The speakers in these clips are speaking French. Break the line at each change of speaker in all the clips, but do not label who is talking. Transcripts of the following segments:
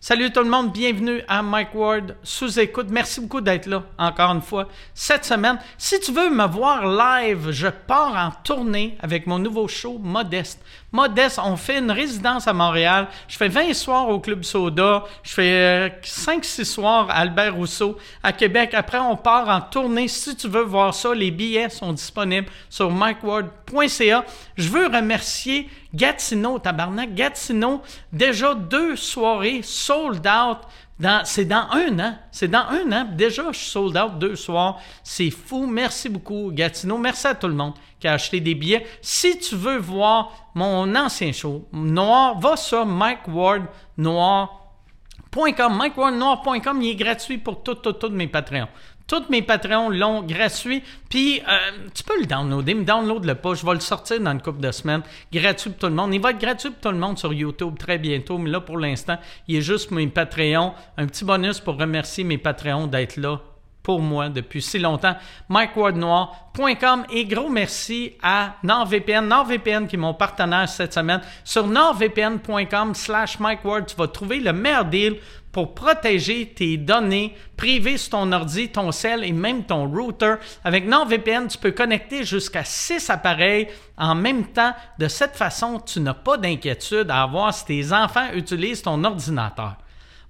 Salut tout le monde, bienvenue à Mike Ward sous écoute. Merci beaucoup d'être là encore une fois cette semaine. Si tu veux me voir live, je pars en tournée avec mon nouveau show Modeste. Modeste, on fait une résidence à Montréal. Je fais 20 soirs au Club Soda. Je fais 5-6 soirs à Albert Rousseau à Québec. Après, on part en tournée. Si tu veux voir ça, les billets sont disponibles sur mikeward.ca. Je veux remercier Gatineau, tabarnak, Gatineau, déjà deux soirées sold out. c'est dans un an. C'est dans un an. Déjà, je suis sold out deux soirs. C'est fou. Merci beaucoup, Gatineau. Merci à tout le monde qui a acheté des billets. Si tu veux voir mon ancien show, Noir, va sur Mike Ward Noir.com. MikeWardNoir.com, il est gratuit pour tous tout, tout mes Patreons. Tous mes Patreons l'ont gratuit. Puis, euh, tu peux le downloader. Me download le pas. Je vais le sortir dans une couple de semaines. Gratuit pour tout le monde. Il va être gratuit pour tout le monde sur YouTube très bientôt. Mais là, pour l'instant, il est juste pour mes Patreons. Un petit bonus pour remercier mes Patreons d'être là pour moi depuis si longtemps. MikeWardNoir.com et gros merci à NordVPN. NordVPN qui est mon partenaire cette semaine. Sur nordvpn.com slash MikeWard, tu vas trouver le meilleur deal pour protéger tes données privées sur ton ordi, ton cell et même ton router. Avec NordVPN, tu peux connecter jusqu'à 6 appareils en même temps. De cette façon, tu n'as pas d'inquiétude à avoir si tes enfants utilisent ton ordinateur.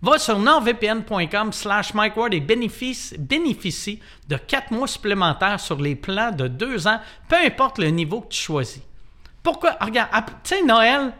Va sur nordvpn.com slash MikeWard et bénéficie, bénéficie de 4 mois supplémentaires sur les plans de 2 ans, peu importe le niveau que tu choisis. Pourquoi? Ah, regarde, tu sais, Noël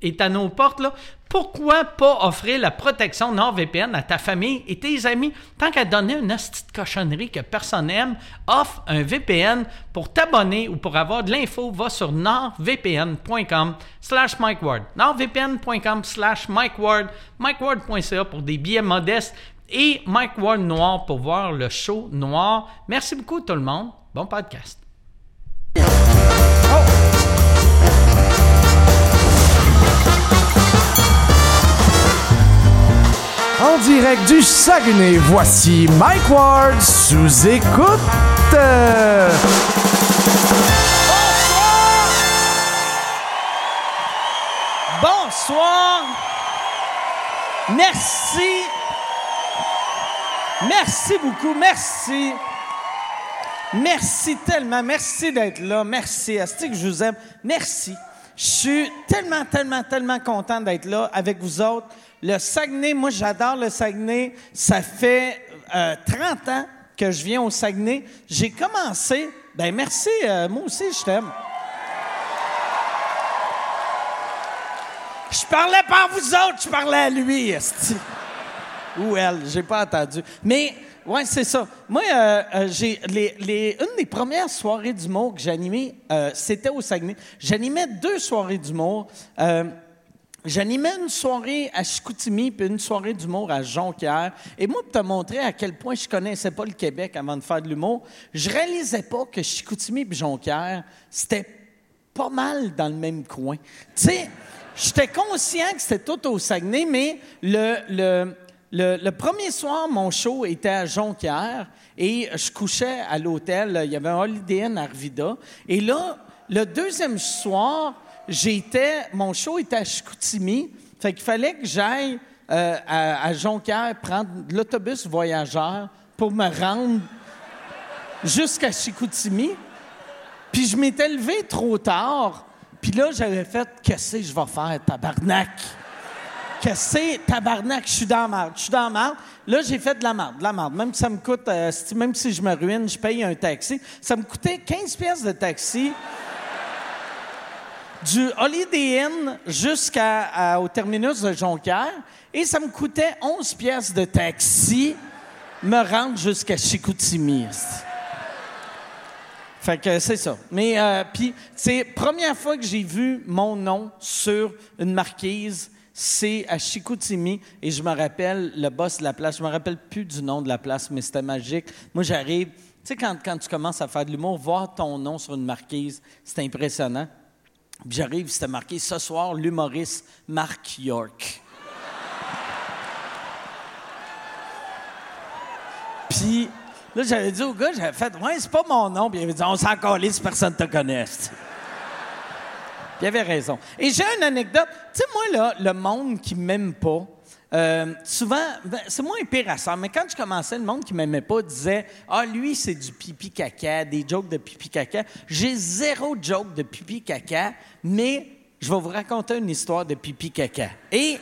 est à nos portes, là. Pourquoi pas offrir la protection NordVPN à ta famille et tes amis? Tant qu'à donner une petite cochonnerie que personne n'aime, offre un VPN pour t'abonner ou pour avoir de l'info, va sur nordvpn.com slash MikeWard. nordvpn.com slash MikeWard, MikeWard.ca pour des billets modestes et Mike Ward Noir pour voir le show noir. Merci beaucoup tout le monde. Bon podcast.
En direct du Saguenay, voici Mike Ward sous écoute. Euh,
Bonsoir. Merci. Merci beaucoup. Merci. Merci tellement. Merci d'être là. Merci. Asti que je vous aime. Merci. Je suis tellement, tellement, tellement content d'être là avec vous autres. Le Saguenay, moi, j'adore le Saguenay. Ça fait euh, 30 ans que je viens au Saguenay. J'ai commencé. Ben merci. euh, moi aussi, je t'aime. Je parlais pas à vous autres, je parlais à lui, esti. Ou elle, j'ai pas entendu. Mais, ouais, c'est ça. Moi, euh, euh, j'ai les, les- une des premières soirées d'humour que j'animais, euh, c'était au Saguenay. J'animais deux soirées d'humour. Euh, J'animais une soirée à Chicoutimi puis une soirée d'humour à Jonquière. Et moi, pour te montrer à quel point je connaissais pas le Québec avant de faire de l'humour, je réalisais pas que Chicoutimi puis Jonquière, c'était pas mal dans le même coin. Tu sais, j'étais conscient que c'était tout au Saguenay, mais le, le, le, le premier soir, mon show était à Jonquière et je couchais à l'hôtel. Il y avait un Holiday Inn à Arvida. Et là, le deuxième soir, j'étais, mon show était à Chicoutimi. Fait qu'il fallait que j'aille euh, à, à Jonquière prendre l'autobus voyageur pour me rendre jusqu'à Chicoutimi. Puis je m'étais levé trop tard. Puis là, j'avais fait Qu'est-ce que je vais faire, tabarnak? Qu'est-ce que c'est, tabarnak? Je suis dans la merde. Je suis dans la merde. Là, j'ai fait de la merde, de la merde. Même si ça me coûte, euh, si- même si je me ruine, je paye un taxi. Ça me coûtait 15 pièces de taxi du Holiday Inn jusqu'au terminus de Jonquière et ça me coûtait 11 pièces de taxi me rendre jusqu'à Chicoutimi. esti. Fait que c'est ça. Mais euh, puis c'est première fois que j'ai vu mon nom sur une marquise, c'est à Chicoutimi et je me rappelle le boss de la place, je me rappelle plus du nom de la place mais c'était magique. Moi j'arrive, tu sais quand, quand tu commences à faire de l'humour, voir ton nom sur une marquise, c'est impressionnant. Puis j'arrive, c'était marqué ce soir l'humoriste Marc York. Puis là, j'avais dit au gars, j'avais fait, ouais, c'est pas mon nom. Puis il avait dit, on s'en calisse, personne te connaît. esti. Puis il avait raison. Et j'ai une anecdote. Tu sais, moi, là, le monde qui m'aime pas, Euh, souvent, ben, c'est moins pire à ça, mais quand je commençais, le monde qui m'aimait pas disait Ah, lui, c'est du pipi-caca, des jokes de pipi-caca. J'ai zéro joke de pipi-caca, mais je vais vous raconter une histoire de pipi-caca. Et.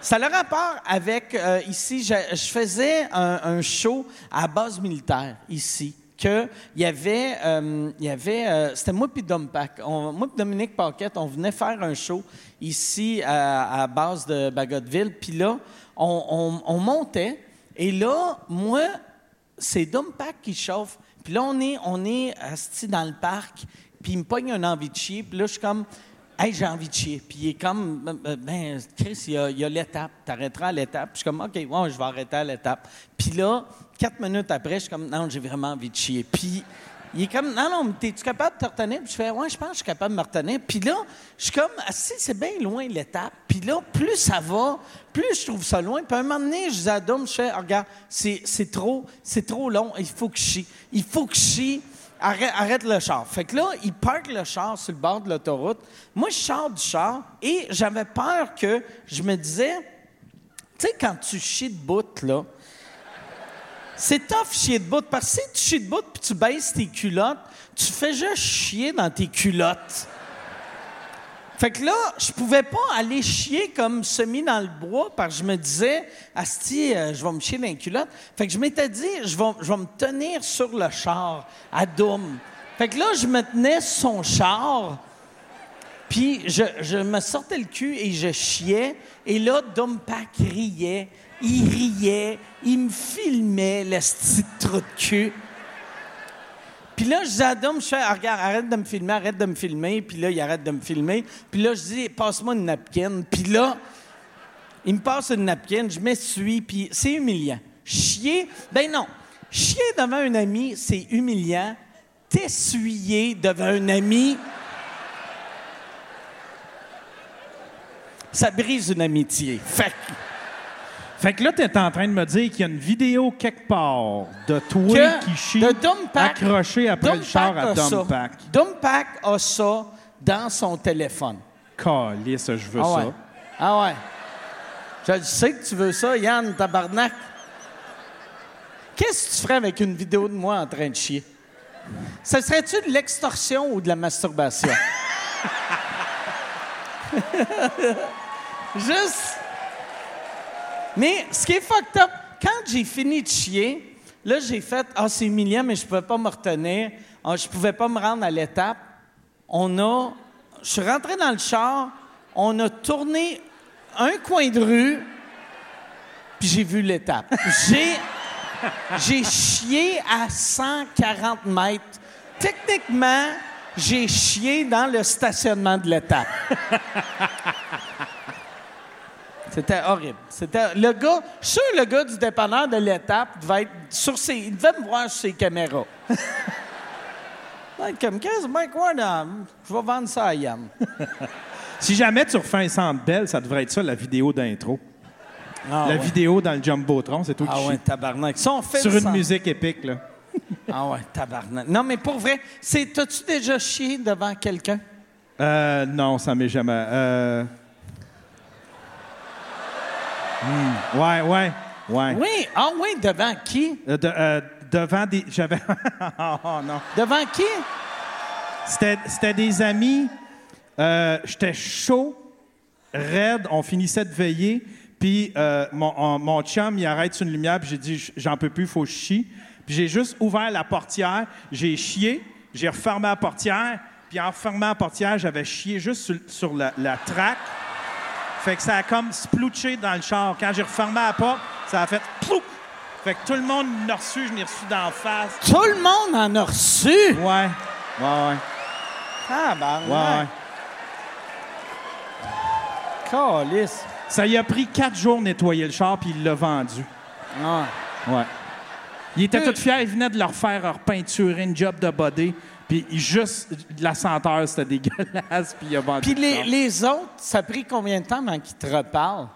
Ça a le rapport avec, euh, ici, je, je faisais un, un show à base militaire, ici, que il y avait, euh, il y avait euh, c'était moi puis Dom Pac. On- moi puis Dominique Paquette, on venait faire un show ici euh, à, à base de Bagotville. Puis là, on, on- on montait. Et là, moi, c'est Dom Pac qui chauffe. Puis là, on est, on est assis dans le parc. Puis il me pogne une envie de chier. Puis là, je suis comme... Hey, j'ai envie de chier. Puis il est comme, ben, ben, ben, Chris, il y a, il y a l'étape. T'arrêteras à l'étape. Puis je suis comme, OK, ouais, je vais arrêter à l'étape. Puis là, quatre minutes après, je suis comme, non, j'ai vraiment envie de chier. Puis il est comme, non, non, mais t'es-tu capable de te retenir? Puis je fais, ouais, je pense que je suis capable de me retenir. Puis là, je suis comme, ah, si, c'est bien loin l'étape. Puis là, plus ça va, plus je trouve ça loin. Puis à un moment donné, je dis à Dom, je fais, Ah, regarde, c'est c'est trop, c'est trop long. Il faut que je chie. Il faut que je chie. Arrête, arrête le char. Fait que là, il parque le char sur le bord de l'autoroute. Moi, je sors du char et j'avais peur que je me disais, tu sais, quand tu chies de bout, là, c'est tough chier de bout. Parce que si tu chies de bout puis tu baisses tes culottes, tu fais juste chier dans tes culottes. Fait que là, je pouvais pas aller chier comme semi dans le bois parce que je me disais, Asti, euh, je vais me chier dans les culottes. Fait que je m'étais dit, je vais, je vais me tenir sur le char à Doom. Fait que là, je me tenais sur son char. Puis je, je me sortais le cul et je chiais. Et là, Dom Pac riait. Il riait. Il me filmait, le petit trou de cul. Puis là, je dis à Dom, je fais, Ah, regarde, arrête de me filmer, arrête de me filmer. Puis là, il arrête de me filmer. Puis là, je dis, passe-moi une napkin. Puis là, il me passe une napkin, je m'essuie, puis c'est humiliant. Chier, ben non. Chier devant un ami, c'est humiliant. T'essuyer devant un ami, ça brise une amitié. Fait que-
Fait que là, t'es en train de me dire qu'il y a une vidéo quelque part de toi
que
qui chie
le Dom Pack-
accroché après
Dom
le char
Pack
à
a
Dom
ça.
Pack.
Dom Pack a ça dans son téléphone.
Calisse, je veux
Ah
ça.
ouais. Ah ouais. Je le sais que tu veux ça, Yann, tabarnak. Qu'est-ce que tu ferais avec une vidéo de moi en train de chier? Ça serait-tu de l'extorsion ou de la masturbation? Juste. Mais ce qui est fucked up, quand j'ai fini de chier, là, j'ai fait Ah, c'est humiliant, mais je pouvais pas me retenir. Ah, je pouvais pas me rendre à l'étape. On a. Je suis rentré dans le char, on a tourné un coin de rue, puis j'ai vu l'étape. J'ai. J'ai chié à 140 mètres. Techniquement, j'ai chié dans le stationnement de l'étape. C'était horrible. C'était le gars, je suis sûr le gars du dépanneur de l'étape devait être sur ses, il devait me voir sur ses caméras. Ouais, Comme qu'est-ce Mike Ward, ah, je vais vendre ça à Yann.
Si jamais tu refais un centre belle, ça devrait être ça, la vidéo d'intro. la
Ah ouais.
vidéo dans le Jumbotron, c'est toi qui
Ah ouais,
chies.
tabarnak. Ça, on fait
Sur
le
une
sang.
musique épique, là.
Ah ouais, tabarnak. Non, mais pour vrai, c'est t'as-tu déjà chié devant quelqu'un?
Euh, non, ça m'est jamais. Euh... Hmm, Ouais, ouais, ouais.
Oui, ah oui, devant qui?
Euh, de- euh, devant des. J'avais. oh non.
Devant qui?
C'était c'était des amis. euh, J'étais chaud, raide. On finissait de veiller. Puis euh, mon, en- mon chum, il arrête sur une lumière. Puis j'ai dit, J- j'en peux plus, faut que je chie. Puis j'ai juste ouvert la portière. J'ai chié. J'ai refermé la portière. Puis en fermant la portière, j'avais chié juste sur, sur la, la traque. Fait que ça a comme splouché dans le char. Quand j'ai refermé la porte, ça a fait ploup. Fait que tout le monde m'a reçu. Je m'ai reçu d'en face.
Tout le monde en a reçu!
Ouais. Ouais, ouais.
Tabarnak!
Ouais, ouais.
Calisse.
Ça y a pris quatre jours de nettoyer le char, puis il l'a vendu.
Ah.
Ouais. Il était
Euh.
tout fier, il venait de leur faire repeinturer une job de body, puis il- juste la senteur, c'était dégueulasse, puis il a vendu.
Puis
le
les,
char.
les autres, ça a pris combien de temps avant qu'ils te reparlent?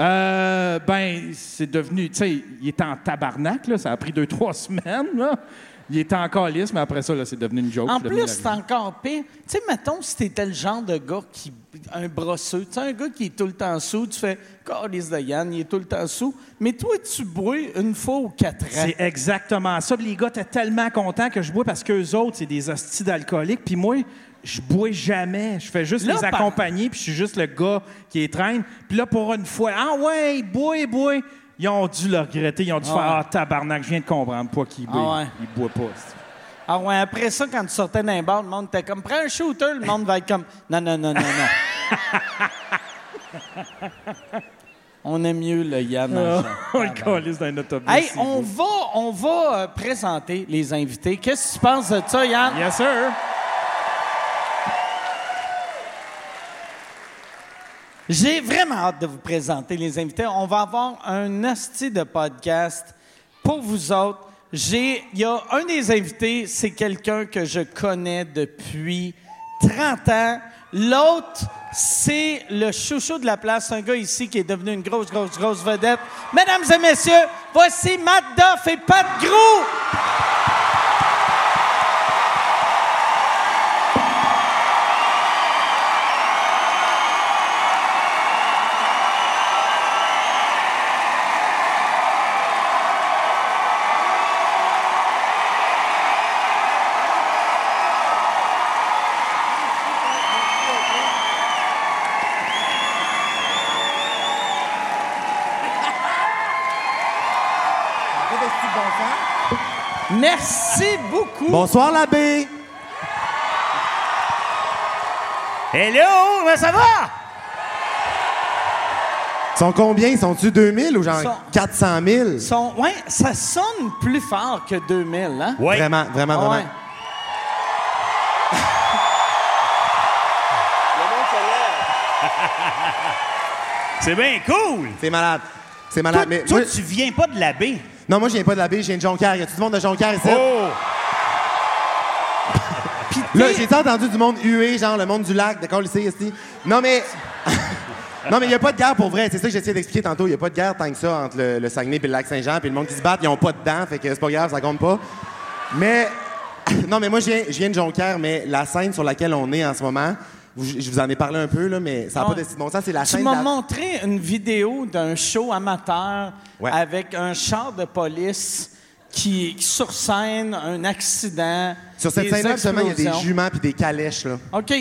Euh, ben, c'est devenu, tu sais, il était en tabarnak, là, ça a pris deux, trois semaines, là. Il était encore lisse, mais après ça, là, c'est devenu une joke.
En
c'est devenu
plus,
la
Oh, c'est encore pire. Tu sais, mettons, si t'étais le genre de gars qui. Un brosseux. Tu sais, un gars qui est tout le temps sous, tu fais. Calice de Yann, il est tout le temps sous. Mais toi, tu bois une fois ou quatre ans.
C'est exactement ça. Puis les gars étaient tellement contents que je bois parce qu'eux autres, c'est des hosties d'alcooliques. Puis moi, je bois jamais. Je fais juste
Là,
les
par-
accompagner, puis je suis juste le gars qui les traîne. Puis là, pour une fois, ah ouais, ils boivent, ils boivent. Ils ont dû le regretter. Ils ont dû
Ah
faire,
ouais.
ah tabarnak, je viens de comprendre pourquoi qu'ils boivent.
Ah ouais.
Ils boivent pas. c'est-
Ah ouais, après ça, quand tu sortais d'un bar, le monde était comme. Prends un shooter, le monde va être comme. Non, non, non, non, non. On aime mieux le Yann.
Ah,
en chant.
on le calisse dans un autobus.
Hey,
il
on
boit.
va, on va euh, présenter les invités. Qu'est-ce que tu penses de ça, Yann?
Yes, sir.
J'ai vraiment hâte de vous présenter les invités. On va avoir un hostie de podcast pour vous autres. J'ai, il y a un des invités, c'est quelqu'un que je connais depuis 30 ans. L'autre, c'est le chouchou de la place, un gars ici qui est devenu une grosse, grosse, grosse vedette. Mesdames et messieurs, voici Matt Duff et Pat Grou. Merci beaucoup.
Bonsoir, l'abbé.
Hello, ben ça va?
Ils sont combien? Ils sont-tu 2000 ou genre
Ils sont-
400 000?
Son- ouais, ça sonne plus fort que 2000, hein?
Oui.
Vraiment, vraiment,
Ah
vraiment.
ouais.
C'est bien cool.
C'est malade. C'est malade.
Toi,
Ah, mais
toi,
moi-
tu viens pas de la baie.
Non, moi, je viens pas de la baie, je viens de Jonquière. Y a tout le monde de Jonquière ici?
Oh!
Là, j'ai entendu du monde hué, genre le monde du lac, d'accord, ici, ici. Non, mais. non, mais il n'y a pas de guerre pour vrai. C'est ça que j'essayais d'expliquer tantôt. Il n'y a pas de guerre tant que ça entre le, le Saguenay et le lac Saint-Jean. Puis le monde qui se bat, ils n'ont pas de dents. Fait que c'est pas grave, ça compte pas. Mais. non, mais moi, je viens, je viens de Jonquière, mais la scène sur laquelle on est en ce moment, vous- je vous en ai parlé un peu, là, mais ça n'a
Ouais.
pas de si bon sens. C'est la
Tu
scène.
m'as
de la-
montré une vidéo d'un show amateur
Ouais.
avec un char de police qui, qui sur scène, un accident.
Sur cette
des
scène-là, justement, il y a des
explosions.
juments puis des calèches, là.
OK.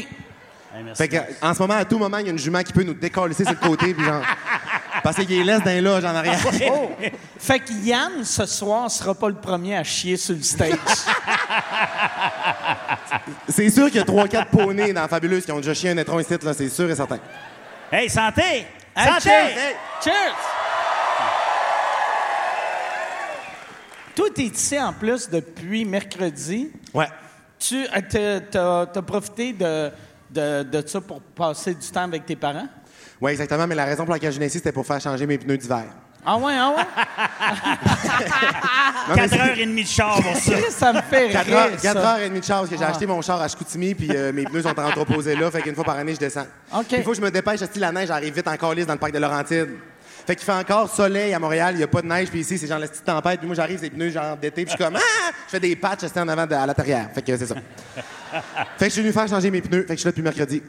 Fait que, en ce moment, à tout moment, il y a une jument qui peut nous décoller sur le côté, puis genre. Parce qu'il est laisse d'un loge en arrière.
Oh. fait que Yann, ce soir, sera pas le premier à chier sur le stage.
C'est sûr qu'il y a 3-4 poneys dans Fabuleuse qui ont déjà chié un étron ici, là, c'est sûr et certain.
Hey, santé!
Hey,
santé!
cheers! Cheers! Toi, t'es ici en plus depuis mercredi.
Ouais.
Tu euh, as, profité de, de, de ça pour passer du temps avec tes parents?
Ouais, exactement, mais la raison pour laquelle je venais ici, c'était pour faire changer mes pneus d'hiver.
Ah ouais, ah ouais?
Non, mais
4
c'est-
heures et demie de char pour ça.
Chris, ça me fait
quatre
rire,
heures, quatre
ça.
heures et demie de char, parce que j'ai
Ah.
acheté mon char à Chicoutimi, puis euh, mes pneus sont entreposés là, fait qu'une fois par année, je descends.
OK.
Puis Il faut que je me dépêche, si la neige arrive vite en calice dans le parc de Laurentides. Fait qu'il fait encore soleil à Montréal, il n'y a pas de neige, puis ici, c'est genre la petite tempête, puis moi, j'arrive, c'est des pneus genre d'été, puis je suis comme, ah! Je fais des patchs, j'étais en avant de- à la terrière. Fait que c'est ça. fait que je suis venu faire changer mes pneus, fait que je suis là depuis mercredi.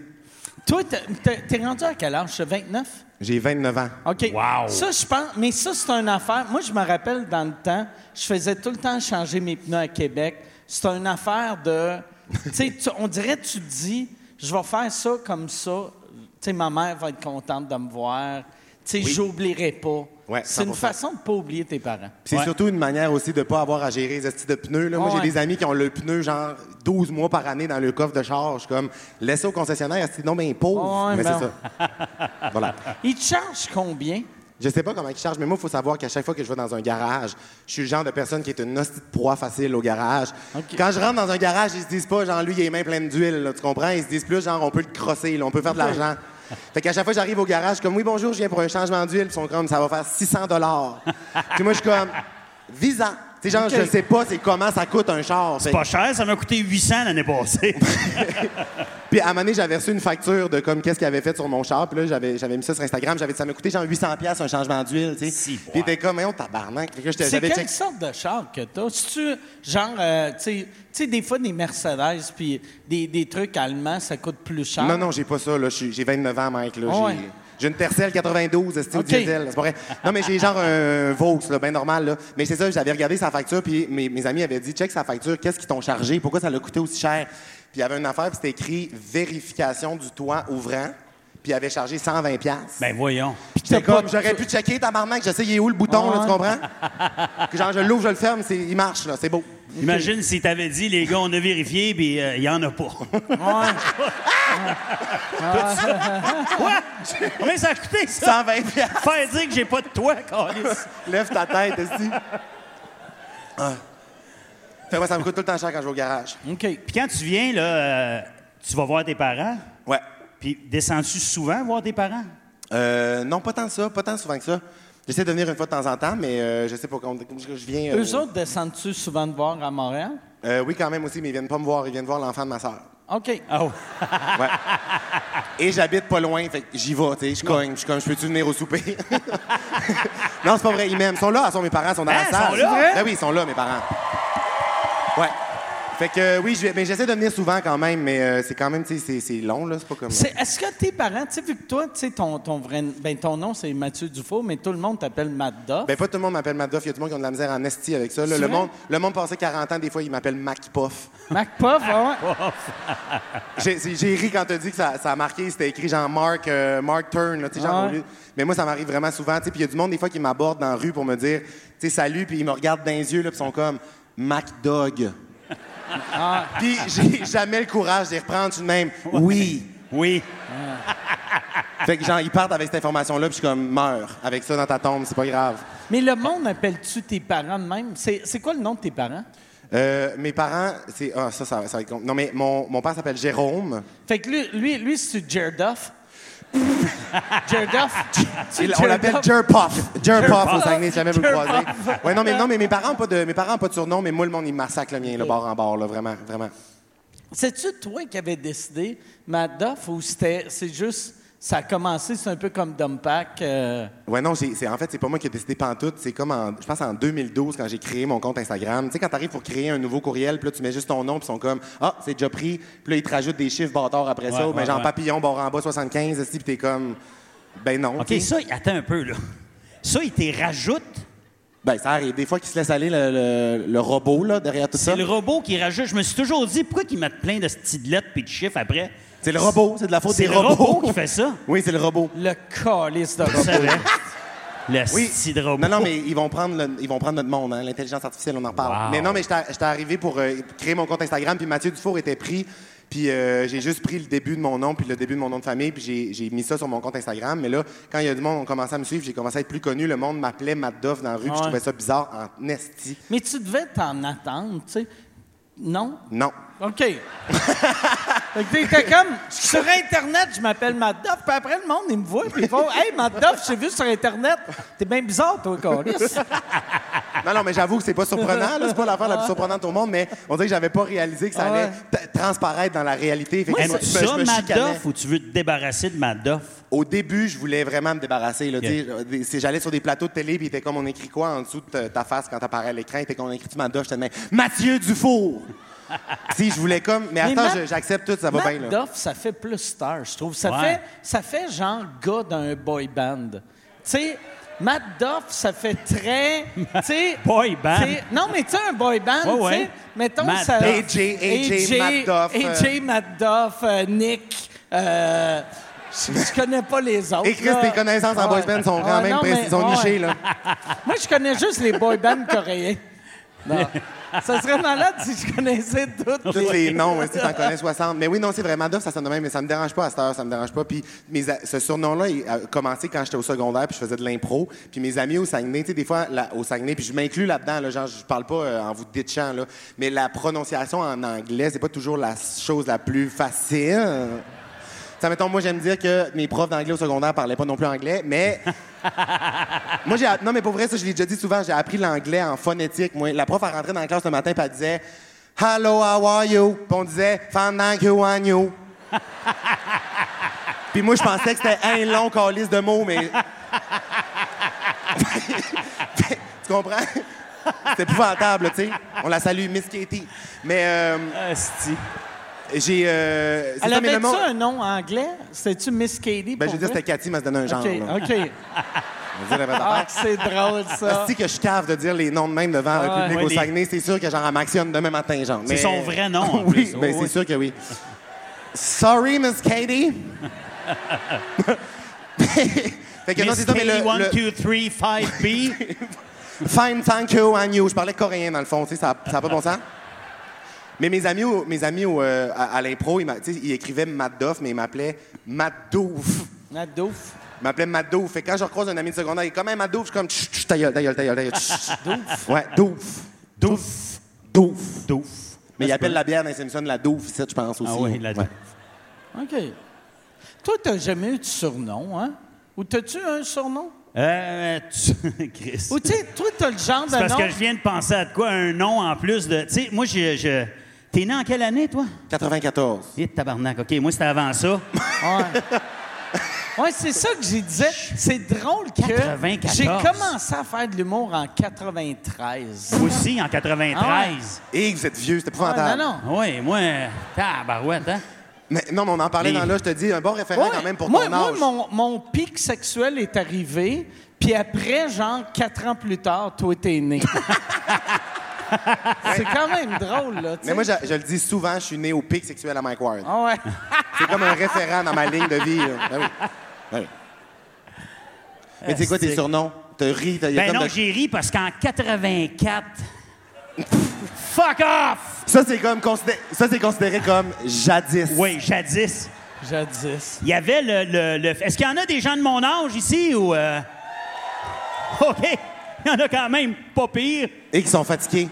Toi, t'es- t'es t'es rendu à quel âge? 29?
J'ai 29 ans.
OK.
Wow.
Ça, je pense. Mais ça, c'est une affaire. Moi, je me rappelle dans le temps, je faisais tout le temps changer mes pneus à Québec. C'est une affaire de. tu sais, tu- on dirait, tu te dis, je vais faire ça comme ça. Tu sais, ma mère va être contente de me voir. Tu sais, j'oublierai pas.
Ouais,
c'est une
100%.
façon de pas oublier tes parents.
Puis C'est surtout une manière aussi de ne pas avoir à gérer les estis de pneus. Là. Moi,
Ouais.
j'ai des amis qui ont le pneu, genre, 12 mois par année dans le coffre de charge. comme, laissez au concessionnaire, c'est non, mais il pauvre.
Ouais,
mais
ben-
c'est ça. voilà.
Ils te chargent combien?
Je sais pas comment ils chargent, mais moi, il faut savoir qu'à chaque fois que je vais dans un garage, je suis le genre de personne qui est une hostie de proie facile au garage. Quand je rentre dans un garage, ils se disent pas, genre, lui, il a les mains pleines d'huile, là, tu comprends? Ils se disent plus, genre, on peut le crosser, là, on peut faire de l'argent. Fait qu'à chaque fois que j'arrive au garage, je suis comme, oui, bonjour, je viens pour un changement d'huile. Puis Ils sont comme, ça va faire 600 dollars. Puis moi, je suis comme, visa. Tu sais, genre, je sais pas c'est comment ça coûte un char. Fait-
Pas cher, ça m'a coûté 800 l'année passée.
Puis à un moment donné, j'avais reçu une facture de comme qu'est-ce qu'il avait fait sur mon char. Puis là, j'avais, j'avais mis ça sur Instagram. J'avais dit, ça m'a coûté genre 800$ piastres un changement d'huile, tu sais.
Si,
Puis
ouais.
il était comme, mais on tabarnak. Fait que j'étais-
C'est
j'avais
quelle
check-
sorte de char que t'as? C'est-tu, genre, euh, tu sais- tu sais, des fois, des Mercedes, puis des, des trucs allemands, ça coûte plus cher.
Non, non, j'ai pas ça. Là. Je suis- J'ai 29 ans, Mike. Là.
Ah
J'ai-
ouais.
J'ai une Tercel 92, c'est
OK.
diesel. C'est pas vrai. Non, mais j'ai genre un Vaux, là, bien normal. Là. Mais c'est ça, j'avais regardé sa facture, puis mes, mes amis avaient dit check sa facture, qu'est-ce qu'ils t'ont chargé, pourquoi ça l'a coûté aussi cher. Puis il y avait une affaire, puis c'était écrit vérification du toit ouvrant, puis il avait chargé 120$. piastres.
ben voyons.
Puis j'étais comme, j'aurais pu checker ta marmaque, je sais, il est où le bouton, là, tu comprends? Que genre, je l'ouvre, je le ferme, c'est- il marche, là, c'est beau.
Imagine si t'avais dit, les gars, on a vérifié, puis euh, il y en a pas. Quoi? Combien ça a coûté, ça?
120$, piastres.
Faire dire que j'ai pas de toit, câlisse.
lève ta tête, aussi. Fait, que moi, ça me coûte tout le temps cher quand je vais au garage.
OK.
Puis quand tu viens, là, euh, tu vas voir tes parents,
Ouais.
puis descends-tu souvent voir tes parents?
Euh, non, pas tant que ça, pas tant souvent que ça. J'essaie de venir une fois de temps en temps, mais euh, je sais pas quand je je viens. euh,
Eux autres descendent-tu souvent de voir à Montréal?
euh, oui, quand même aussi, mais ils viennent pas me voir, ils viennent voir l'enfant de ma sœur.
OK.
Ah ouais.
Et j'habite pas loin, fait que j'y vais, tu sais, je cogne, je suis comme, je peux-tu venir au souper? non, c'est pas vrai, ils m'aiment. Ils sont là, ils sont mes parents, ils sont dans
Hein,
la salle.
ils sont là?
Ben oui, ils sont là, mes parents. Ouais. Fait que euh, oui, je vais- mais j'essaie de venir souvent quand même, mais euh, c'est quand même, tu sais, c'est- c'est long, là, c'est pas comme.
C'est- Est-ce que tes parents, tu sais, vu que toi, tu sais, ton, ton vrai, ben, ton nom, c'est Mathieu Dufault, mais tout le monde t'appelle Matt Duff.
Ben pas tout le monde m'appelle Madoff, il y a tout le monde qui a de la misère en esti avec ça. là.
C'est
Le,
vrai?
monde, le monde passé 40 ans, des fois, il m'appelle Mac Puff.
Mac Puff, ah ouais.
J'ai c'est- j'ai ri quand t'as dit que ça, ça a marqué, c'était écrit genre Mark, euh, Mark Turn, là, tu sais, genre,
Ouais.
au lieu- Mais moi, ça m'arrive vraiment souvent, tu sais, puis il y a du monde des fois qui m'aborde dans la rue pour me dire, tu sais, salut, puis ils me regardent dans les yeux, là, puis ils sont comme Mac Dog. Puis j'ai jamais le courage de les reprendre, je suis de même, oui.
Oui.
Fait que genre, ils partent avec cette information-là, puis je suis comme, meurs avec ça dans ta tombe, c'est pas grave.
Mais le monde appelle-tu tes parents de même? C'est c'est quoi le nom de tes parents?
Euh, mes parents, c'est. Ah, ça, ça, ça va être. con. Non, mais mon, mon père s'appelle Jérôme.
Fait que lui, lui, lui c'est Jerduff. Jerduff.
Il- on l'appelle Jerpuff. Jerpuff au Saguenay, si jamais vous le croisez.
Jerpuff.
Ouais, non, mais, non, mais mes parents n'ont pas, de- mes parents ont pas de surnom, mais moi, le monde, ils me massacrent le mien, le bord en bord, là, vraiment, vraiment.
C'est-tu toi qui avais décidé Matt Duff ou c'était c'est juste ça a commencé, c'est un peu comme Dumpack? euh,
Ouais, non, j'ai- c'est, en fait, c'est pas moi qui ai décidé pantoute. C'est comme, en, je pense, en 2012, quand j'ai créé mon compte Instagram. Tu sais, quand t'arrives pour créer un nouveau courriel, puis là, tu mets juste ton nom, puis ils sont comme, ah, c'est déjà pris. Puis là, ils te rajoutent des chiffres bâtards après ça.
Ouais,
ben,
ouais,
genre
ouais.
papillon, bord en bas, 75, esti, puis t'es comme, ben non.
OK,
tu sais.
ça, attends un peu, là. Ça, il te rajoute.
Ben, ça arrive. Des fois, qu'ils se laissent aller le, le- le robot, là, derrière tout ça.
C'est le robot qui rajoute. Je me suis toujours dit, pourquoi qu'ils mettent plein de petites lettres puis de chiffres après?
C'est le robot, c'est de la faute
C'est
des
le
robots.
robot qui fait ça.
Oui, c'est le robot.
le calice de
Je
robot.
savais. Le
Oui.
petit robot.
Non, non, mais ils vont prendre, le- ils vont prendre notre monde, hein, l'intelligence artificielle, on en parle.
Wow.
Mais non, mais j'étais j'étais arrivé pour euh, créer mon compte Instagram, puis Mathieu Dufour était pris, puis euh, j'ai juste pris le début de mon nom, puis le début de mon nom de famille, puis j'ai- j'ai mis ça sur mon compte Instagram. Mais là, quand il y a du monde qui a commencé à me suivre, j'ai commencé à être plus connu. Le monde m'appelait Matt Doff dans la rue, puis je
Ouais.
trouvais ça bizarre en esti.
Mais tu devais t'en attendre, tu sais. Non?
Non.
OK. fait que t'étais comme, sur Internet, je m'appelle Matt Duff, puis après, le monde, il me voit, puis ils font, « Hey, Matt Duff, j'ai vu sur Internet, t'es bien bizarre, toi, Calice.
Non, non, mais j'avoue que c'est pas surprenant, là. c'est pas l'affaire la plus surprenante au monde, mais on dirait que j'avais pas réalisé que ça
Ah ouais.
allait t- transparaître dans la réalité. Fait que je me-
Aimes-tu
je me- je
ça,
me chicanais.
Madoff, ou tu veux te débarrasser de Madoff?
Au début, je voulais vraiment me débarrasser. là.
Ok.
Tu sais, euh, c'est- J'allais sur des plateaux de télé, puis il était comme on écrit quoi en dessous de ta- ta face quand t'apparais à l'écran. Il était comme on écrit tu Madoff. J'étais de même, Mathieu Dufour. si je voulais comme, mais
Mais
attends,
Matt-
je- j'accepte tout, ça va
Matt
bien. Là.
Duff, ça fait plus star, je trouve. Ça,
Ouais.
fait, ça fait genre gars d'un boy band. Tu sais, Matt Duff, ça fait très. tu sais,
Boy band.
tu sais, Non, mais tu sais, un boy band,
Ouais,
tu
ouais.
sais. Mettons,
Matt
ça.
Duff. AJ, AJ, Matt Duff, euh.
AJ, Matt Duff, euh, Nick. euh, je je connais pas les autres.
Et Chris,
là. Ah
tes connaissances en boys
Ouais.
band sont quand
Ouais,
même
non,
précises,
mais- ah
ils sont
ouais.
nichées. Là.
Moi, je connais juste les boy bands coréens. Non. Ça serait malade si je connaissais toutes
Tous les noms, hein, si t'en connais 60. Mais oui, non, c'est vraiment Madoff, ça sonne de même, mais ça me dérange pas à cette heure, ça me dérange pas. Puis mes a- ce surnom-là il a commencé quand j'étais au secondaire, puis je faisais de l'impro. Puis mes amis au Saguenay, tu sais, des fois, là, au Saguenay, puis je m'inclus là-dedans, là, genre, je parle pas euh, en vous ditchant, là, mais la prononciation en anglais, c'est pas toujours la chose la plus facile. Ça, mettons, moi, j'aime dire que mes profs d'anglais au secondaire parlaient pas non plus anglais, mais. moi, j'ai. Non, mais pour vrai, ça, je l'ai déjà dit souvent, j'ai appris l'anglais en phonétique. Moi, la prof, elle rentrait dans la classe le matin, puis elle disait Hello, how are you? Puis on disait Fandang, who are you? Puis moi, je pensais que c'était un long calice de mots, mais. tu comprends? C'est épouvantable, tu sais. On la salue, Miss Katie. Mais euh,
Asti.
j'ai. euh, c'est
Elle
ça, mais le
avait tu
monde-
un nom anglais? C'était-tu Miss Katie?
Ben, je
pour
veux dire,
vrai?
c'était Cathy, mais ça se donnait un genre. là. Ah,
OK, OK.
On dirait la vraie
Ah,
affaire.
que c'est drôle, ça.
Asti que je cave de dire les noms de même devant
Ah,
un public
ouais,
au
les-
Saguenay, c'est sûr que j'en ramactionne demain matin, genre.
C'est
Mais-
son vrai nom, en
oui,
plus.
ben,
Oh,
c'est
oui.
sûr que oui. Sorry, Miss Katie. fait que non, c'est
Miss
ça, mais le,
Katie, 1,
le
2, 3, 5B.
Fine, thank you, and you. Je parlais coréen, dans le fond, tu sais, ça n'a pas bon sens. Mais mes amis, au- mes amis au, euh, à, à l'impro, ils, m'a- tu sais, ils écrivaient Matt Doff, mais ils m'appelaient Matt Douf.
Nat Douf.
Il m'appelait Madouf. Fait que quand je recroise un ami de secondaire, il est comme un Madouf. Je suis comme, chut, chut, ta gueule, ta gueule, ta gueule, ta gueule. chut. Ouais, douf. Douf. Douf.
Douf.
Mais il appelle la bière dans Simpson la douf, c'est, je pense aussi.
Ah oui, la
Ouais.
OK. Toi, t'as jamais eu de surnom, hein? Ou t'as-tu un surnom?
Euh, tu- Chris.
Ou tu sais, toi, t'as le genre de
C'est parce
nom...
que je viens de penser à de quoi? Un nom en plus de. Tu sais, moi, je. je- T'es né en quelle année, toi?
94.
Eh, tabarnak. OK, moi, c'était avant ça.
Ouais, c'est ça que j'ai disais. C'est drôle que
94.
j'ai commencé à faire de l'humour en 93.
Moi aussi, en 93.
Et Eh, vous êtes vieux, c'est
Ouais,
épouvantable.
Ah, non, non.
Oui, moi. euh, Tabarouette, hein?
Mais, non, mais on en parlait
Les-
dans là, je te dis, un bon référent
Ouais,
quand même pour
moi,
ton
moi,
âge.
mon, mon pic sexuel est arrivé, puis après, genre, quatre ans plus tard, toi, t'es né. c'est quand même drôle, là. tu
Mais moi,
sais.
je, je le dis souvent, je suis né au pic sexuel à Mike Ward.
Ah ouais.
C'est comme un référent dans ma ligne de vie. là. Ah oui. Ah oui. Mais c'est quoi tes surnoms? T'as ri, t'as il y a
Ben
comme
non,
de-
j'ai ri parce qu'en 84. Fuck off!
Ça, c'est comme considé- ça, c'est considéré comme jadis.
Oui, jadis.
Jadis.
Il y avait le. le- le- Est-ce qu'il y en a des gens de mon âge ici ou. euh, OK. Il y en a quand même pas pire.
Et qui sont fatigués.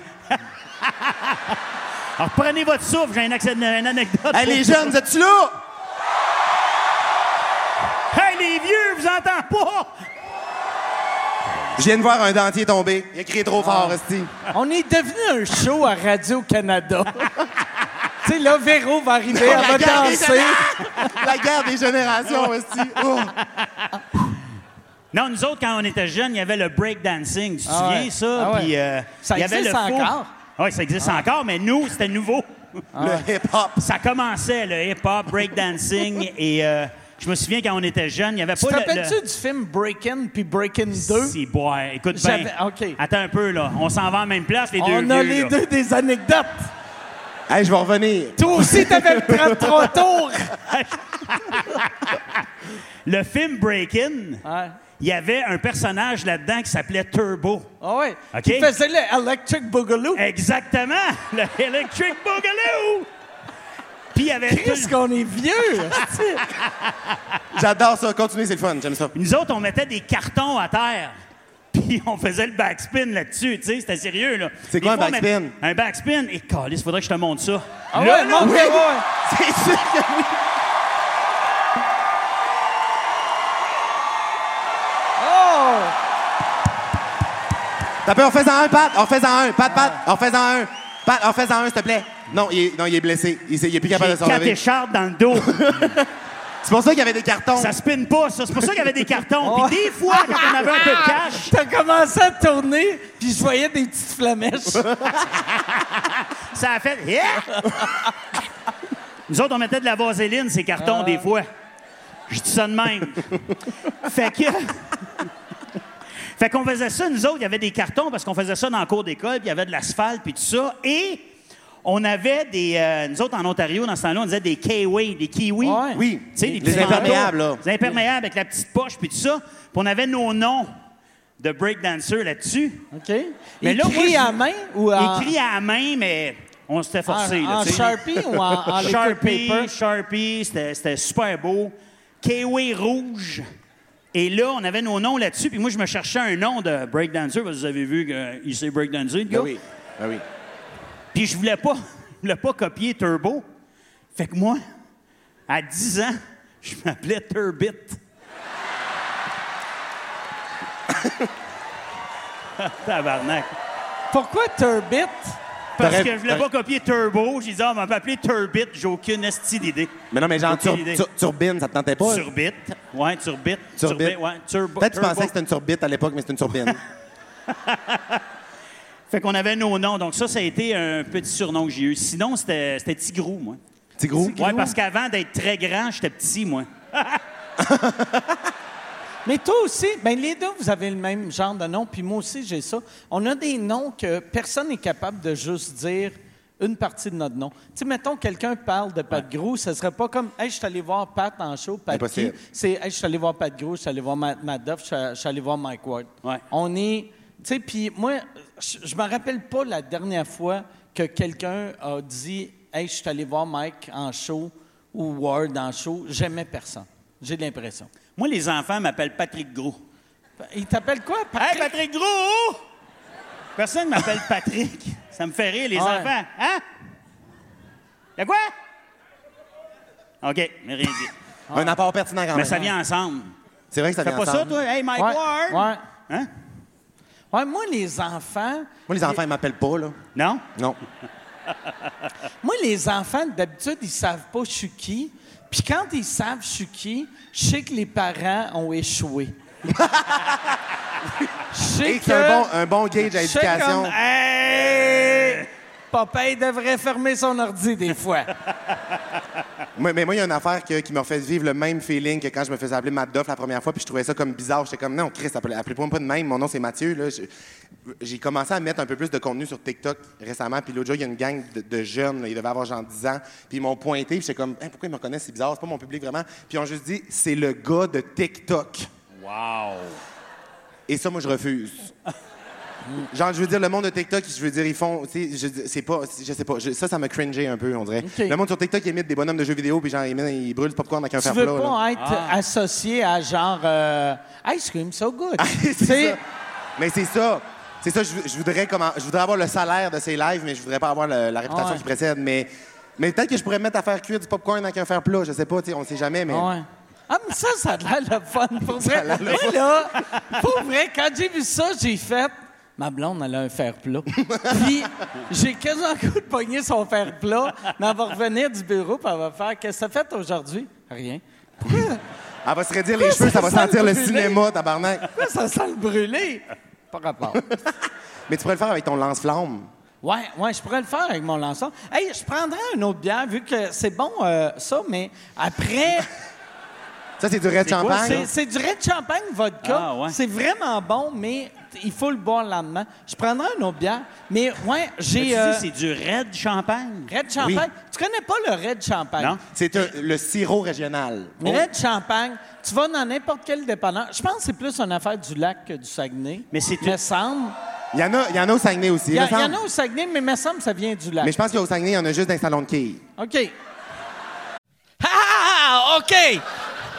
Alors prenez votre souffle, j'ai un accès- une, anecdote.
Hey, les jeunes, vous êtes-tu là?
Hey, les vieux, vous entendez pas?
Je viens de voir un dentier tomber. Il a crié
Ah.
trop fort, Esti.
On est devenu un show à Radio-Canada. tu sais, là, Véro va arriver, elle va danser.
générations! La guerre des générations, Esti. Oh.
Non, nous autres, quand on était jeunes, il y avait le breakdancing. Tu te
Ah
souviens
ouais.
ça?
Ah ouais.
Puis, euh,
Ça
il y avait
existe
le faux-
encore? Ah.
Oui, ça existe encore, mais nous, c'était nouveau.
Le hip-hop.
Ça commençait, le hip-hop, breakdancing. et euh, je me souviens, quand on était jeunes, il n'y avait
Tu te
pas le- le...
rappelles-tu du film Breakin' puis Breakin' 2?
Si, boy. Écoute bien.
J'avais- OK.
Attends un peu, là. On s'en va en même place, les deux
On a
vieux,
les
là.
deux des anecdotes.
Hey, je vais revenir.
Toi aussi, t'avais le 33 tours.
Le film Breakin',
Ouais.
il y avait un personnage là-dedans qui s'appelait Turbo.
Ah ouais.
OK.
Qui faisait le Electric Boogaloo.
Exactement! Le Electric Boogaloo! Puis il y avait...
Qu'est-ce
tout-
qu'on est vieux? hostie.
J'adore ça. Continuez, c'est le fun. J'aime ça.
Nous autres, on mettait des cartons à terre. Puis on faisait le backspin là-dessus, tu sais, c'était sérieux, là.
C'est
Des
quoi un
fois, on mettait-
backspin?
Un backspin? Et calice, faudrait que je te montre ça.
Ah
Là, là,
ouais, non,
oui.
ouais, ouais.
C'est sûr que oui.
Oh!
T'as peur, en fais-en un, Pat. En fais-en un. Pat, Pat. En fais-en un. Pat, en fais-en un, s'il te plaît. Non, il est, non, il est blessé. Il, s'est- il est plus capable
j'ai
de se
quatre
relever.
écharpes dans le dos.
C'est pour ça qu'il y avait des cartons.
ça spinne pas, ça. C'est pour ça qu'il y avait des cartons. Puis des fois, quand on avait un peu de cash,
T'as commencé à tourner, puis je voyais des petites flamèches.
Ça a fait. Yeah! Nous autres, on mettait de la vaseline, ces cartons, des fois. Je dis ça de même. fait que. Fait qu'on faisait ça, nous autres, il y avait des cartons parce qu'on faisait ça dans le cours d'école, puis il y avait de l'asphalte, puis tout ça. Et on avait des. euh, nous autres, en Ontario, dans ce temps-là, on disait des kiwis, des kiwis.
Ouais.
Oui.
Tu sais,
les,
petits manteaux.
imperméables, là.
Les imperméables avec la petite poche, puis tout ça. Puis on avait nos noms de breakdancers là-dessus.
OK.
Mais
il
là, moi,
crie
je-
à main ou
Bah.
en...
Écrit à la main, mais on s'était
en,
forcé.
Ah,
là,
en
tu sais.
Sharpie ou en, en liquid
Sharpie,
paper?
Sharpie, c'était c'était super beau. Kiwi rouge. Et là, on avait nos noms là-dessus. Puis moi, je me cherchais un nom de breakdancer parce que vous avez vu qu'il s'est breakdancer, le gars.
Ben oui. Ben oui.
Puis je voulais pas, je voulais pas copier Turbo. Fait que moi, à 10 ans, Je m'appelais Turbit. Tabarnak.
Pourquoi Turbit?
Parce
T'aurais-
que je voulais pas copier Turbo. J'ai dit, ah, on va m'appeler Turbit. J'ai aucune esti d'idée.
Mais non, mais genre,
Aucune
tur-
idée.
tur- turbine, ça te tentait pas?
Turbit. Ouais, Turbit.
Turbite.
Turbit, ouais. Turbo.
Peut-être que tu
Turbo.
pensais que c'était une turbite à l'époque, mais c'était une turbine.
Fait qu'on avait nos noms. Donc ça, ça a été un petit surnom que j'ai eu. Sinon, c'était c'était Tigrou, moi.
Petit gros.
Ouais, parce qu'avant d'être très grand, j'étais petit, moi.
Mais toi aussi, ben les deux, vous avez le même genre de nom, puis moi aussi, j'ai ça. On a des noms que personne n'est capable de juste dire une partie de notre nom. Tu sais, mettons, quelqu'un parle de Pat Gros, ce serait pas comme « Hey, je suis allé voir Pat en show, Pat qui?
Impossible. »
C'est « Hey, je suis allé voir Pat Gros, je suis allé voir Matt, Matt Duff, je suis- je suis allé voir Mike Ward.
Ouais.
On est... Tu sais, puis moi, je je me rappelle pas la dernière fois que quelqu'un a dit « Hey, je suis allé voir Mike en show ou Ward en show. » J'aimais personne. J'ai l'impression.
Moi, les enfants m'appellent Patrick Gros.
Il t'appelle quoi,
Hey,
Patrick?
Patrick Gros! Personne ne m'appelle Patrick. Ça me fait rire, les
Ouais.
enfants. Hein? Y'a quoi? OK, mais rien dit.
Un apport pertinent quand
Mais
même.
ça vient ensemble.
C'est vrai que Ah ça
Fais
vient
pas ça,
ensemble.
toi? Hey, Mike
Ouais,
Ward!
ouais.
Hein?
Ouais, moi, les enfants,
Moi, les enfants, ils m'appellent pas, là.
Non?
Non.
moi, les enfants, d'habitude, ils savent pas je suis qui. Puis quand ils savent je suis qui, je sais que les parents ont échoué. Je sais
Et
que...
c'est un bon, un bon gauge à
je sais
éducation.
comme, hey, papa, il devrait fermer son ordi des fois.
Moi- mais moi, il y a une affaire que- qui m'a fait vivre le même feeling que quand je me faisais appeler Matt Duff la première fois, puis je trouvais ça comme bizarre. J'étais comme, non, Chris, appelez- appelez-moi pas de même. Mon nom, c'est Mathieu. là. Je- J'ai commencé à mettre un peu plus de contenu sur TikTok récemment, puis l'autre jour, il y a une gang de, de jeunes, là, ils devaient avoir genre 10 ans, puis ils m'ont pointé, puis j'étais comme, Hein, pourquoi ils me reconnaissent, c'est bizarre, c'est pas mon public vraiment. Puis ils ont juste dit, c'est le gars de TikTok. Et ça, moi, je refuse. Genre, je veux dire, le monde de TikTok, je veux dire, ils font. Tu sais, je dis- c'est pas. Je sais pas. je- ça, ça me cringé un peu, on dirait.
OK.
Le monde sur TikTok, ils imitent des bonhommes de jeux vidéo, puis genre, ils, mettent- ils brûlent le popcorn avec un
Tu
fer
veux
plat.
pas
là. Ah.
être associé à genre euh, Ice cream so good.
c'est ça. Mais c'est ça. C'est ça, je, veux- je voudrais comment, je voudrais avoir le salaire de ces lives, mais je voudrais pas avoir le- la réputation
Ouais.
qui précède. Mais, mais peut-être que je pourrais me mettre à faire cuire du popcorn avec un fer plat. Je sais pas, tu sais, on sait jamais, mais.
Ouais. Ah, mais ça, ça a l'air le fun. Pour
Ça
vrai,
a l'air le
Moi,
fun.
là, pour vrai, quand j'ai vu ça, j'ai fait. Ma blonde, elle a un fer plat. Puis, j'ai quasiment le coup de pogner son fer plat, mais elle va revenir du bureau, puis elle va faire Qu'est-ce que t'as fait aujourd'hui Rien. Pourquoi,
Elle va se redire les cheveux, ça va
ça sent
sentir
le
le
brûlé?
cinéma, tabarnak.
pourquoi ça sent le brûlé Pas rapport.
mais tu pourrais le faire avec ton lance-flamme.
Ouais, ouais, je pourrais le faire avec mon lançon. Hey, je prendrais une autre bière, vu que c'est bon, euh, ça, mais après.
Ça, c'est du red
Ouais,
champagne.
c'est- c'est du red champagne vodka.
Ah, ouais.
C'est vraiment bon, mais t- il faut le boire le lendemain. Je prendrai un autre bière. Mais ouais,
Tu dis,
j'ai euh,
c'est du Red Champagne.
red champagne. Tu connais pas le red champagne?
Non. Oh.
C'est un- le sirop régional.
Le red champagne, tu vas dans n'importe quel dépanneur. Je pense que c'est plus une affaire du lac que du Saguenay.
Mais c'est
Me semble.
Il y en a, il y en a au Saguenay aussi.
Il y, a-
me semble.
il y en a au Saguenay, mais me semble que ça vient du lac.
Mais je pense qu'au Saguenay, il y en a juste d'un salon de quilles.
OK.
Ah, OK!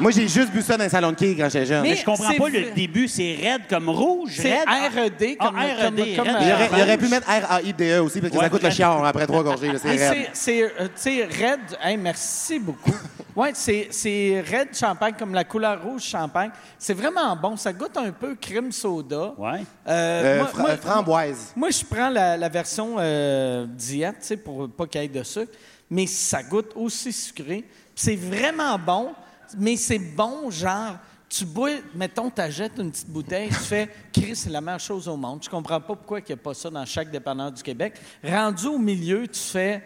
Moi, j'ai juste bu ça dans un salon de quilles quand j'étais jeune.
Mais
Mais
je comprends
c'est
pas
vrai.
le début, c'est raide comme rouge,
C'est
raide.
RED
Ah,
comme- comme-
RED,
comme- euh,
Il
raide
aurait, il aurait
orange.
pu mettre R-A-I-D-E E aussi, parce que
Ouais.
ça coûte le chiard après trois gorgées. là, C'est
Hey,
raide.
C'est c'est, euh, tu sais, Red. Hey, merci beaucoup. Ouais, c'est c'est Red Champagne comme la couleur rouge champagne. C'est vraiment bon. Ça goûte un peu crème soda.
Ouais.
Euh,
Euh,
moi-
fra-
moi-
euh, framboise.
Moi, je prends la, la version euh, diète, tu sais, pour pas qu'il y ait de sucre. Mais ça goûte aussi sucré. Puis C'est vraiment bon, mais c'est bon, genre, tu bois, mettons, t'achètes une petite bouteille, tu fais, Chris, c'est la meilleure chose au monde. Je comprends pas pourquoi il n'y a pas ça dans chaque dépanneur du Québec. Rendu au milieu, tu fais,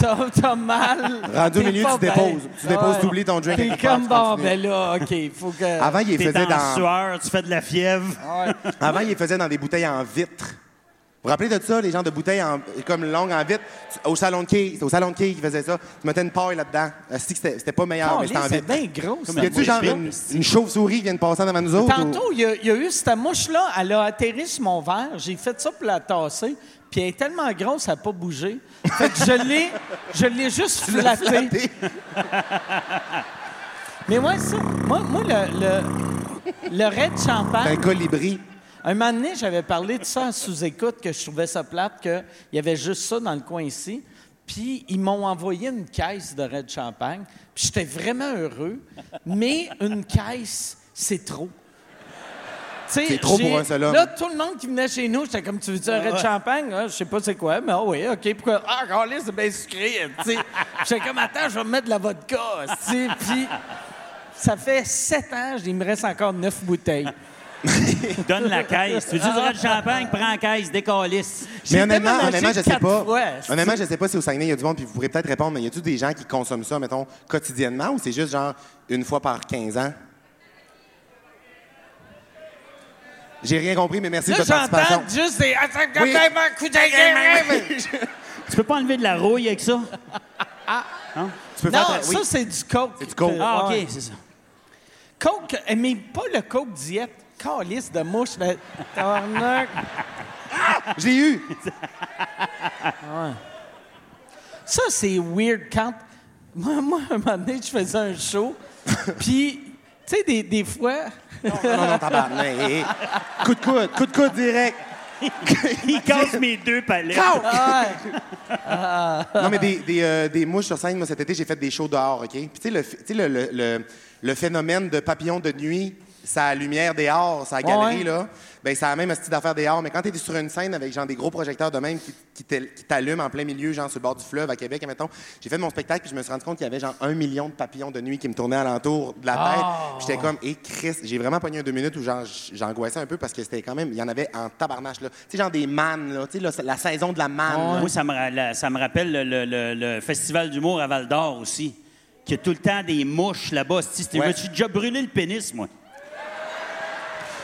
T'as t'as mal.
Rendu au
T'es
milieu,
pas
tu
bien.
déposes. Tu déposes,
Ouais.
t'oublies ton drink
T'es
quelque part,
comme
tu
bon,
continues.
ben là, OK, faut que.
Avant, il les
T'es
faisait
en
dans, Ah.
sueur, tu fais de la fièvre.
Ouais.
avant, il les faisait dans des bouteilles en vitre. Vous vous rappelez de ça, les gens de bouteilles en- comme longues en vitre? Tu- Au salon de quai, c'était au salon de quai qu'ils faisaient ça. Tu mettais une paille là-dedans. Euh, si que C'était c'était pas meilleur, mais
Caliste,
c'était en
C'est
vitre.
bien gros, ça.
Y a-tu genre une, une chauve-souris qui vient de passer devant nous autres? ou-
Tantôt, il y, a- il y a eu cette mouche-là, elle a atterri sur mon verre. J'ai fait ça pour la tasser. Puis elle est tellement grosse, elle n'a pas bougé. Fait que je l'ai, je l'ai juste flattée.
flatté.
Mais moi, ça, moi, moi le, le, le raid
Un
champagne,
colibri.
un moment donné, j'avais parlé de ça en sous-écoute, que je trouvais ça plate, qu'il y avait juste ça dans le coin ici. Puis ils m'ont envoyé une caisse de raid champagne. Puis j'étais vraiment heureux. Mais une caisse, c'est trop. Tu sais,
C'est trop
j'ai-
pour un seul homme.
Là, tout le monde qui venait chez nous, j'étais comme, tu veux-tu un raid champagne? Ah, je sais pas c'est quoi, mais ah oui, OK. Pourquoi? Ah, Carlis, c'est bien sucré, tu sais. J'étais comme, attends, je vais me mettre de la vodka, tu sais. Puis ça fait sept ans, il me reste encore neuf bouteilles.
Donne la caisse. Tu veux dire du red champagne, prends la caisse, décalisse.
Mais honnêtement,
déménagé
honnêtement, je sais
quatre
pas.
fois, c'est-
honnêtement, je sais pas si au Saguenay, il y a du monde, puis vous pourrez peut-être répondre, mais y a-tu des gens qui consomment ça, mettons, quotidiennement, ou c'est juste genre une fois par 15 ans? J'ai rien compris, mais merci
Là,
de votre participation.
j'entends juste des.
Ah,
Oui.
Tu peux pas enlever de la rouille avec ça? Hein?
Tu peux
Ah. Non,
faire- oui.
ça, c'est du coke. C'est
du coke.
Ah, OK, c'est ça.
Coke, eh, mais pas le coke diète. Calice de mouche, le tabarnak.
J'ai eu.
Ça, c'est weird quand. Moi, moi, un moment donné, je faisais un show, puis, tu sais, des, des fois.
Non, non, non, tabarnak. Hey, hey, hey. Coup de coude, coup de coude direct.
Il casse mes deux palettes.
Coke!
Ah,
Non, mais des, des, euh, des mouches sur scène, moi, cet été, j'ai fait des shows dehors, OK? Puis, tu sais, le, ph- tu sais, le, le- le- le phénomène de papillon de nuit, sa lumière dehors, sa galerie,
ouais.
là, ben ça a même un style d'affaire dehors. Mais quand t'es sur une scène avec, genre, des gros projecteurs de même qui, qui t'al- qui t'allument en plein milieu, genre, sur le bord du fleuve à Québec, admettons, j'ai fait mon spectacle, puis je me suis rendu compte qu'il y avait, genre, un million de papillons de nuit qui me tournaient alentour de la tête.
Ah!
Puis j'étais comme, et Chris, j'ai vraiment pogné un deux minutes où, genre, j- j'angoissais un peu parce que c'était quand même, il y en avait en tabarnache, là. Tu sais, genre, des mannes, là. Tu sais, là, c'est la saison de la manne.
Ah,
là.
Moi, ça me, ra- la- ça me rappelle le, le- le- le festival d'humour à Val d'Or aussi, qui a tout le temps des mouches là-bas. Si tu
Ouais.
veux-tu déjà brûler le pénis, moi?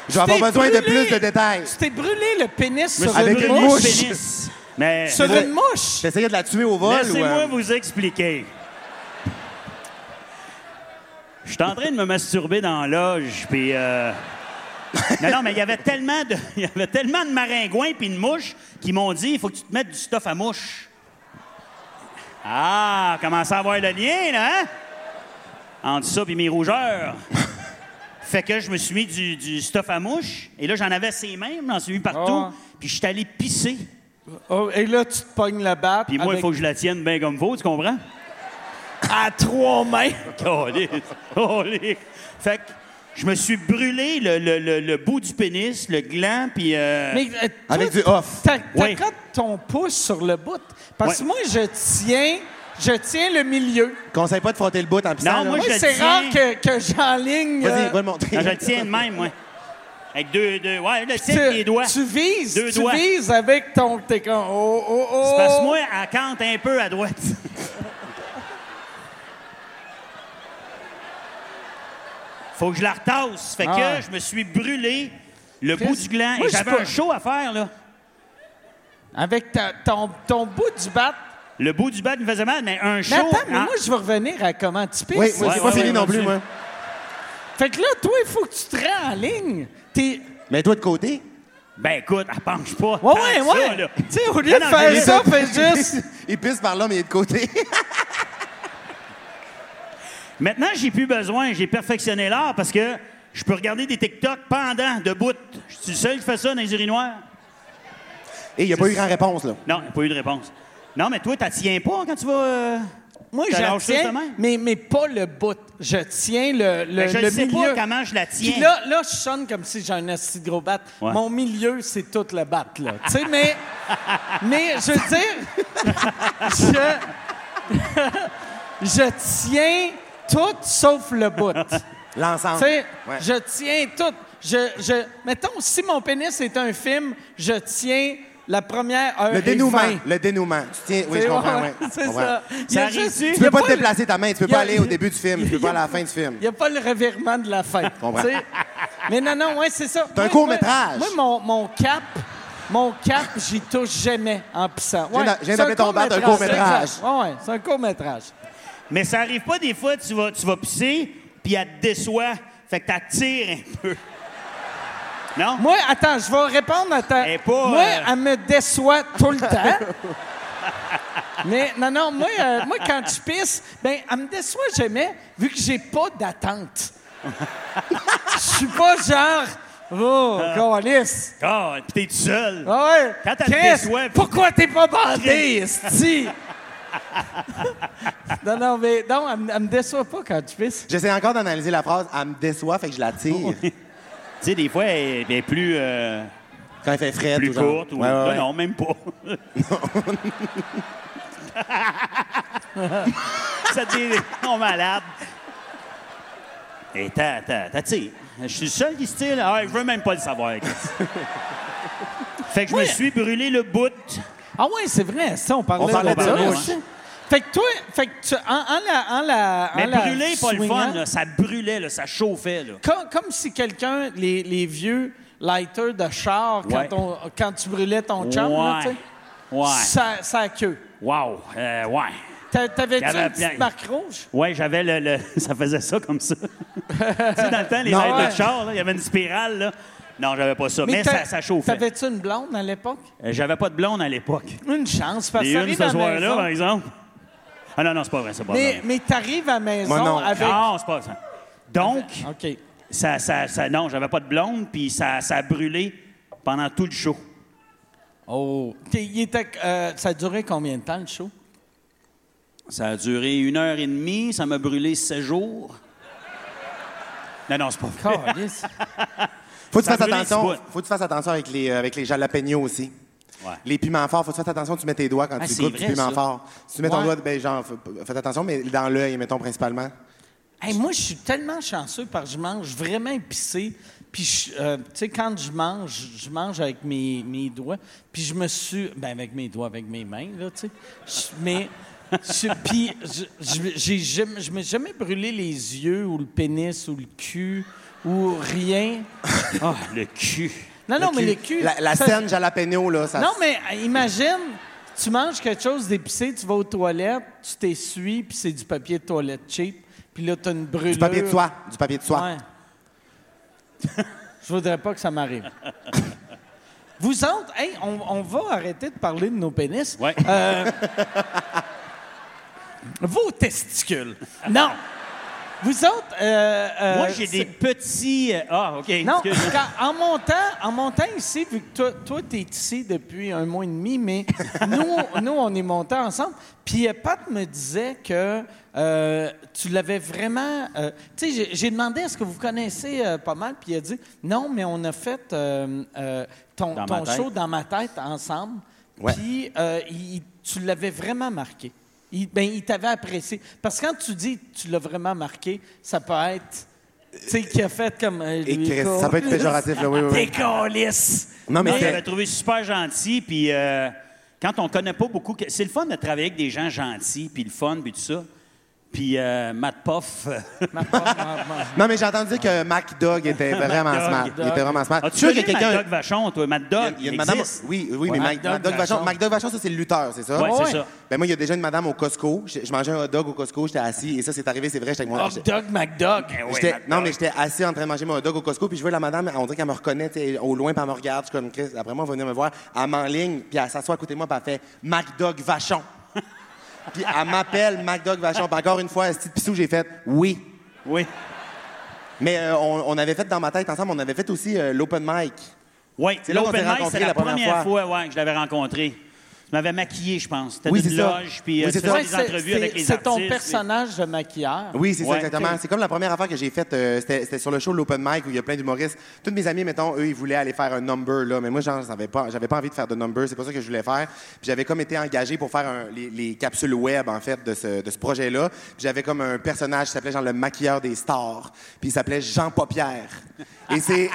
Je vais avoir
t'es
besoin de
brûlé.
plus de détails.
tu t'es brûlé le pénis
Je me
sur
suis
Avec
une
brûlé
une
le
mouche.
pénis. Mais
Sur
Ouais.
une mouche!
J'essayais de la tuer au vol ou...
laissez-moi
euh,
vous expliquer. Je suis en train de me masturber dans la loge, puis... euh, Non, non, mais il y avait tellement de, il y avait tellement de maringouins puis de mouches qui m'ont dit, il faut que tu te mettes du stuff à mouche. Ah, commencez à voir le lien, là, hein? Entre ça puis mes rougeurs. fait que je me suis mis du, du stuff à mouche, et là, j'en avais ces mêmes, j'en suis mis partout,
Ah.
puis je suis allé pisser.
Oh, et là, tu te pognes la batte.
Puis moi, il faut que je la tienne bien comme faut, tu comprends?
À trois mains.
Caliste. Caliste. Fait que je me suis brûlé le, le- le- le bout du pénis, le gland, puis... euh,
Mais, euh,
Avec
toi,
du off.
t'a- T'accotes
Oui.
ton pouce sur le bout. Parce que
Oui.
moi, je tiens, je tiens le milieu.
Conseille pas de frotter le bout en pissant.
Non,
là.
moi,
Moi,
je
c'est
tiens.
rare que, que j'enligne.
Vas-y,
euh,
va le montrer.
non, je le tiens de même, moi. Avec deux... deux ouais, je le tiens avec
tu,
les doigts.
tu vises,
Deux
tu
doigts.
vises avec ton... T'es comme... Oh, oh, oh.
C'est parce que moi, elle cante un peu à droite. Faut que je la retasse. Fait que
Ah ouais.
je me suis brûlé le
Chris,
bout du gland.
moi,
et
je
j'avais
peux-
un show à faire, là.
Avec ta- ton, ton bout du bat.
Le bout du bas me faisait mal, mais un show... hein?
Mais attends, mais
en-
moi, je vais revenir à comment tu
Oui,
pisses.
moi, c'est
Ouais,
pas
ouais,
fini
ouais,
non
vas-y.
plus, moi.
Fait que là, toi, il faut que tu te rends en ligne. T'es...
Mais toi, de côté,
Ben écoute, elle penche pas.
Ouais,
tant
ouais,
que ça,
ouais.
là.
Tu sais, au lieu
Non,
de
non,
faire
j'ai-
ça, fais juste...
il pisse par là, mais il est de côté.
Maintenant, j'ai plus besoin. J'ai perfectionné l'art parce que je peux regarder des TikTok pendant, debout. Je suis le seul qui fait ça dans les urinoirs.
Et il n'y a pas eu grand réponse, là.
Non, pas eu de réponse. Non, mais toi, t'as tiens pas quand tu vas. euh,
Moi,
T'as
je
lâché
tiens,
ça de même?
mais, mais pas le bout. Je tiens le, le,
ben, je
le
sais
milieu.
pas comment je la tiens.
Puis là, là, je sonne comme si j'ai un assis de gros bat.
Ouais.
Mon milieu, c'est toute la batte, là. tu sais, mais, mais je veux dire, je, je tiens tout sauf le bout. Tu
L'ensemble.
sais,
Ouais.
je tiens tout. Je, je, mettons, si mon pénis est un film, je tiens la première heure
Le
et
dénouement.
vingt.
Le dénouement. Tu tiens, oui, je
C'est-
comprends.
ouais,
ouais, je
C'est
comprends.
ça. Il y a juste-
Tu
il y
peux
a
pas te
le-
déplacer ta main, tu peux
il y a-
pas aller au début du film, tu peux pas aller à la fin du film.
Il n'y a pas le revirement de la fin.
comprends.
Tu sais. Mais non, non, ouais, c'est ça.
C'est un
Moi,
court-métrage.
Moi, moi, mon, mon cap, mon cap, j'y touche jamais en pissant.
viens
Ouais,
d'a- je viens
c'est un
d'appeler ton bat un court-métrage.
exact. Ouais, ouais, c'est un court-métrage.
Mais ça arrive pas des fois, tu vas, tu vas pisser, puis elle te déçoit. Fait que t'attires un peu. Non?
Moi, attends, je vais répondre à ta...
Elle est pas,
moi,
euh,
elle me déçoit tout le temps. Mais non, non, moi, euh, moi quand je pisse, ben, elle me déçoit jamais, vu que j'ai pas d'attente. Je suis pas genre... Oh, câlisse.
Ah, puis t'es tout seul.
Ah ouais.
Quand elle te
Chris,
déçoit, puis-
Pourquoi t'es pas bandé, esti? non, non, mais non, elle, me- elle me déçoit pas quand tu pisses.
J'essaie encore d'analyser la phrase, elle me déçoit, fait que je la tire.
Tu sais, des fois, elle, elle est plus, euh,
Quand elle fait frette
plus
ou genre.
courte. Ou...
Ouais, ouais,
Non,
ouais.
non, même pas. ça devient non malade. Et t'as, t'as, t'as, t'sais, je suis le seul qui se tire. là. Ah, je veux même pas le savoir. Chris. fait que je me
Ouais.
suis brûlé le bout.
Ah ouais, c'est vrai, ça, on parlait,
On parlait
de
de
ça.
ça,
aussi. Fait que toi, fait que tu, en, en la, en la, en
Mais
Hein, la
brûlé, pas le fun.
swingant,
là. Ça brûlait, là, ça chauffait. Là.
Comme, comme si quelqu'un, les, les vieux lighters de char, quand,
Ouais.
on- quand tu brûlais ton chum, là, tu sais,
Ouais.
ça, ça a queue.
Wow. Euh, ouais.
T'a- T'avais-tu
Il y avait
une
plein.
petite marque rouge?
Ouais, j'avais le, le- Ça faisait ça comme ça. tu sais, dans le temps, les
Non.
lettres
Ouais.
de char, là, il y avait une spirale. Là. Non, j'avais pas ça. Mais,
t'a-
ça, ça chauffait.
T'avais-tu une blonde à l'époque?
Euh, J'avais pas de blonde à l'époque.
Une chance, parce
Et
que
une
t'arrives
ce
à la
soir-là,
maison.
par exemple. Ah non, non, c'est pas vrai, c'est pas
Mais,
vrai.
mais t'arrives à la maison
Moi, non. Ah.
avec...
Non, c'est pas ça. Donc,
OK.
ça, ça, ça, non, j'avais pas de blonde, puis ça, ça a brûlé pendant tout le show.
Oh. T'es- il était, euh, ça a duré combien de temps, le show?
Ça a duré une heure et demie, ça m'a brûlé sept jours. Non, non, c'est pas vrai.
Câlisse.
Faut que tu
Ça
fasses
brûle les
attention.
petits bouts.
Faut que tu fasses attention avec les, euh, avec les jalapenos aussi.
Ouais.
Les piments forts, faut que tu fasses attention, tu mets tes doigts quand
Ah,
tu
c'est
goûtes du
vrai,
piment
ça.
fort. Si tu mets ton
Ouais.
doigt, ben genre, f- faites attention, mais dans l'œil, mettons principalement.
Hey, moi, je suis tellement chanceux parce que je mange vraiment épicé. Puis, je- euh, tu sais, quand je mange, je mange avec mes, mes doigts. Puis, je me suis. Ben, avec mes doigts, avec mes mains, là, tu sais. Je- Mais. je- Puis, je- je- j'ai jamais- je m'ai jamais brûlé les yeux ou le pénis ou le cul ou rien.
Ah, le cul.
Non, non, mais le
Puis
cul.
La, la
ça-
scène jalapeno, là, ça.
Non, mais euh, imagine, tu manges quelque chose d'épicé, tu vas aux toilettes, tu t'essuies, puis c'est du papier de toilette cheap, puis là, t'as une brûlure.
Du papier de soie. Du papier de soie.
Ouais. Je voudrais pas que ça m'arrive. Vous autres, hey, on, on va arrêter de parler de nos pénis.
Ouais.
Vos testicules. Non. Vous autres, euh, euh,
Moi, j'ai des
c'est-
petits. euh, Ah, OK.
Non,
excuse.
quand- en, montant, en montant ici, vu que toi, toi tu es ici depuis un mois et demi, mais nous, nous on est montés ensemble. Puis euh, Pat me disait que euh, tu l'avais vraiment. euh, tu sais, j'ai- j'ai demandé est-ce que vous connaissez euh, pas mal, puis il a dit non, mais on a fait euh, euh, ton,
Dans
ton
ma tête.
show dans ma tête ensemble.
Ouais.
Puis euh, il- tu l'avais vraiment marqué. Il, ben, il t'avait apprécié. Parce que quand tu dis tu l'as vraiment marqué, ça peut être. Tu sais, qui a fait comme. euh,
Et
lui,
Chris,
quoi.
ça peut être péjoratif, là, oui, oui, oui.
T'es câlisse.
Non, mais
Non, je l'avais
c'était.
trouvé super gentil. Puis euh, quand on connaît pas beaucoup, que- c'est le fun de travailler avec des gens gentils, puis le fun, puis tout ça. Puis euh, Matt Poff. euh,
Ma femme, ma- ma-
Non, mais j'ai entendu que Mac Dog était vraiment
Dog.
smart. Il était vraiment smart.
As-tu
Je suis sûr
connu
qu'il y a
Matt
quelqu'un.
Dog Vachon, toi? Matt Dog,
Il y a une
il
madame.
existe.
Oui, oui, mais
Ouais,
Mac,
Mac Dog
Mac Dog
Vachon.
Vachon. Mac Dog Vachon, ça, c'est le lutteur, c'est ça?
Ouais, c'est
Ouais.
ça.
Ben, moi, il y a déjà une madame au Costco. Je, je mangeais un hot dog au Costco, j'étais assis, et ça, c'est arrivé, c'est vrai, j'étais avec mon
Hot dog, McDog.
Ben oui,
J'étais-
Matt
non,
Dog.
mais j'étais assis en train de manger mon hot dog au Costco, puis je vois la madame, on dirait qu'elle me reconnaît tu sais, au loin, puis elle me regarde. Je suis comme Chris. Après moi, elle va venir me voir. Elle m'enligne, puis elle s'assoit à côté de moi, puis elle fait Mac Dog Vachon. puis elle m'appelle Mac Dog Vachon. Puis encore une fois, ce petit pissou, j'ai fait oui.
Oui.
Mais euh, on, on avait fait dans ma tête ensemble, on avait fait aussi euh, l'open mic.
Oui,
C'est là qu'on
l'open
s'est
mic,
rencontrés
c'est la,
la première
première fois, ouais, que je l'avais rencontré. Tu m'avais maquillé, je pense. T'étais
Oui,
dans
c'est
une
ça.
loge, puis
Oui,
euh, tu
c'est ça.
faisais des
C'est-
entrevues avec
c'est-
les
C'est ton
artistes,
personnage de maquilleur.
Oui, c'est
Ouais.
ça, exactement. C'est comme la première affaire que j'ai faite. euh, c'était c'était sur le show de l'open mic où il y a plein d'humoristes. Tous mes amis, mettons, eux, ils voulaient aller faire un number, là. Mais moi, genre, j'avais pas, j'avais pas envie de faire de number. C'est pas ça que je voulais faire. Puis j'avais comme été engagé pour faire un- les, les capsules web, en fait, de ce, de ce projet-là. Puis j'avais comme un personnage qui s'appelait genre le maquilleur des stars. Puis il s'appelait Jean Paupière. Et c'est,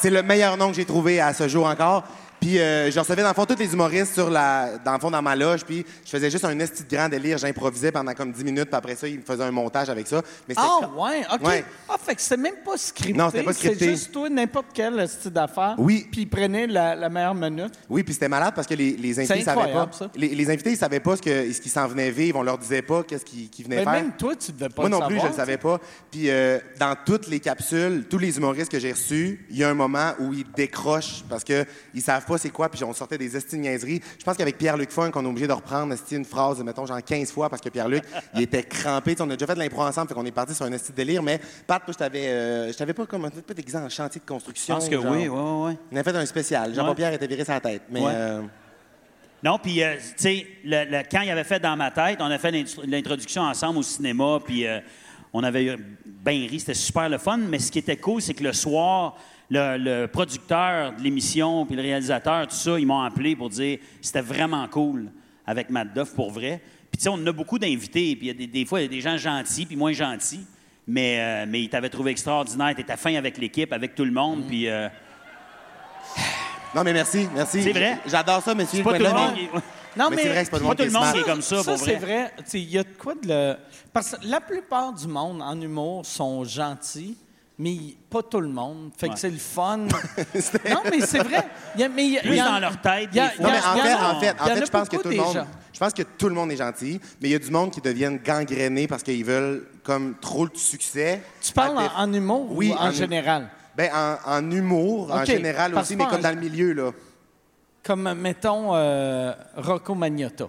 c'est le meilleur nom que j'ai trouvé à ce jour encore. Puis Puis euh, je recevais, dans le fond, tous les humoristes sur la, dans le fond, dans ma loge. Puis je faisais juste un esti de grand délire. J'improvisais pendant comme 10 minutes. Puis après ça, ils me faisaient un montage avec ça. Mais c'était
Ah,
comme-
ouais, OK.
Ouais.
Ah, fait que c'est même pas scripté.
Non, c'était pas scripté.
C'est juste toi, n'importe quel euh, style d'affaires.
Oui.
Puis prenez la, la meilleure minute.
Oui, puis c'était malade parce que les, les invités savaient pas.
incroyable, ça.
Les, les invités, ils savaient pas ce, que, ce qu'ils s'en venaient vivre. On leur disait pas qu'est-ce qu'ils, qu'ils venaient
Mais
faire.
même toi, tu devais pas
Moi
le
non plus, je
savoir,
le savais pas. Puis euh, dans toutes les capsules, tous les humoristes que j'ai reçus, il y a un moment où ils décrochent parce que ils savent pas c'est quoi. Puis on sortait des esti de niaiseries. Je pense qu'avec Pierre-Luc Funk, on est obligé de reprendre esti une phrase, mettons genre 15 fois parce que Pierre-Luc, il était crampé. Tu sais, on a déjà fait de l'impro ensemble, fait qu'on est parti sur un esti de délire. Mais Pat, toi, je t'avais, euh, je t'avais pas comme pas déguisé en chantier de construction.
Je pense que
genre.
oui, oui, oui.
On a fait un spécial. Jean-Pierre était viré sa tête, mais.
Ouais.
euh,
Non, puis, euh, tu sais, le- le- quand il avait fait Dans ma tête, on a fait l'intro- l'introduction ensemble au cinéma, puis euh, on avait eu ben ri, c'était super le fun, mais ce qui était cool, c'est que le soir, le, le producteur de l'émission, puis le réalisateur, tout ça, ils m'ont appelé pour dire c'était vraiment cool avec Matt Duff pour vrai. Puis, tu sais, on en a beaucoup d'invités, puis il y a des, des fois, il y a des gens gentils, puis moins gentils, mais, euh, mais ils t'avaient trouvé extraordinaire, t'étais fin avec l'équipe, avec tout le monde,
Mm.
puis. euh,
Non, mais merci, merci.
C'est vrai?
J'adore ça, monsieur.
pas tout le
Bonhomme.
monde. qui-
Non,
Mais
mais,
c'est vrai que c'est pas tout le monde
pas
qui est
tout le monde
smart.
qui est comme ça, pour
c'est
vrai.
vrai. Tu sais, Il y a de quoi de le. Parce que la plupart du monde en humour sont gentils, mais y- pas tout le monde. Fait que
Ouais.
c'est le fun. non, mais c'est vrai. Il Y a, mais il y a-
Plus
il y en-
dans leur tête,
il y a-
des
il
fois.
Non,
y
mais
a-
en
il y
fait,
en a-
en fait, en
il y en
fait,
a
je pense que
beaucoup
tout le
des
monde,
gens.
je pense que tout le monde est gentil, mais il y a du monde qui deviennent gangrénés parce qu'ils veulent comme trop de succès.
Tu parles
À des-
en, en humour
Oui,
ou en,
en-
général?
Ben, en, en humour, en
Ok,
général
parce
aussi,
que
mais
pas
comme
en-
dans le milieu, là.
Comme, mettons, euh, Rocco Magnotta.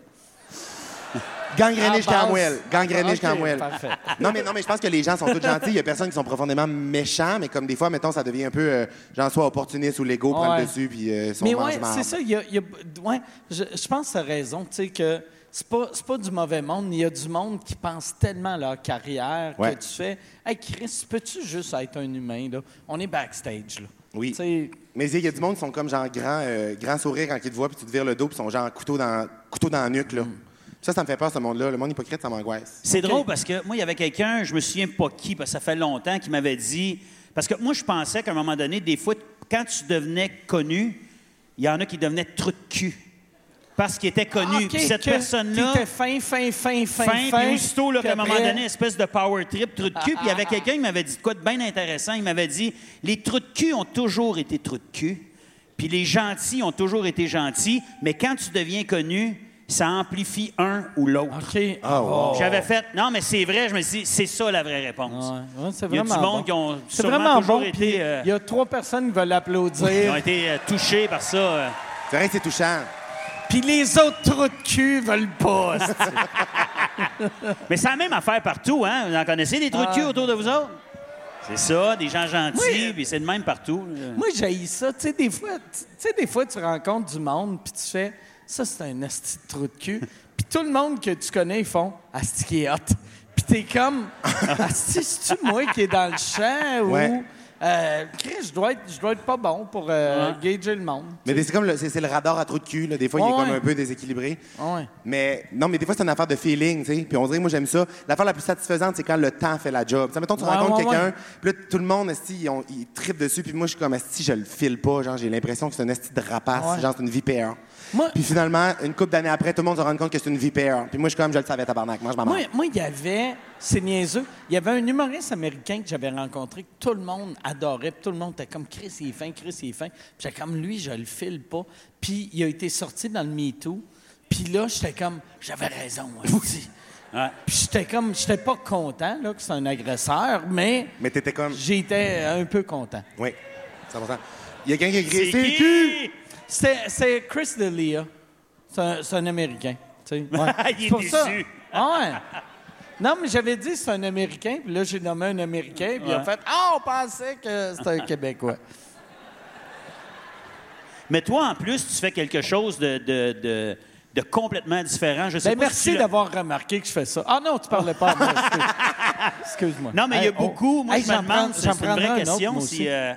Gangréné
À
jusqu'à la
base.
moelle. Gangréné
Ah, Ok,
jusqu'à la moelle.
parfait.
Non mais, non, mais je pense que les gens sont tous gentils. Il y a personnes qui sont profondément méchants, mais comme des fois, mettons, ça devient un peu, euh, genre, soit opportuniste ou l'ego prend
Ouais.
le dessus, puis euh, ils sont
Mais
mange
ouais,
marde.
c'est ça. il Y a, il y a- ouais, je, je pense que tu raison, tu sais, que c'est pas, c'est pas du mauvais monde. Il y a du monde qui pense tellement à leur carrière
Ouais.
que tu fais Hey Chris, peux-tu juste être un humain? Là? On est backstage. Là.
Oui.
Tu sais,
Mais il y a du monde qui sont comme genre grand, euh, grand sourire quand ils te voient, puis tu te vires le dos, puis ils sont genre couteau dans, couteau dans la nuque, là. Ça, ça me fait peur, ce monde-là. Le monde hypocrite, ça m'angoisse.
C'est drôle parce que moi, il y avait quelqu'un, je me souviens pas qui, parce que ça fait longtemps, qui m'avait dit. Parce que moi, je pensais qu'à un moment donné, des fois, quand tu devenais connu, il y en a qui devenaient trous de cul. Parce qu'ils étaient connus.
Ah, OK,
Puis Ah, cette
que
personne-là,
t'étais fin, fin, fin, fin,
fin,
fin.
puis aussitôt, là,
puis
qu'à un moment
après-
donné, espèce de power trip, trous de cul. Puis il y avait quelqu'un qui m'avait dit de quoi de bien intéressant. Il m'avait dit les trous de cul ont toujours été trous de cul. Puis les gentils ont toujours été gentils. Mais quand tu deviens connu, ça amplifie un ou l'autre.
OK. Ah,
J'avais fait, non, mais c'est vrai, je me suis dit, c'est ça la vraie réponse.
Ouais, ouais, c'est
Il y a du
vraiment
monde
bon.
qui ont
C'est
sûrement
vraiment
toujours
bon.
été,
puis
euh,
Il y a trois personnes qui veulent
Ils ont
applaudir.
été euh, touchés par ça. euh.
C'est vrai que c'est touchant.
Puis les autres trous de cul veulent pas.
Mais c'est la même affaire partout, hein? Vous en connaissez des trucs de cul autour de vous autres? C'est ça, des gens gentils,
Oui.
puis c'est le même partout. là.
Moi, j'ai ça. Tu sais, des fois, tu tu sais, des fois, tu rencontres du monde, puis tu fais, ça, c'est un asti de trou de cul. Puis tout le monde que tu connais, ils font, asti qui est hot. Puis t'es comme, asti, c'est-tu moi qui est dans le champ ou...
Ouais.
euh, Chris, je dois, être, je dois être pas bon pour euh, gager le monde.
Mais c'est comme le, c'est, c'est le radar à trou de cul. là. Des fois, il est
Ouais.
comme un peu déséquilibré.
Ouais.
Mais non, mais des fois, c'est une affaire de feeling, tu sais. Puis on dirait, moi, j'aime ça. L'affaire la plus satisfaisante, c'est quand le temps fait la job. Tu sais, mettons, tu
Ouais,
rencontres
ouais,
quelqu'un,
ouais.
puis là, tout le monde, esti, ils, ont- ils trippent dessus. Puis moi, je suis comme, esti, je le file pas. Genre, j'ai l'impression que c'est un esti de rapace.
Ouais.
Genre, c'est une vipère.
Moi-
Puis finalement, une couple d'années après, tout le monde se rend compte que c'est une vipère. Puis moi, je suis comme, je le savais, tabarnak. Mange ma mère.
Moi, moi, il y avait, c'est niaiseux, il y avait un humoriste américain que j'avais rencontré que tout le monde adorait, puis tout le monde était comme Chris, il est fin, Chris, il est fin. Puis j'étais comme lui, je le file pas. Puis il a été sorti dans le MeToo. Puis là, j'étais comme, j'avais raison, aussi.
Ouais.
Puis j'étais comme, j'étais pas content là, que c'est un agresseur, mais
Mais t'étais comme,
j'étais un peu content.
oui, 100%. Il y a quelqu'un qui a écrit,
C'est
c'est
qui?
cul!
C'est c'est Chris D'Elia. C'est un, c'est un Américain. tu sais. Ouais.
Il est
C'est pour ça.
déçu.
Ah ouais. Non, mais j'avais dit c'est un Américain, puis là, j'ai nommé un Américain, puis il a fait Ah, on pensait que c'était un Québécois.
Mais toi, en plus, tu fais quelque chose de, de- de- de complètement différent. Je sais
Ben,
pas si
merci
tu l'as-
d'avoir remarqué que je fais ça. Ah non, tu parlais pas. à moi, excuse- Excuse-moi.
Non, mais il y a
Hey, oh.
beaucoup. Moi,
Hey,
je me
j'en prends-
demande, c'est
j'en
c'est une vraie
prendrai un autre,
question,
moi
si,
aussi.
euh,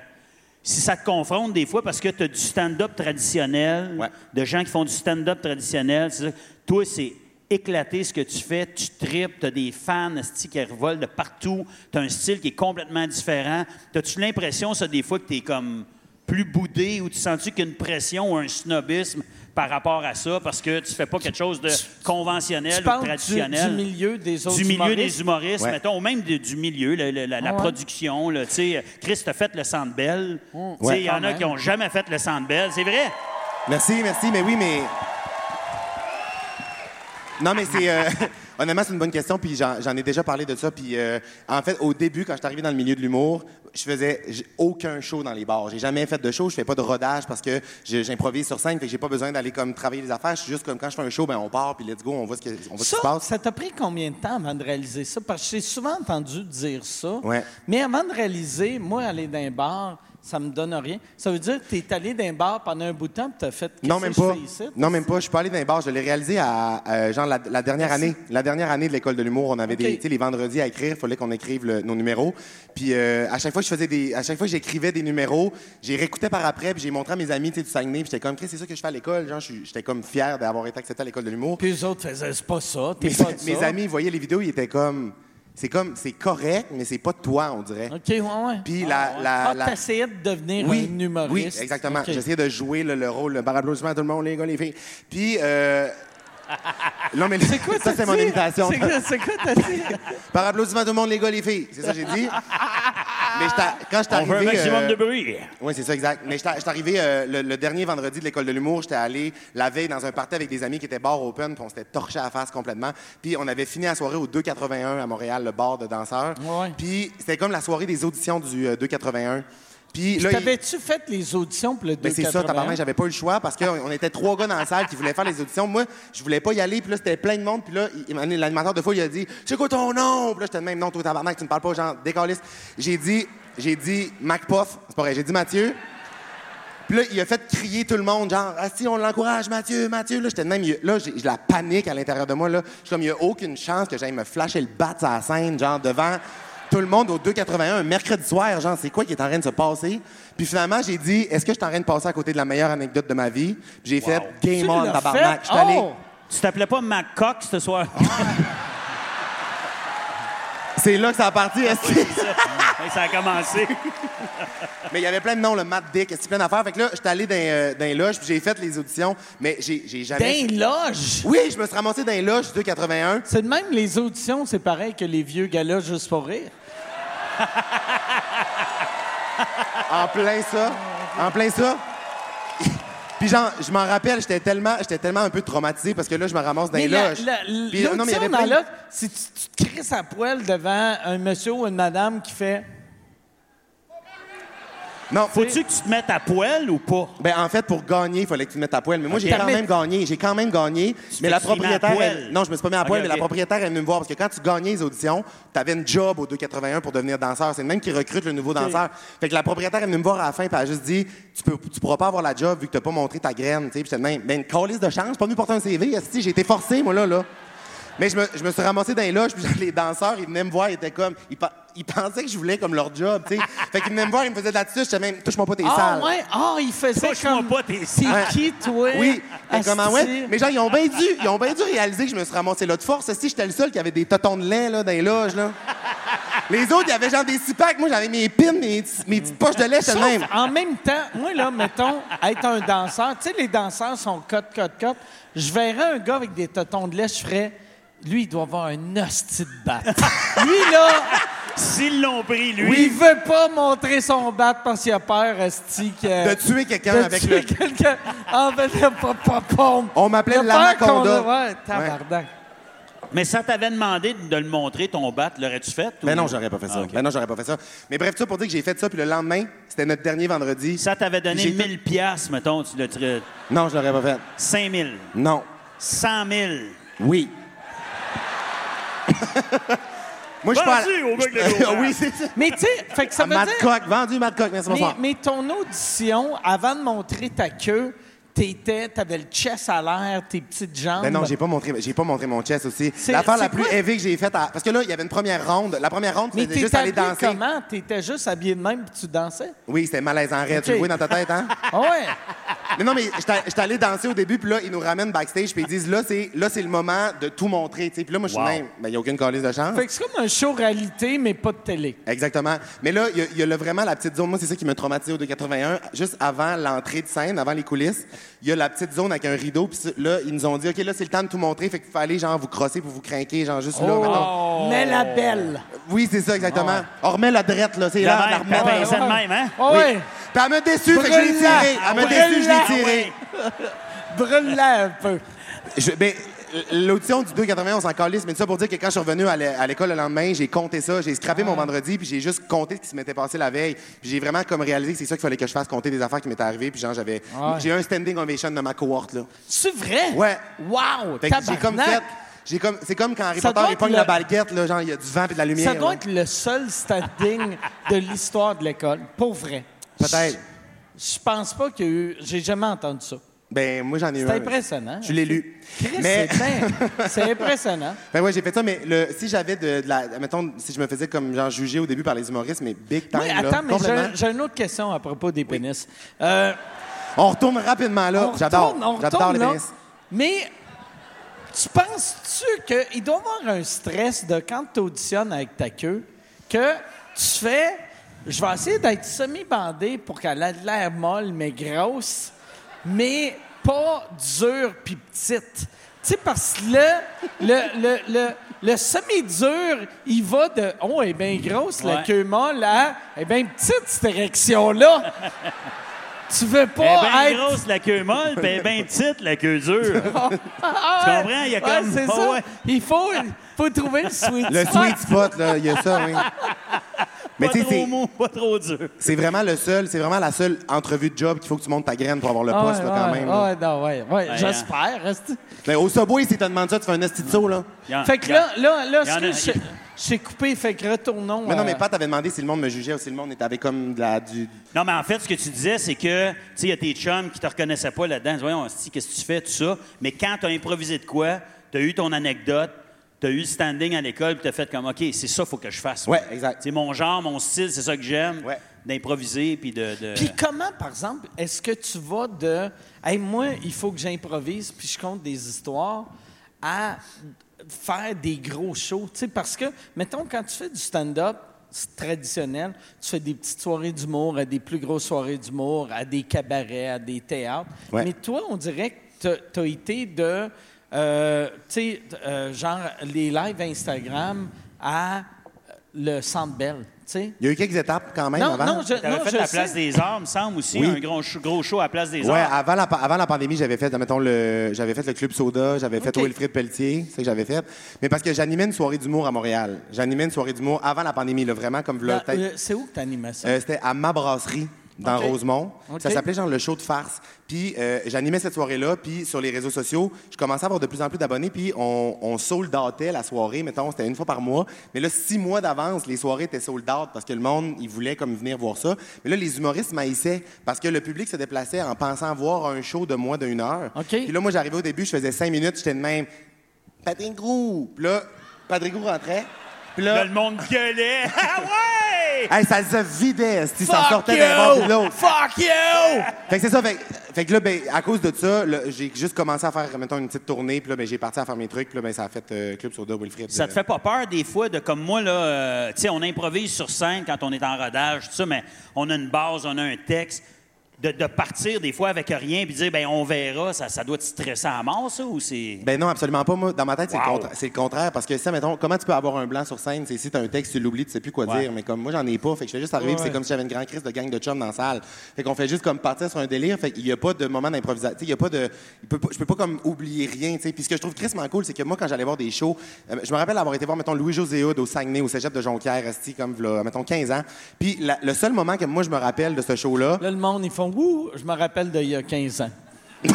si ça te confronte des fois, parce que tu as du stand-up traditionnel,
Ouais.
de gens qui font du stand-up traditionnel. c'est ça. Toi, c'est éclaté ce que tu fais, tu tripes, tu as des fans esti, qui revolent de partout, tu as un style qui est complètement différent. As-tu l'impression, ça, des fois, que tu es comme plus boudé ou tu sens-tu qu'une pression ou un snobisme par rapport à ça parce que tu fais pas quelque chose de
Tu
conventionnel ou
parles du,
traditionnel?
du milieu des autres
du milieu des
humoristes?
humoristes,
Ouais.
mettons, ou même de- du milieu, le- le- la, la
Ouais.
production. là, tu sais, Chris a fait le Centre Bell.
Mm.
Tu sais, Il y
Ouais.
en a qui n'ont jamais fait le Centre Bell. C'est vrai.
Merci, merci, mais oui, mais. Non, mais c'est. euh, Honnêtement, c'est une bonne question, puis j'en j'en ai déjà parlé de ça. Puis euh, en fait, au début, quand je suis arrivé dans le milieu de l'humour, je faisais j- aucun show dans les bars. J'ai jamais fait de show, je fais pas de rodage parce que je- j'improvise sur scène, fait que j'ai pas besoin d'aller comme travailler les affaires. Je suis juste comme quand je fais un show, ben on part, puis let's go, on voit ce, que- on voit ce qui se
Ça,
passe.
ça t'a pris combien de temps avant de réaliser ça? Parce que j'ai souvent entendu dire ça.
Ouais.
Mais avant de réaliser, moi, aller dans un bar, ça me donne rien. Ça veut dire que tu es allé dans un bar pendant un bout de temps et tu as fait.
Non,
Qu'est-ce
même
que je
pas.
fais ici?
Non, même pas. Je suis pas allé dans les bars. Je l'ai réalisé à, euh, genre, la, la dernière année. La dernière année de l'école de l'humour, on avait des,
OK.
tu sais, les vendredis à écrire. Il fallait qu'on écrive le- nos numéros. Puis, euh, à chaque fois, je faisais des, à chaque fois, j'écrivais des numéros. J'ai réécouté par après, puis j'ai montré à mes amis, tu sais, du Saguenay. Puis j'étais comme, Chris, c'est ça que je fais à l'école. Genre, je suis- j'étais comme fier d'avoir été accepté à l'école de l'humour.
Puis eux autres faisaient, c'est pas ça, t'es
Mes,
pas de
mes
ça.
amis, ils voyaient les vidéos, ils étaient comme, c'est comme, c'est correct, mais c'est pas de toi, on dirait.
OK, ouais, ouais.
Puis
Ah,
la-
ouais.
la-
Ah,
la-
t'essayais de devenir un humoriste.
Oui, exactement.
OK.
J'essayais de jouer le, le rôle, le bar applaudissement à tout le monde, les gars, les filles. Puis, euh... non, mais
C'est quoi,
ça,
t'as
c'est mon
dit?
imitation.
C'est quoi, c'est quoi t'as dit?
Par applaudissement à tout le monde, les gars, les filles. C'est ça que j'ai dit. mais j'étais- quand je suis
On
arrivé...
veut un maximum
euh,
de bruit.
oui, c'est ça, exact. Mais je suis arrivé euh, le, le dernier vendredi de l'école de l'humour. J'étais allé la veille dans un party avec des amis qui étaient bar open, puis on s'était torché à la face complètement. Puis on avait fini la soirée au 281 à Montréal, le bar de danseurs.
Ouais.
Puis c'était comme la soirée des auditions du euh, 281. Puis là, il-
T'avais-tu fait les auditions pour le
ben c'est ça,
281?
tabarnak, j'avais pas eu le choix parce qu'on on était trois gars dans la salle qui voulaient faire les auditions. Moi, je voulais pas y aller, puis là, c'était plein de monde. Puis là, il- il- l'animateur de fois, il a dit C'est quoi ton nom Puis là, j'étais le même nom, toi, tabarnak, tu me parles pas, genre, décaliste. J'ai dit, j'ai dit MacPuff, c'est pas vrai, j'ai dit Mathieu. Puis là, il a fait crier tout le monde, genre, ah si, on l'encourage, Mathieu, Mathieu. Là, j'étais de même, il- là, j'ai j'ai la panique à l'intérieur de moi, là. Je suis comme, il n'y a aucune chance que j'aille me flasher le bat sur la scène, genre, devant tout le monde au 281, un mercredi soir, genre, c'est quoi qui est en train de se passer? Puis finalement, j'ai dit, est-ce que je suis en train de passer à côté de la meilleure anecdote de ma vie? Puis j'ai fait,
Tu
game on,
l'as
tabarnak.
fait?
Je suis allé.
Oh!
Tu t'appelais pas McCock ce soir?
C'est là que ça a parti,
Ah
est-ce que-
Hey, ça a commencé.
Mais il y avait plein de noms, le Matt Dick, est-ce que plein d'affaires? Fait que là, j'étais allé dans, euh, dans les loges, puis j'ai fait les auditions, mais j'ai j'ai jamais.
Dans les loges!
Oui, je me suis ramassé dans les loges 281.
C'est de même, les auditions, c'est pareil que les vieux galas juste pour rire.
En plein ça. En plein ça. Puis genre, je m'en rappelle, j'étais tellement, j'étais tellement un peu traumatisé parce que là, je me ramasse dans les
la-
loges.
la-
Puis, euh,
l'audition dans
plein de-
l'autre, si tu, tu te crisses à poêle devant un monsieur ou une madame qui fait...
Non,
Faut-tu que tu te mettes à poêle ou pas?
Ben, en fait, pour gagner, il fallait que tu te mettes à poil. Mais moi, j'ai
T'as
quand
mis-
même gagné. J'ai quand même gagné. Mais
t'es-
la
tu t'es mis à
propriétaire.
poil.
elle- non, je me suis pas mis à poil,
Ok,
mais
ok.
la propriétaire est venue me voir. Parce que quand tu gagnais les auditions, tu avais une job au 281 pour devenir danseur. C'est le même qui recrute le nouveau danseur. Fait que la propriétaire est venue me voir à la fin, puis elle a juste dit Tu, peux, tu pourras pas avoir la job vu que t'as pas montré ta graine. Tu sais, puis j'étais de même. Ben, une calisse de chance. Je suis pas venu porter un CV. esti. J'ai été forcé, moi, là. là. Mais je me, je me suis ramassé dans les loges, puis genre, les danseurs, ils venaient me voir, ils étaient comme. Ils, pe- ils pensaient que je voulais comme leur job, tu sais. fait qu'ils venaient me voir, ils me faisaient de la touche, j'étais même, touche-moi pas tes
Ah
salles.
ouais? Ah, il faisait
Touche-moi
comme...
pas, t'es
C'est
Ouais.
qui, toi?
Oui, mais comment ouais?
Asti.
Mais genre, ils ont bien dû, ils ont bien dû réaliser que je me suis ramassé là de force. Si j'étais le seul qui avait des totons de lait là, dans les loges, là. Les autres, ils avaient genre des six packs. Moi, j'avais mes pins, mes, petits- mes petites poches de lait, j'étais le
Sauf,
même.
En même temps, moi, là, mettons, être un danseur, tu sais, les danseurs sont cote, cote, cote. Je verrais un gars avec des totons de lait, je ferais, lui, il doit avoir un hostie de batte. lui, là,
S'ils l'ont pris, lui.
il veut pas montrer son bat parce qu'il a peur, hostie, que...
De tuer quelqu'un
de
avec
tuer
le.
quelqu'un Ah, ben, en faisant pas, pas, pompe.
On m'appelait
Il a peur qu'on
l'anaconda.
le- Ouais, tabarnak.
Mais ça t'avait demandé de le montrer, ton bat, l'aurais-tu fait? ou-
Mais non, j'aurais pas fait ça.
Ah, ok.
Ben non, j'aurais pas fait ça. Mais bref, ça pour dire que j'ai fait ça, puis le lendemain, c'était notre dernier vendredi.
Ça t'avait donné
J'ai tout-
1000 piastres, mettons, tu l'as tiré.
Non, je l'aurais pas fait.
5 000,
Non.
100 000.
Oui. Moi, je parle.
Vendu au mec de l'eau.
oui, c'est ça.
Mais tu sais, fait que ça veut
Mad
dire...
Cock, vendu Mad Cock, merci,
Mais,
bonsoir.
mais ton audition, avant de montrer ta queue, t'étais, t'avais le chest à l'air, tes petites jambes.
Ben non, j'ai pas montré, j'ai pas montré mon chest aussi.
C'est-
L'affaire la
c'est
plus
quoi?
élevée que j'ai faite, à- parce que là, il y avait une première ronde. La première ronde,
Mais
c'était
t'étais
juste aller
habillé
danser.
comment? T'étais juste habillé de même puis tu dansais?
Oui, c'était malaise en raide. Tu
Ok.
le vois dans ta tête, hein?
Ah ouais!
mais non, mais j'étais j'étais allé danser au début, puis là, ils nous ramènent backstage, puis ils disent, là, c'est là, c'est le moment de tout montrer. tu sais. Puis là, moi, je suis
Wow.
même. Ben, il n'y a aucune calice de chance.
Fait que c'est comme un show réalité, mais pas de télé.
Exactement. Mais là, il y a, il y a le- vraiment la petite zone. Moi, c'est ça qui me traumatisé au 281. Juste avant l'entrée de scène, avant les coulisses, il y a la petite zone avec un rideau. Puis ça- là, ils nous ont dit, OK, là, c'est le temps de tout montrer. Fait qu'il fallait, genre, vous crosser pour vous craquer, genre, juste
Oh.
là, mettons.
Mais la belle!
Oui, c'est ça, exactement. On remet Ah la drette, là. C'est
La
là, on la
mère,
remet.
t'as
Oui.
baisé de même, hein?
Ah ouais!
Puis elle m'a déçu, fait que je l'ai
Brûle-la.
tiré. Elle m'a
Ah ouais.
déçu, je
Brûle-la.
l'ai tiré.
Brûle-la un peu.
Je- ben, l'audition du 2,80, on s'en calisse, mais ça pour dire que quand je suis revenu à l'é- à l'école le lendemain, j'ai compté ça, j'ai scrappé
Ah.
mon vendredi, puis j'ai juste compté ce qui se m'était passé la veille. Puis j'ai vraiment comme réalisé que c'est ça qu'il fallait que je fasse, compter des affaires qui m'étaient arrivées, puis genre j'avais...
Ah
J'ai eu un standing ovation de ma cohorte, là.
C'est vrai?
Ouais.
Wow!
Fait que j'ai comme
tabarnak.
fait... J'ai comme, c'est comme quand Harry
Ça
Potter,
doit
il
être
pogne
le-
la baguette, là, genre il y a du vent et de la lumière.
Ça doit
là.
être le seul standing de l'histoire de l'école. Pour vrai.
Peut-être.
Je pense pas qu'il y a eu. J'ai jamais entendu ça.
Ben, moi, j'en ai eu
C'est
un.
impressionnant.
Je l'ai lu.
Chris,
Mais-
c'est bien. C'est impressionnant.
Ben ouais, j'ai fait ça, mais le, si j'avais de, de la. Mettons, si je me faisais comme genre jugé au début par les humoristes, mais big time.
Oui,
là,
attends, mais
complètement.
j'ai- j'ai une autre question à propos des pénis. Euh,
On retourne rapidement là.
on
J'adore.
retourne- on
J'adore
retourne
les
là.
pénis.
Mais tu penses-tu qu'il doit y avoir un stress de quand tu auditionnes avec ta queue que tu fais je vais essayer d'être semi-bandé pour qu'elle ait de l'air molle mais grosse, mais pas dure puis petite. Tu sais, parce que là, le, le, le, le semi-dur, il va de Oh, elle est bien grosse, la
Ouais.
queue molle, à Elle est bien petite, cette érection-là. tu veux
Elle est
pas
bien
être.
grosse la queue molle, puis elle est bien petite la queue dure.
Ah
Tu
ouais.
comprends? Il y a
Ouais,
comme-
c'est
Ah
ça.
ouais.
Il faut, faut trouver le sweet
Le
spot.
sweet spot, là, il y a ça, oui. Mais
pas
tu sais,
trop
c'est-
mou, pas trop dur.
c'est vraiment le seul, c'est vraiment la seule entrevue de job qu'il faut que tu montes ta graine pour avoir le
Ah
poste,
ouais,
là, quand
ouais,
même.
ah
là.
ouais, non, ouais, ouais,
hein.
j'espère. reste-
Mais au Subway, si tu demandes ça, tu fais un esti de saut, là.
Il y en-
Fait que
il y en-
là, là, là,
Ah, il y en a-
excuse, je, je t'ai coupé, fait que retournons.
Mais non,
euh,
mais Pat avait demandé si le monde me jugeait ou si le monde était avec comme de la, du.
Non, mais en fait, ce que tu disais, c'est que, tu sais, il y a tes chums qui te reconnaissaient pas là-dedans. Ils disaient, Voyons, hostie, qu'est-ce que tu fais, tout ça. Mais quand tu as improvisé de quoi, tu as eu ton anecdote, tu as eu le standing à l'école, puis tu as fait comme, OK, c'est ça, faut que je fasse.
Ouais, exact.
C'est mon genre, mon style, c'est ça que j'aime,
Ouais.
d'improviser, puis de. de-
Puis comment, par exemple, est-ce que tu vas de hey, moi, il faut que j'improvise puis je compte des histoires à faire des gros shows? Tu sais, parce que, mettons, quand tu fais du stand-up c'est traditionnel, tu fais des petites soirées d'humour, à des plus grosses soirées d'humour, à des cabarets, à des théâtres.
Ouais.
Mais toi, on dirait que tu as été de, euh, tu sais, euh, genre les lives Instagram à euh, le Centre Bell, tu sais?
Il y a eu quelques étapes quand même
Non,
avant.
non, je,
T'avais
non,
fait
je
la
sais.
place des arts, me semble aussi,
Oui.
un gros, sh- gros show à la place des
Ouais,
arts.
avant la, pa- avant la pandémie, j'avais fait, mettons, le, j'avais fait le Club Soda, j'avais fait
Ok.
Wilfrid Pelletier, c'est ça que j'avais fait. Mais parce que j'animais une soirée d'humour à Montréal. J'animais une soirée d'humour avant la pandémie, là, vraiment, comme v'là
Dans-
peut-être
euh, C'est où que t'animais ça?
Euh, c'était à ma brasserie dans
Ok.
Rosemont.
Ok.
Ça s'appelait genre le show de farce. Puis euh, j'animais cette soirée-là, puis sur les réseaux sociaux, je commençais à avoir de plus en plus d'abonnés, puis on, on sold outait la soirée, mettons, c'était une fois par mois. Mais là, six mois d'avance, les soirées étaient sold out parce que le monde, il voulait comme venir voir ça. Mais là, les humoristes maïssaient parce que le public se déplaçait en pensant voir un show de moins d'une heure.
Ok.
Puis là, moi, j'arrivais au début, je faisais cinq minutes, j'étais de même, Patrick Grou! Puis là, Patrick Grou rentrait. Puis
Là, le monde gueulait. ah ouais!
Hey, ça se vidait, si ça
Fuck
sortait
you!
d'un bord puis de l'autre.
Fuck you!
Fait que c'est ça. Fait, fait que là, ben, à cause de ça, là, j'ai juste commencé à faire, mettons, une petite tournée. Puis là, ben, j'ai parti à faire mes trucs. Puis là, ben, ça a fait euh, Club Soda, Wilfred.
Ça te
euh,
fait pas peur des fois de comme moi là, euh, tu sais, on improvise sur scène quand on est en rodage, tout ça, mais on a une base, on a un texte. De, de partir des fois avec rien puis dire ben on verra, ça, ça doit te stresser à mort ça ou c'est.
Ben non, absolument pas. Moi, dans ma tête, c'est,
Wow.
le contra- c'est le contraire. Parce que ça, mettons, comment tu peux avoir un blanc sur scène? C'est si t'as un texte, tu l'oublies, tu sais plus quoi
Ouais.
dire. Mais comme moi, j'en ai pas. Fait que je fais juste arriver. puis c'est comme si j'avais une grande crise de gang de chums dans la salle. Fait qu'on fait juste comme partir sur un délire. Fait qu'il y a pas de moment d'improvisation. Tu sais, Il y a pas de. il peut pas- Je peux pas comme oublier rien. tu sais. Puis ce que je trouve crissement cool, c'est que moi, quand j'allais voir des shows, euh, je me rappelle avoir été voir, mettons, Louis-José Hood au Saguenay, au cégep de Jonquière, esti, comme, v'là, mettons, 15 ans. Puis la- le seul moment que moi, je me rappelle de ce show-là,
Là, le monde, ils font Ouh, je me rappelle d'il y a 15 ans.
il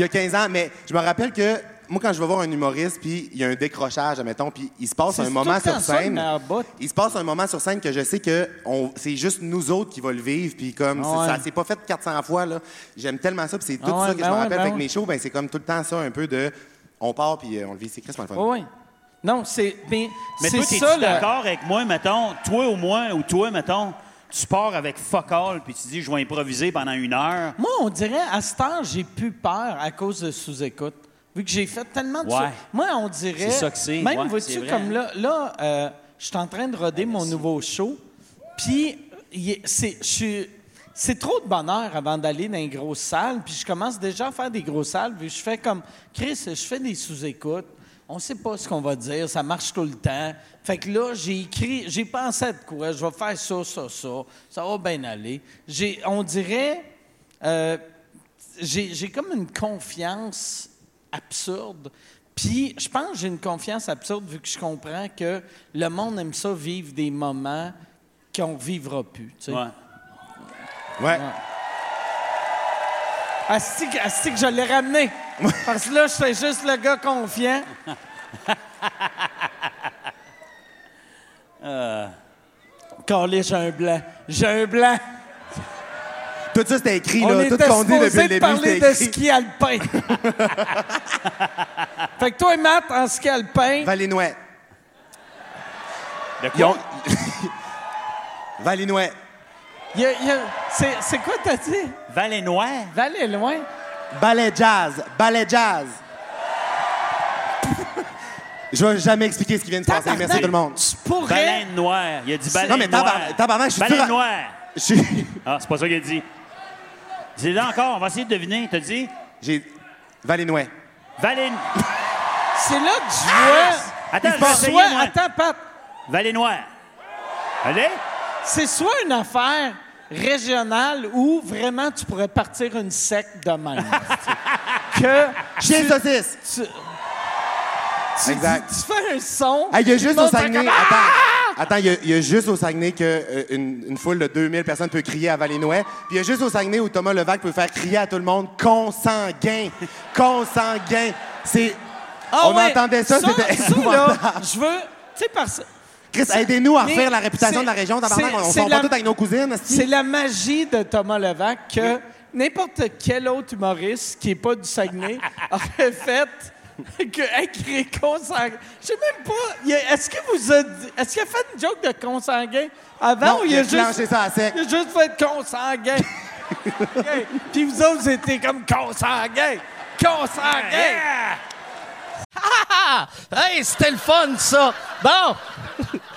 y a 15 ans, mais je me rappelle que moi, quand je vais voir un humoriste, puis il y a un décrochage, admettons, puis il se passe
C'est
un
tout
moment
le temps
sur
ça, le
scène.
meilleur bout.
il se passe un moment sur scène que je sais que on- c'est juste nous autres qui va le vivre, puis comme c'est-
ouais.
ça s'est pas fait 400 fois là. J'aime tellement ça, puis c'est tout
Ah ouais,
ça que
ben
je me
ouais,
rappelle
ben
avec
ouais.
mes shows, ben c'est comme tout le temps ça un peu de on part puis euh, on le vit, c'est crissement le fun.
Oui. Non, c'est. Ah Mais,
Mais
c'est
toi, t'es-tu
ça, le-
d'accord avec moi, mettons, toi au moins, ou toi, mettons, tu pars avec fuck all, puis tu dis, je vais improviser pendant une heure.
Moi, on dirait, à ce temps, j'ai plus peur à cause de sous-écoute. Vu que j'ai fait tellement de
Ouais.
sous- Moi, on dirait.
C'est ça que c'est.
Même,
Ouais, c'est
vois-tu,
vrai.
comme là, là euh, je suis en train de roder mon nouveau show. Puis, il est- c'est, je suis- c'est trop de bonheur avant d'aller dans une grosse salle. Puis, je commence déjà à faire des grosses salles. Puis, je fais comme. Chris, je fais des sous-écoutes. On sait pas ce qu'on va dire. Ça marche tout le temps. Fait que là, j'ai écrit. J'ai pensé à de quoi. Je vais faire ça, ça, ça. Ça va bien aller. J'ai, on dirait. euh, j'ai j'ai comme une confiance absurde. Puis je pense que j'ai une confiance absurde vu que je comprends que le monde aime ça vivre des moments qu'on vivra plus. tu sais.
Ouais.
Ouais.
Asti que- asti que je l'ai ramené. Parce que là, je suis juste le gars confiant. Calé, j'ai un blanc. J'ai un blanc.
Tout ça c'était écrit
On
là, tout
était
ce qu'on dit
supposé
depuis le
de
début
parler
c'était
de
écrit.
ski alpin. fait que toi et Matt, en ski alpin,
Valinois.
De quoi?
Ils ont- Valinois.
y a- y a- c'est c'est quoi t'as dit?
Valet Noir?
Valais loin.
Ballet jazz. Ballet jazz. Je vais jamais expliquer ce qui vient de se passer. Merci tout le monde.
Tu pourrais.
Ballet Noir. Il a dit Ballet
Non, mais
Noir.
tabar- tabarnak, je suis
Ballet
sûr à-
Noir.
Je suis-
Ah, c'est pas ça qu'il a dit. Dis-le encore, on va essayer de deviner. T'as dit?
J'ai. Valinois.
Valet...
C'est là que je
Ah,
vois.
Attends, je vais
C'est
essayer,
soit,
moi.
attends, Pat.
Valet Noir. Allez?
C'est soit une affaire régionale où vraiment tu pourrais partir une secte de même. que
Chien saucisse.
tu,
Exact.
tu fais un son.
Ah, Il y a juste
Bon,
au
t'as
Saguenay.
comme-
Attends, attends, il y a- il y, a juste au Saguenay que euh, une, une foule de 2000 personnes peut crier à Valinois. Puis il y a juste au Saguenay où Thomas Levac peut faire crier à tout le monde consanguin. Consanguin. C'est.
Ah
On
ouais,
entendait ça, c'était
ça,
épouvantable.
là, Je veux. Tu sais, parce
Chris, aidez-nous à
Mais
refaire la réputation
c'est-
de la région. tabarnak.
c'est-
On
c'est
s'en va
la-
tous avec nos cousines. esti.
C'est la magie de Thomas Levac que n'importe quel autre humoriste qui n'est pas du Saguenay aurait fait que hey, créer consanguin. Je sais même pas. il a- Est-ce que vous a dit- Est-ce qu'il a fait une joke de consanguin avant
Non,
ou il a, juste.
clenché ça à sec.
Il a juste fait consanguin. Ok. Puis vous autres, vous étiez comme consanguin. Consanguin.
Ah! Hey, c'était le fun, ça! Bon!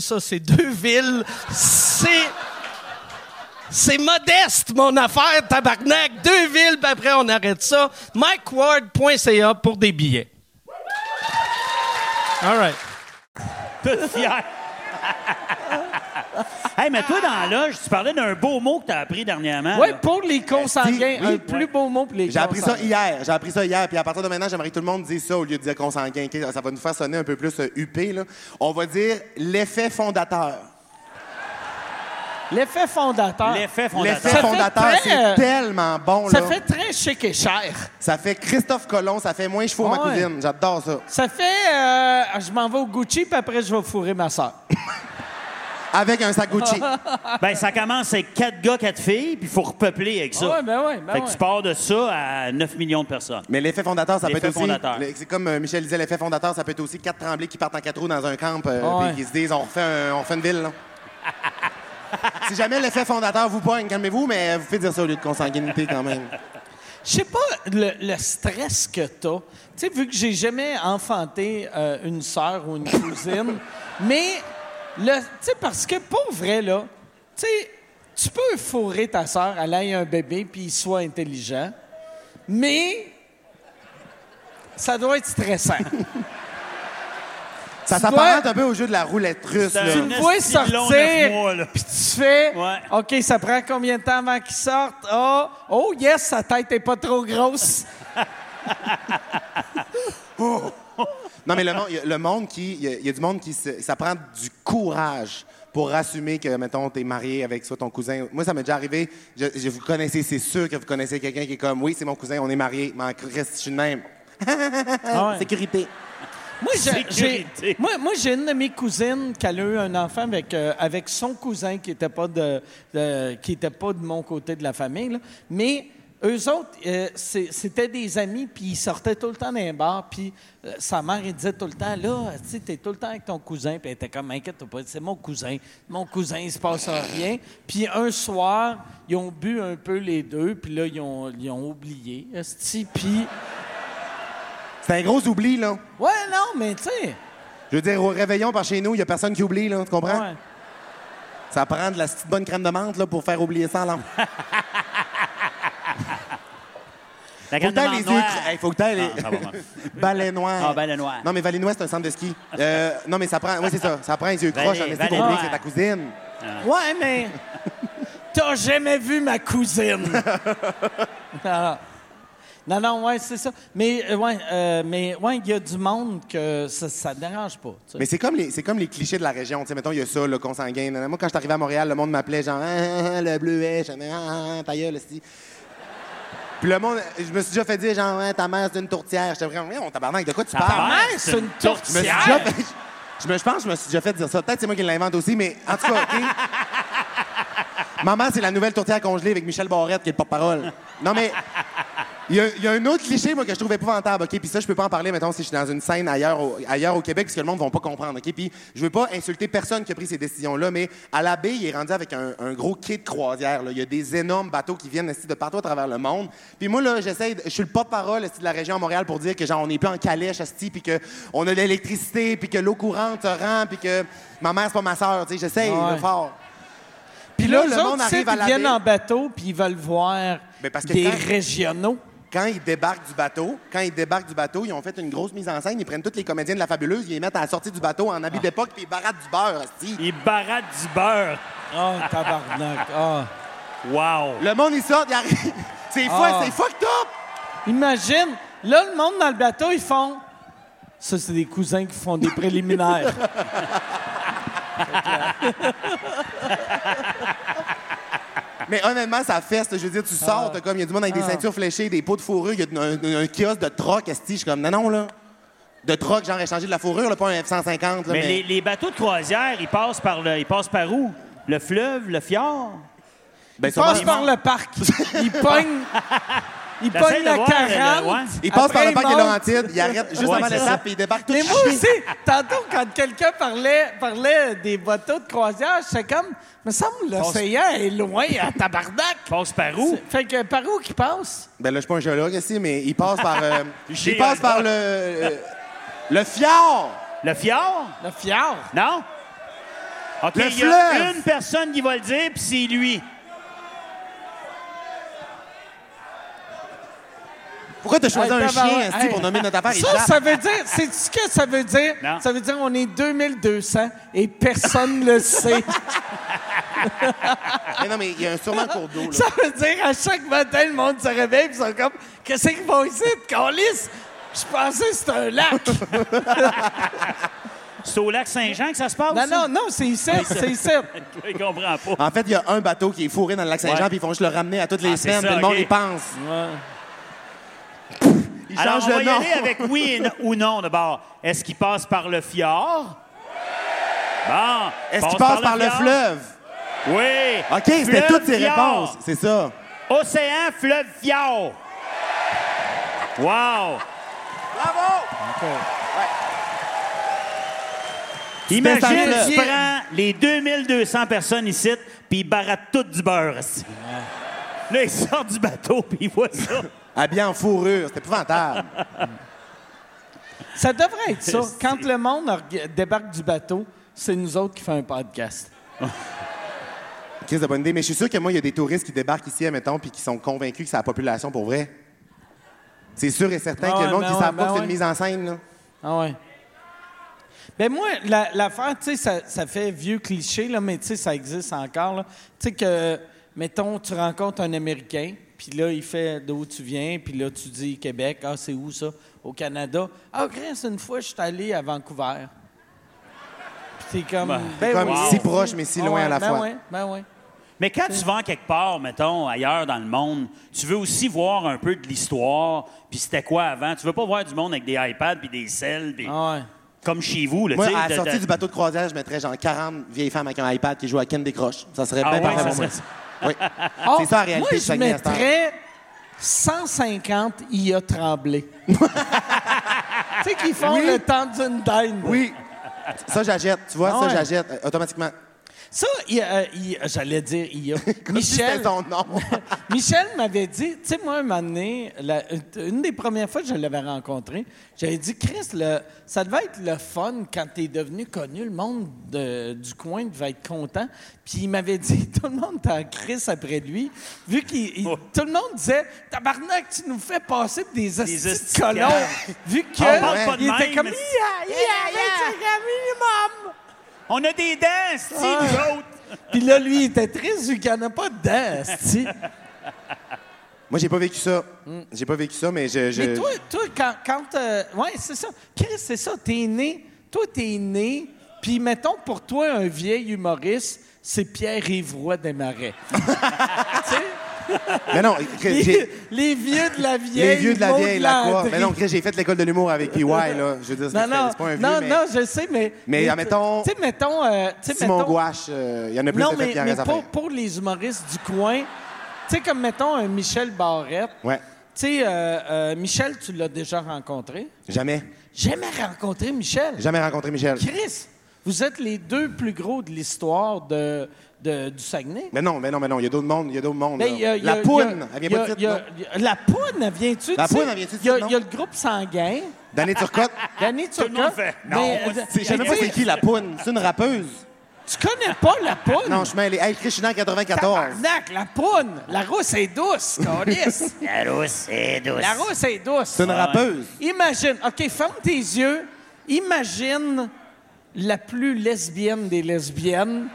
ça, c'est deux villes. C'est. C'est modeste, mon affaire, tabarnak. Deux villes, puis après, on arrête ça. MikeWard.ca pour des billets. All right.
Tout fier. hey, mais toi, dans la loge, tu parlais d'un beau mot que t'as appris dernièrement.
Oui,
là.
pour les consanguins,
Si, oui,
un plus
ouais.
beau mot pour les
J'ai appris ça
consanguins.
hier. J'ai appris ça hier. Puis à partir de maintenant, j'aimerais que tout le monde dise ça au lieu de dire consanguin. OK, Ça va nous faire sonner un peu plus euh, huppé. Là. On va dire l'effet fondateur.
L'effet fondateur.
L'effet fondateur.
L'effet
fait
fondateur,
très, euh,
c'est tellement bon.
Ça
là.
fait très chic et cher.
Ça fait Christophe Colomb, ça fait moins chevaux, ma
Ouais.
cousine. J'adore ça.
Ça fait. euh, je m'en vais au Gucci, puis après, je vais fourrer ma soeur.
Avec un sac Gucci.
Ben, ça commence avec quatre gars, quatre filles, puis il faut repeupler avec ça.
Ah ouais, ben ouais, ben
fait que
ouais.
tu pars de ça à 9 millions de personnes.
Mais l'effet fondateur, ça peut
L'effet
être aussi.
fondateur.
le- C'est comme euh, Michel disait, l'effet fondateur, ça peut être aussi quatre tremblés qui partent en quatre roues dans un camp euh,
Ouais.
puis qui se disent on refait, un- on refait une ville. là. si jamais l'effet fondateur vous pogne, calmez-vous, mais vous faites dire ça au lieu de consanguinité quand même.
Je sais pas le, le stress que t'as. Tu sais, vu que j'ai jamais enfanté euh, une sœur ou une cousine, mais le, tu sais, parce que pour vrai là, tu sais, tu peux fourrer ta sœur, elle ait un bébé puis il soit intelligent, mais ça doit être stressant.
Ça
Tu dois-
s'apparente un peu au jeu de la roulette russe.
C'est
là.
un
tu le vois
esti de long neuf mois, là.
sortir, puis tu fais,
Ouais.
OK, ça prend combien de temps avant qu'il sorte? Oh, oh yes, sa tête est pas trop grosse.
Non, mais le monde, il y a- le monde qui. Il y a- il y, a du monde qui. se- ça prend du courage pour assumer que, mettons, t'es marié avec soit ton cousin. Moi, ça m'est déjà arrivé. Je, je- vous connaissez, c'est sûr que vous connaissez quelqu'un qui est comme Oui, c'est mon cousin, on est marié, mais en Christ, je suis de même. Sécurité.
Moi, j'ai- j'ai,
Sécurité.
moi, moi, j'ai une de mes cousines qui a eu un enfant avec, euh, avec son cousin qui n'était pas de, de- qui était pas de mon côté de la famille. là. Mais eux autres, euh, c'est- c'était des amis, puis ils sortaient tout le temps dans les bars. Puis euh, sa mère, elle disait tout le temps, là, tu sais, t'es tout le temps avec ton cousin. Puis elle était comme, inquiète pas, c'est mon cousin. Mon cousin, il se passe rien. Puis un soir, ils ont bu un peu les deux, puis là, ils ont, ils ont oublié. esti, Puis,
C'est un gros oubli, là.
ouais, non, mais tu sais,
Je veux dire, au réveillon par chez nous, il n'y a personne qui oublie, là. Tu comprends?
ouais.
Ça prend de la petite bonne crème de menthe, là, pour faire oublier ça à l'homme.
La
Faut que
grande
t'ailles les
demande
yeux.
noire.
cr- Hey, faut que t'ailles les.
Ah, ça va mal.
Balai noir.
Ah, Balai Noire.
Non, mais Balai noir, c'est un centre de ski. Euh, non, mais ça prend. Oui, c'est ça. Ça prend les yeux
Balai-
croches en esti
Balai
pour oublier que
Noire.
c'est ta cousine.
Ouais, mais t'as jamais vu ma cousine. non, non, non, ouais, c'est ça. Mais euh, ouais, euh, mais ouais, il y a du monde que ça, ça dérange pas. tu sais.
Mais c'est comme les, c'est comme les clichés de la région. Tu sais, mettons, il y a ça, le consanguin. Moi, quand je suis arrivé à Montréal, le monde m'appelait genre Ah, ah, le bleuet, je ah, ah, ta gueule, esti. Puis le monde, je me suis déjà fait dire genre Ah, ta mère c'est une tourtière. J'étais vraiment, on tabarnak, de quoi tu
mère,
parles?
Ah, c'est une tourte.
Je me suis déjà fait- je, me- je pense que je me suis déjà fait dire ça. Peut-être c'est moi qui l'invente aussi, mais en tout cas, OK. Maman, c'est la nouvelle tourtière congelée avec Michel Barrette qui est le porte-parole. Non, mais il y, a- il y a un autre cliché, moi, que je trouve épouvantable, OK? Puis ça, je peux pas en parler, mettons, si je suis dans une scène ailleurs au, ailleurs au Québec, parce que le monde ne va pas comprendre, OK? Puis je veux pas insulter personne qui a pris ces décisions-là, mais à la baie, il est rendu avec un, un gros kit de croisière, là. Il y a des énormes bateaux qui viennent esti, de partout à travers le monde. Puis moi, là, j'essaie... de- Je suis le porte-parole esti, de la région Montréal pour dire que, genre, on n'est plus en calèche, esti, puis que on a de l'électricité, puis que l'eau courante se rend, puis que ma mère, c'est pas ma sœur, tu sais. J'essaie
Ouais.
là, fort.
Puis
Puis là,
là,
le
les
monde
autres, c'est
arrive à
qu'ils
la
viennent
baie.
en bateau puis ils veulent voir
Mais parce que
des
quand-
régionaux.
quand ils débarquent du bateau, quand ils débarquent du bateau, ils ont fait une grosse mise en scène. Ils prennent tous les comédiens de la fabuleuse, ils les mettent à la sortie du bateau en habit
Ah.
d'époque, puis ils barattent du beurre. hostie.
Il barade du beurre.
Oh, tabarnak. Ah.
Wow.
Le monde, ils sortent, ils arrivent. C'est fou,
Ah.
c'est fucked up!
Imagine, là, le monde dans le bateau, ils font. Ça, c'est des cousins qui font des préliminaires.
Mais honnêtement, ça feste. Je veux dire, tu
Ah.
sors, t'as comme, il y a du monde avec des ceintures fléchées, des pots de fourrure, il y a un, un- un kiosque de troc, esti. Je suis comme, non, non, là. De troc, genre, échanger de la fourrure, là, pas un F-150. là,
Mais,
mais-
les, les bateaux de croisière, ils passent par le, ils passent par où? Le fleuve, le fjord?
Ben,
Ils passent
sûrement,
par le parc. Ils pognent. Ils
J'essaie
pognent
de
la
voir,
40.
euh, ouais.
Ils passent par
Après,
le parc des
ils montent.
Laurentides, ils arrêtent juste
Ouais,
avant
c'est ça.
l'étape, puis ils débarquent tous
Mais moi
chiés.
aussi, tantôt, quand quelqu'un parlait, parlait des bateaux de croisière, c'est comme, me semble que l'océan est loin à tabarnak.
Ils passent par où?
Fait que par où qu'il passe?
Ben là, je suis pas un géologue ici, mais il passe par. euh,
Géologue.
il passe par le. euh, le fjord!
Le fjord?
Le fjord.
Non? OK,
Le
il y a
fleuve.
une personne qui va le dire, puis c'est lui.
Pourquoi t'as choisi
Hey,
un
tabarouette,
chien, esti,
hey.
pour nommer notre affaire?
Ça,
Échappe?
ça veut dire, c'est ce que ça veut dire?
Non.
Ça veut dire on est 2200 et personne le sait.
Mais Eh non, mais il y a un- sûrement un cours d'eau, là.
Ça veut dire à chaque matin, le monde se réveille et ils sont comme Qu'est-ce qu'ils font ici, de câlisse? Je pensais que c'était un lac.
C'est au lac Saint-Jean que ça se passe?
Ah non,
ça?
non, non, c'est ici, c'est ici.
Je comprends pas.
En fait, il y a un bateau qui est fourré dans le lac Saint-Jean,
Ouais.
puis ils font juste le ramener à toutes
Ah,
les
c'est
semaines,
ça,
puis le monde
ok.
y pense. Ils
Alors,
changent
on va
le
y
nom.
aller avec oui et non- ou non d'abord. Est-ce qu'il passe par le fjord? Bon.
Est-ce qu'ils passent par le
fjord?
fleuve?
Oui.
OK, c'était
Fleuve,
toutes ces
fjord.
réponses. C'est ça.
Océan, fleuve, fjord. Wow.
Bravo!
Imagine,
un fleuve.
tu prends les 2200 personnes ici, puis ils barattent tout du beurre. esti. Là, ils sortent du bateau, puis ils voient ça.
Habillé en fourrure, c'est épouvantable.
Ça devrait être ça. Quand le monde orga- débarque du bateau, c'est nous autres qui fait un podcast.
Chris de bonne idée. Mais je suis sûr que moi, il y a des touristes qui débarquent ici, admettons, puis qui sont convaincus que c'est la population pour vrai. C'est sûr et certain
Ah
que
ouais,
le monde
ben
qui ne
ouais,
savent
ben
pas que c'est
ouais.
une mise en scène. là.
Ah ouais. Ben moi, la- l'affaire, tu sais, ça, ça fait vieux cliché, là, mais tu sais, ça existe encore. là. Tu sais que, mettons, tu rencontres un Américain, puis là, il fait d'où tu viens, puis là, tu dis Québec. Ah, c'est où ça? Au Canada. Ah, Chris, une fois, je suis allé à Vancouver. Puis t'es comme. Ben,
comme
oui.
si proche, mais si
Ah
loin
ouais,
à la
ben
fois.
Ouais, ben ouais.
Mais quand tu vas quelque part, mettons, ailleurs dans le monde, tu veux aussi voir un peu de l'histoire, puis c'était quoi avant. Tu veux pas voir du monde avec des iPads puis des selles, puis
Ah ouais.
comme chez vous. Là,
Moi,
tu sais,
à
de-
la sortie
de-
du bateau de croisière, je mettrais genre 40 vieilles femmes avec un iPad qui jouent à Ken Décroche. Ça serait
Ah
bien
ouais,
parfait
ça
pour moi.
serait-
Oui.
Ah,
c'est ça, en réalité,
Moi,
le
je
Saguenay à cette heure.
mettrais 150 IA tremblé. tu sais, qu'ils font
Oui.
le temps d'une dinde.
Oui. Ça, j'achète. Tu vois,
Ah
ça,
ouais.
j'achète euh, automatiquement.
Ça, il- euh, il- j'allais dire IA.
Comme si
Michel,
c'était ton nom.
Michel m'avait dit, tu sais, moi, un moment donné, la- une des premières fois que je l'avais rencontré, j'avais dit, Chris, le- ça devait être le fun quand t'es devenu connu, le monde de- du coin devait être content. Puis il m'avait dit, tout le monde était en Chris après lui, vu qu'il. il- Tout le monde disait, tabarnak, tu nous fais passer pour des hosties
hosties de
de colons,
caves.
vu qu'il
On parle pas de
était
même,
comme,
mais-
yeah, yeah, yeah, minimum.
On a des dents, c'est
Ah.
nous autres.
Puis là, lui, il était triste vu qu'il n'y en a pas dedans, asti.
Moi, j'ai pas vécu ça. J'ai pas vécu ça, mais je. je-
Mais toi, toi quand. quand euh, ouais, c'est ça. Chris, c'est ça. T'es né. Toi, t'es né. Puis mettons, pour toi, un vieil humoriste, c'est Pierre Ivroy Desmarais.
Mais non, Chris,
les,
j'ai.
les vieux de la vieille.
Les vieux de la
Maud
vieille, la quoi.
Landry.
Mais non, Chris, j'ai fait l'école de l'humour avec PY, là. Je veux dire,
Non,
c'est
non,
c'est pas un vieux,
non,
mais
non, je sais, mais.
Mais, admettons,
Tu sais, mettons. euh, tu sais,
Simon
mettons-
Gouache, euh, il y en a plus
Non,
de
mais,
Pierre
mais
Gazarin.
pour, pour les humoristes du coin, tu sais, comme mettons un Michel Barrette.
Ouais.
Tu sais, euh, euh, Michel, tu l'as déjà rencontré.
Jamais.
Jamais rencontré Michel.
Jamais rencontré Michel.
Chris, vous êtes les deux plus gros de l'histoire de, de- du Saguenay.
Mais non, mais non, mais non, il y a d'autres mondes, il y a d'autres mondes.
Ben,
là.
il y a- il y a-
la
il y a-
poune, elle vient
il y
pas
a-
de titre,
il y a-
non?
il y a- La poune, elle vient-tu de
La
titre?
poune, elle vient-tu de
Il y a-
titre,
Il y a
non?
le groupe sanguin.
Danny Turcotte,
Danny Turcotte.
Ah, le monde fait, non, moi,
euh,
c'est- je sais même pas c'est qui la poune. C'est une rappeuse.
Tu connais pas la poune?
Non, je mets les. Hey, Chris, je suis né en 94.
Tabarnak, la poune. La rousse est douce, câlisse.
La rousse est douce.
La rousse est douce.
C'est une rappeuse.
Imagine, OK, ferme tes yeux. Imagine la plus lesbienne des lesbiennes.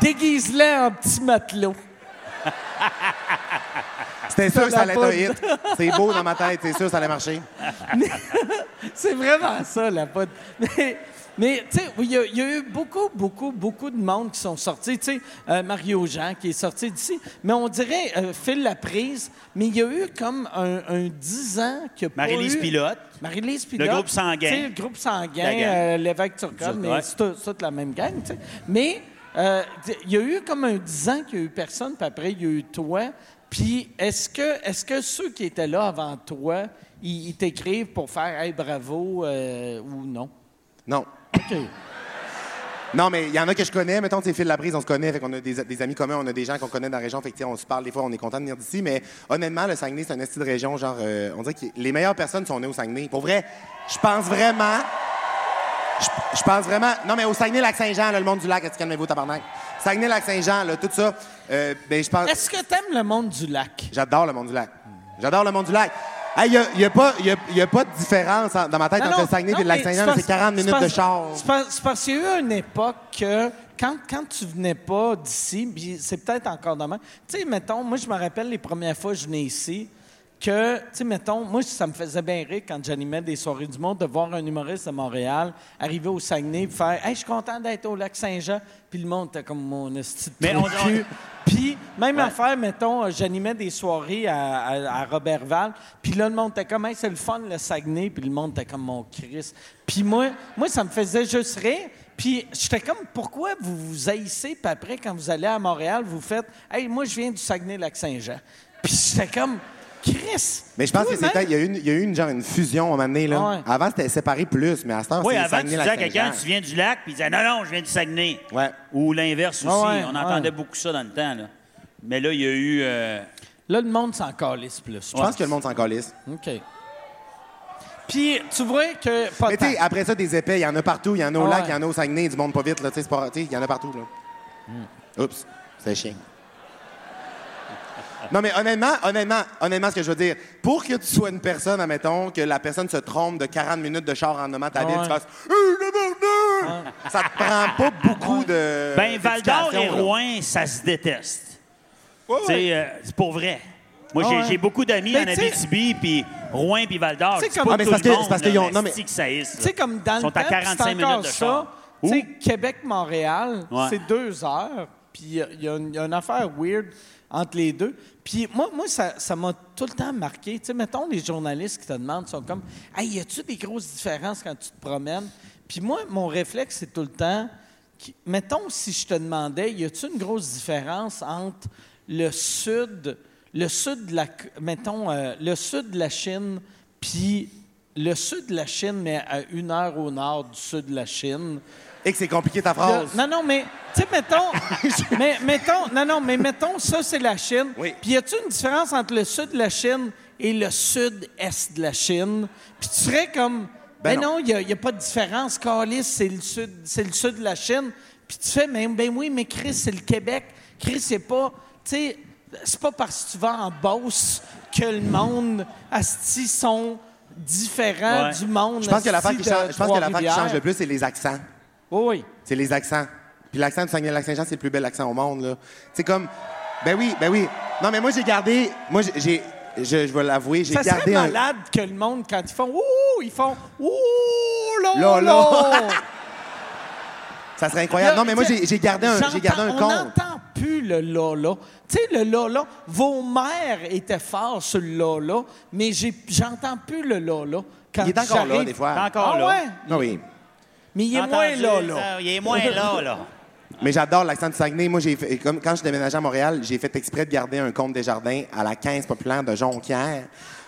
Déguise-la en petit matelot.
C'était sûr que ça allait être un
la
hit. C'est beau dans ma tête, c'est sûr que ça allait marcher.
C'est vraiment ça, la pote. Mais, mais, tu sais, il y, a- il y a eu beaucoup, beaucoup, beaucoup de monde qui sont sortis. Tu sais, euh, Mario Jean qui est sorti d'ici. Mais on dirait, euh, Phil la prise, mais il y a eu comme un, un 10 ans que
Marie-Lise Pilote.
Marie-Lise Pilote.
groupe sanguin.
Tu sais, le groupe sanguin,
La gang.
euh, l'évêque Turcotte,
Turcotte.
mais c'est tout- c'est toute la même gang, tu sais. Mais euh, t- il y a eu comme un 10 ans qu'il n'y a eu personne, puis après, il y a eu toi. Puis est-ce que, est que ceux qui étaient là avant toi, ils, ils t'écrivent pour faire « Hey, bravo euh, ou non?
Non.
OK.
Non, mais il y en a que je connais. Mettons, tu sais, Phil Laprise, on se connaît. Fait qu'on a des, des amis communs, on a des gens qu'on connaît dans la région. Fait que, tu sais, on se parle des fois, on est content de venir d'ici. Mais honnêtement, le Saguenay, c'est un esti de région. Genre, euh, on dirait que les meilleures personnes sont nées au Saguenay. Pour vrai, je pense vraiment. Je- Je pense vraiment. Non, mais au Saguenay-Lac-Saint-Jean, là, le monde du lac, est-ce calmez-vous, tabarnak? Saguenay-Lac-Saint-Jean, là, tout ça. euh, ben, je pense.
Est-ce que t'aimes le monde du lac?
J'adore le monde du lac. J'adore le monde du lac. Il n'y a, y a pas- y a- y a pas de différence en- dans ma tête
Non,
entre
non,
le Saguenay
non,
et le lac
mais
Saint-Jean.
c'est
C'est
parce-
40 minutes
c'est
de
parce-
char.
C'est parce, c'est parce qu'il y a eu une époque que quand, quand tu venais pas d'ici, puis c'est peut-être encore demain. Tu sais, mettons, moi, je me rappelle les premières fois que je venais ici, que, tu sais, mettons, moi, ça me faisait bien rire quand j'animais des soirées du monde de voir un humoriste de Montréal arriver au Saguenay et faire Hey, je suis content d'être au lac Saint-Jean. Puis le monde était comme mon esti de
Mais
trou
on-
de cul. Puis, même affaire, mettons, euh, j'animais des soirées à, à- à Robertval. Puis là, le monde était comme, Hey, c'est le fun, le Saguenay. Puis le monde était comme, mon Christ. Puis moi, moi, ça me faisait juste rire. Puis j'étais comme, pourquoi vous vous haïssez? Puis après, quand vous allez à Montréal, vous faites, Hey, moi, je viens du Saguenay-Lac-Saint-Jean. Puis j'étais comme, Chris.
Mais je pense que
toi-même-
c'était. Il y a eu une, il y a eu une, genre, une fusion à un moment donné. Là.
Ouais.
Avant, c'était séparé plus, mais à cette heure,
Oui,
c'est
avant, tu disais à
Saguenay-Lac-Saint-Jean.
quelqu'un, tu viens du lac, puis il disait, non, non, je viens du Saguenay.
Ouais.
Ou l'inverse aussi.
Ah ouais,
On
ouais.
entendait beaucoup ça dans le temps. Là. Mais là, il y a eu. euh,
Là, le monde s'en calisse plus.
Je pense que le monde s'en calisse.
OK. Puis tu vois que. pas
Mais tu sais,
tant.
après ça, des épais, il y en a partout. Il y en a au
Ouais.
lac, il y en a au Saguenay, du monde pas vite. là, Tu sais, c'est
Hmm.
pas- tu sais, il y en a partout. Là. Oups, c'est chien. Non, mais honnêtement, honnêtement, honnêtement, ce que je veux dire, pour que tu sois une personne, admettons, que la personne se trompe de 40 minutes de char en nommant ta ville, tu fasses Hey, le bonheur! Ça te prend pas beaucoup
Euh,
de.
Ben, Val d'Or et
d'éducation, là.
Rouen, ça se déteste. Tu sais, euh, c'est pour vrai. Moi, j'ai- j'ai beaucoup d'amis
Ben,
en
tu sais-
Abitibi, puis Rouen puis Val d'Or.
Tu sais,
C'est
comme-
pas
Ah, mais
c'est
tout
parce
le
que-
monde,
c'est parce
là,
qu'ils ont-
mais
non, mais-
c'est-tu que ça hisse, là.
Tu sais, comme dans
Ils
le
sont
temps,
à
puis
45
c'est encore
minutes de
ça.
char.
Tu sais, Québec-Montréal,
Ouais.
c'est deux heures. Puis il y a- il y, a une- il y a une affaire weird entre les deux. Puis moi, moi ça ça m'a tout le temps marqué. Tu sais, mettons, les journalistes qui te demandent sont comme « Hey, y a-tu des grosses différences quand tu te promènes? » Puis moi, mon réflexe, c'est tout le temps... qui- Mettons, si je te demandais, y a-tu une grosse différence entre le sud, le sud de la, mettons, euh, le sud de la Chine, puis le sud de la Chine, mais à une heure au nord du sud de la Chine.
Et que c'est compliqué ta phrase.
Non, non, mais, tu sais, mettons, mais, mettons, non, non, mais mettons, ça, c'est la Chine.
Oui.
Puis y a-tu une différence entre le sud de la Chine et le sud-est de la Chine? Puis tu serais comme, ben,
Ben
non,
non.
il n'y a, pas de différence, Calis, c'est le sud, c'est le sud de la Chine. Puis tu fais, ben, ben oui, mais Chris, c'est le Québec. Chris, c'est pas, tu sais, c'est pas parce que tu vas en Beauce que le monde, asti, sont différents
Ouais.
du monde.
Je pense que l'affaire
asti,
qui,
de
change- je pense que l'affaire qui
Trois-Rivières.
change le plus, c'est les accents.
Oui, oui.
C'est les accents. Puis l'accent du Saguenay-Lac-Saint-Jean, c'est le plus bel accent au monde, là. C'est comme... Ben oui, ben oui. Non, mais moi, j'ai gardé... Moi, j'ai- j'ai... Je, je vais l'avouer, j'ai
Ça serait
gardé un...
malade que le monde, quand ils font ouh, ils font ouh, là,
Là,
là.
là. Ça serait incroyable. non, mais moi, j'ai j'ai gardé un, j'ai gardé un
J'entends- On
compte.
n'entend plus le là, là. Tu sais, le là, là, vos mères étaient forts sur le là, là, mais j'ai- j'entends plus le là, là. Quand
Il est encore là,
j'arrive.
des fois.
T'es encore
ah
là.
ouais?
Non, oui.
Mais il est
T'as
moins
entendu,
là, là.
ça, Il est moins là, là.
Mais j'adore l'accent du Saguenay. Moi, j'ai fait- comme quand je déménageais à Montréal, j'ai fait exprès de garder un compte des jardins à la 15 populaire de Jonquière,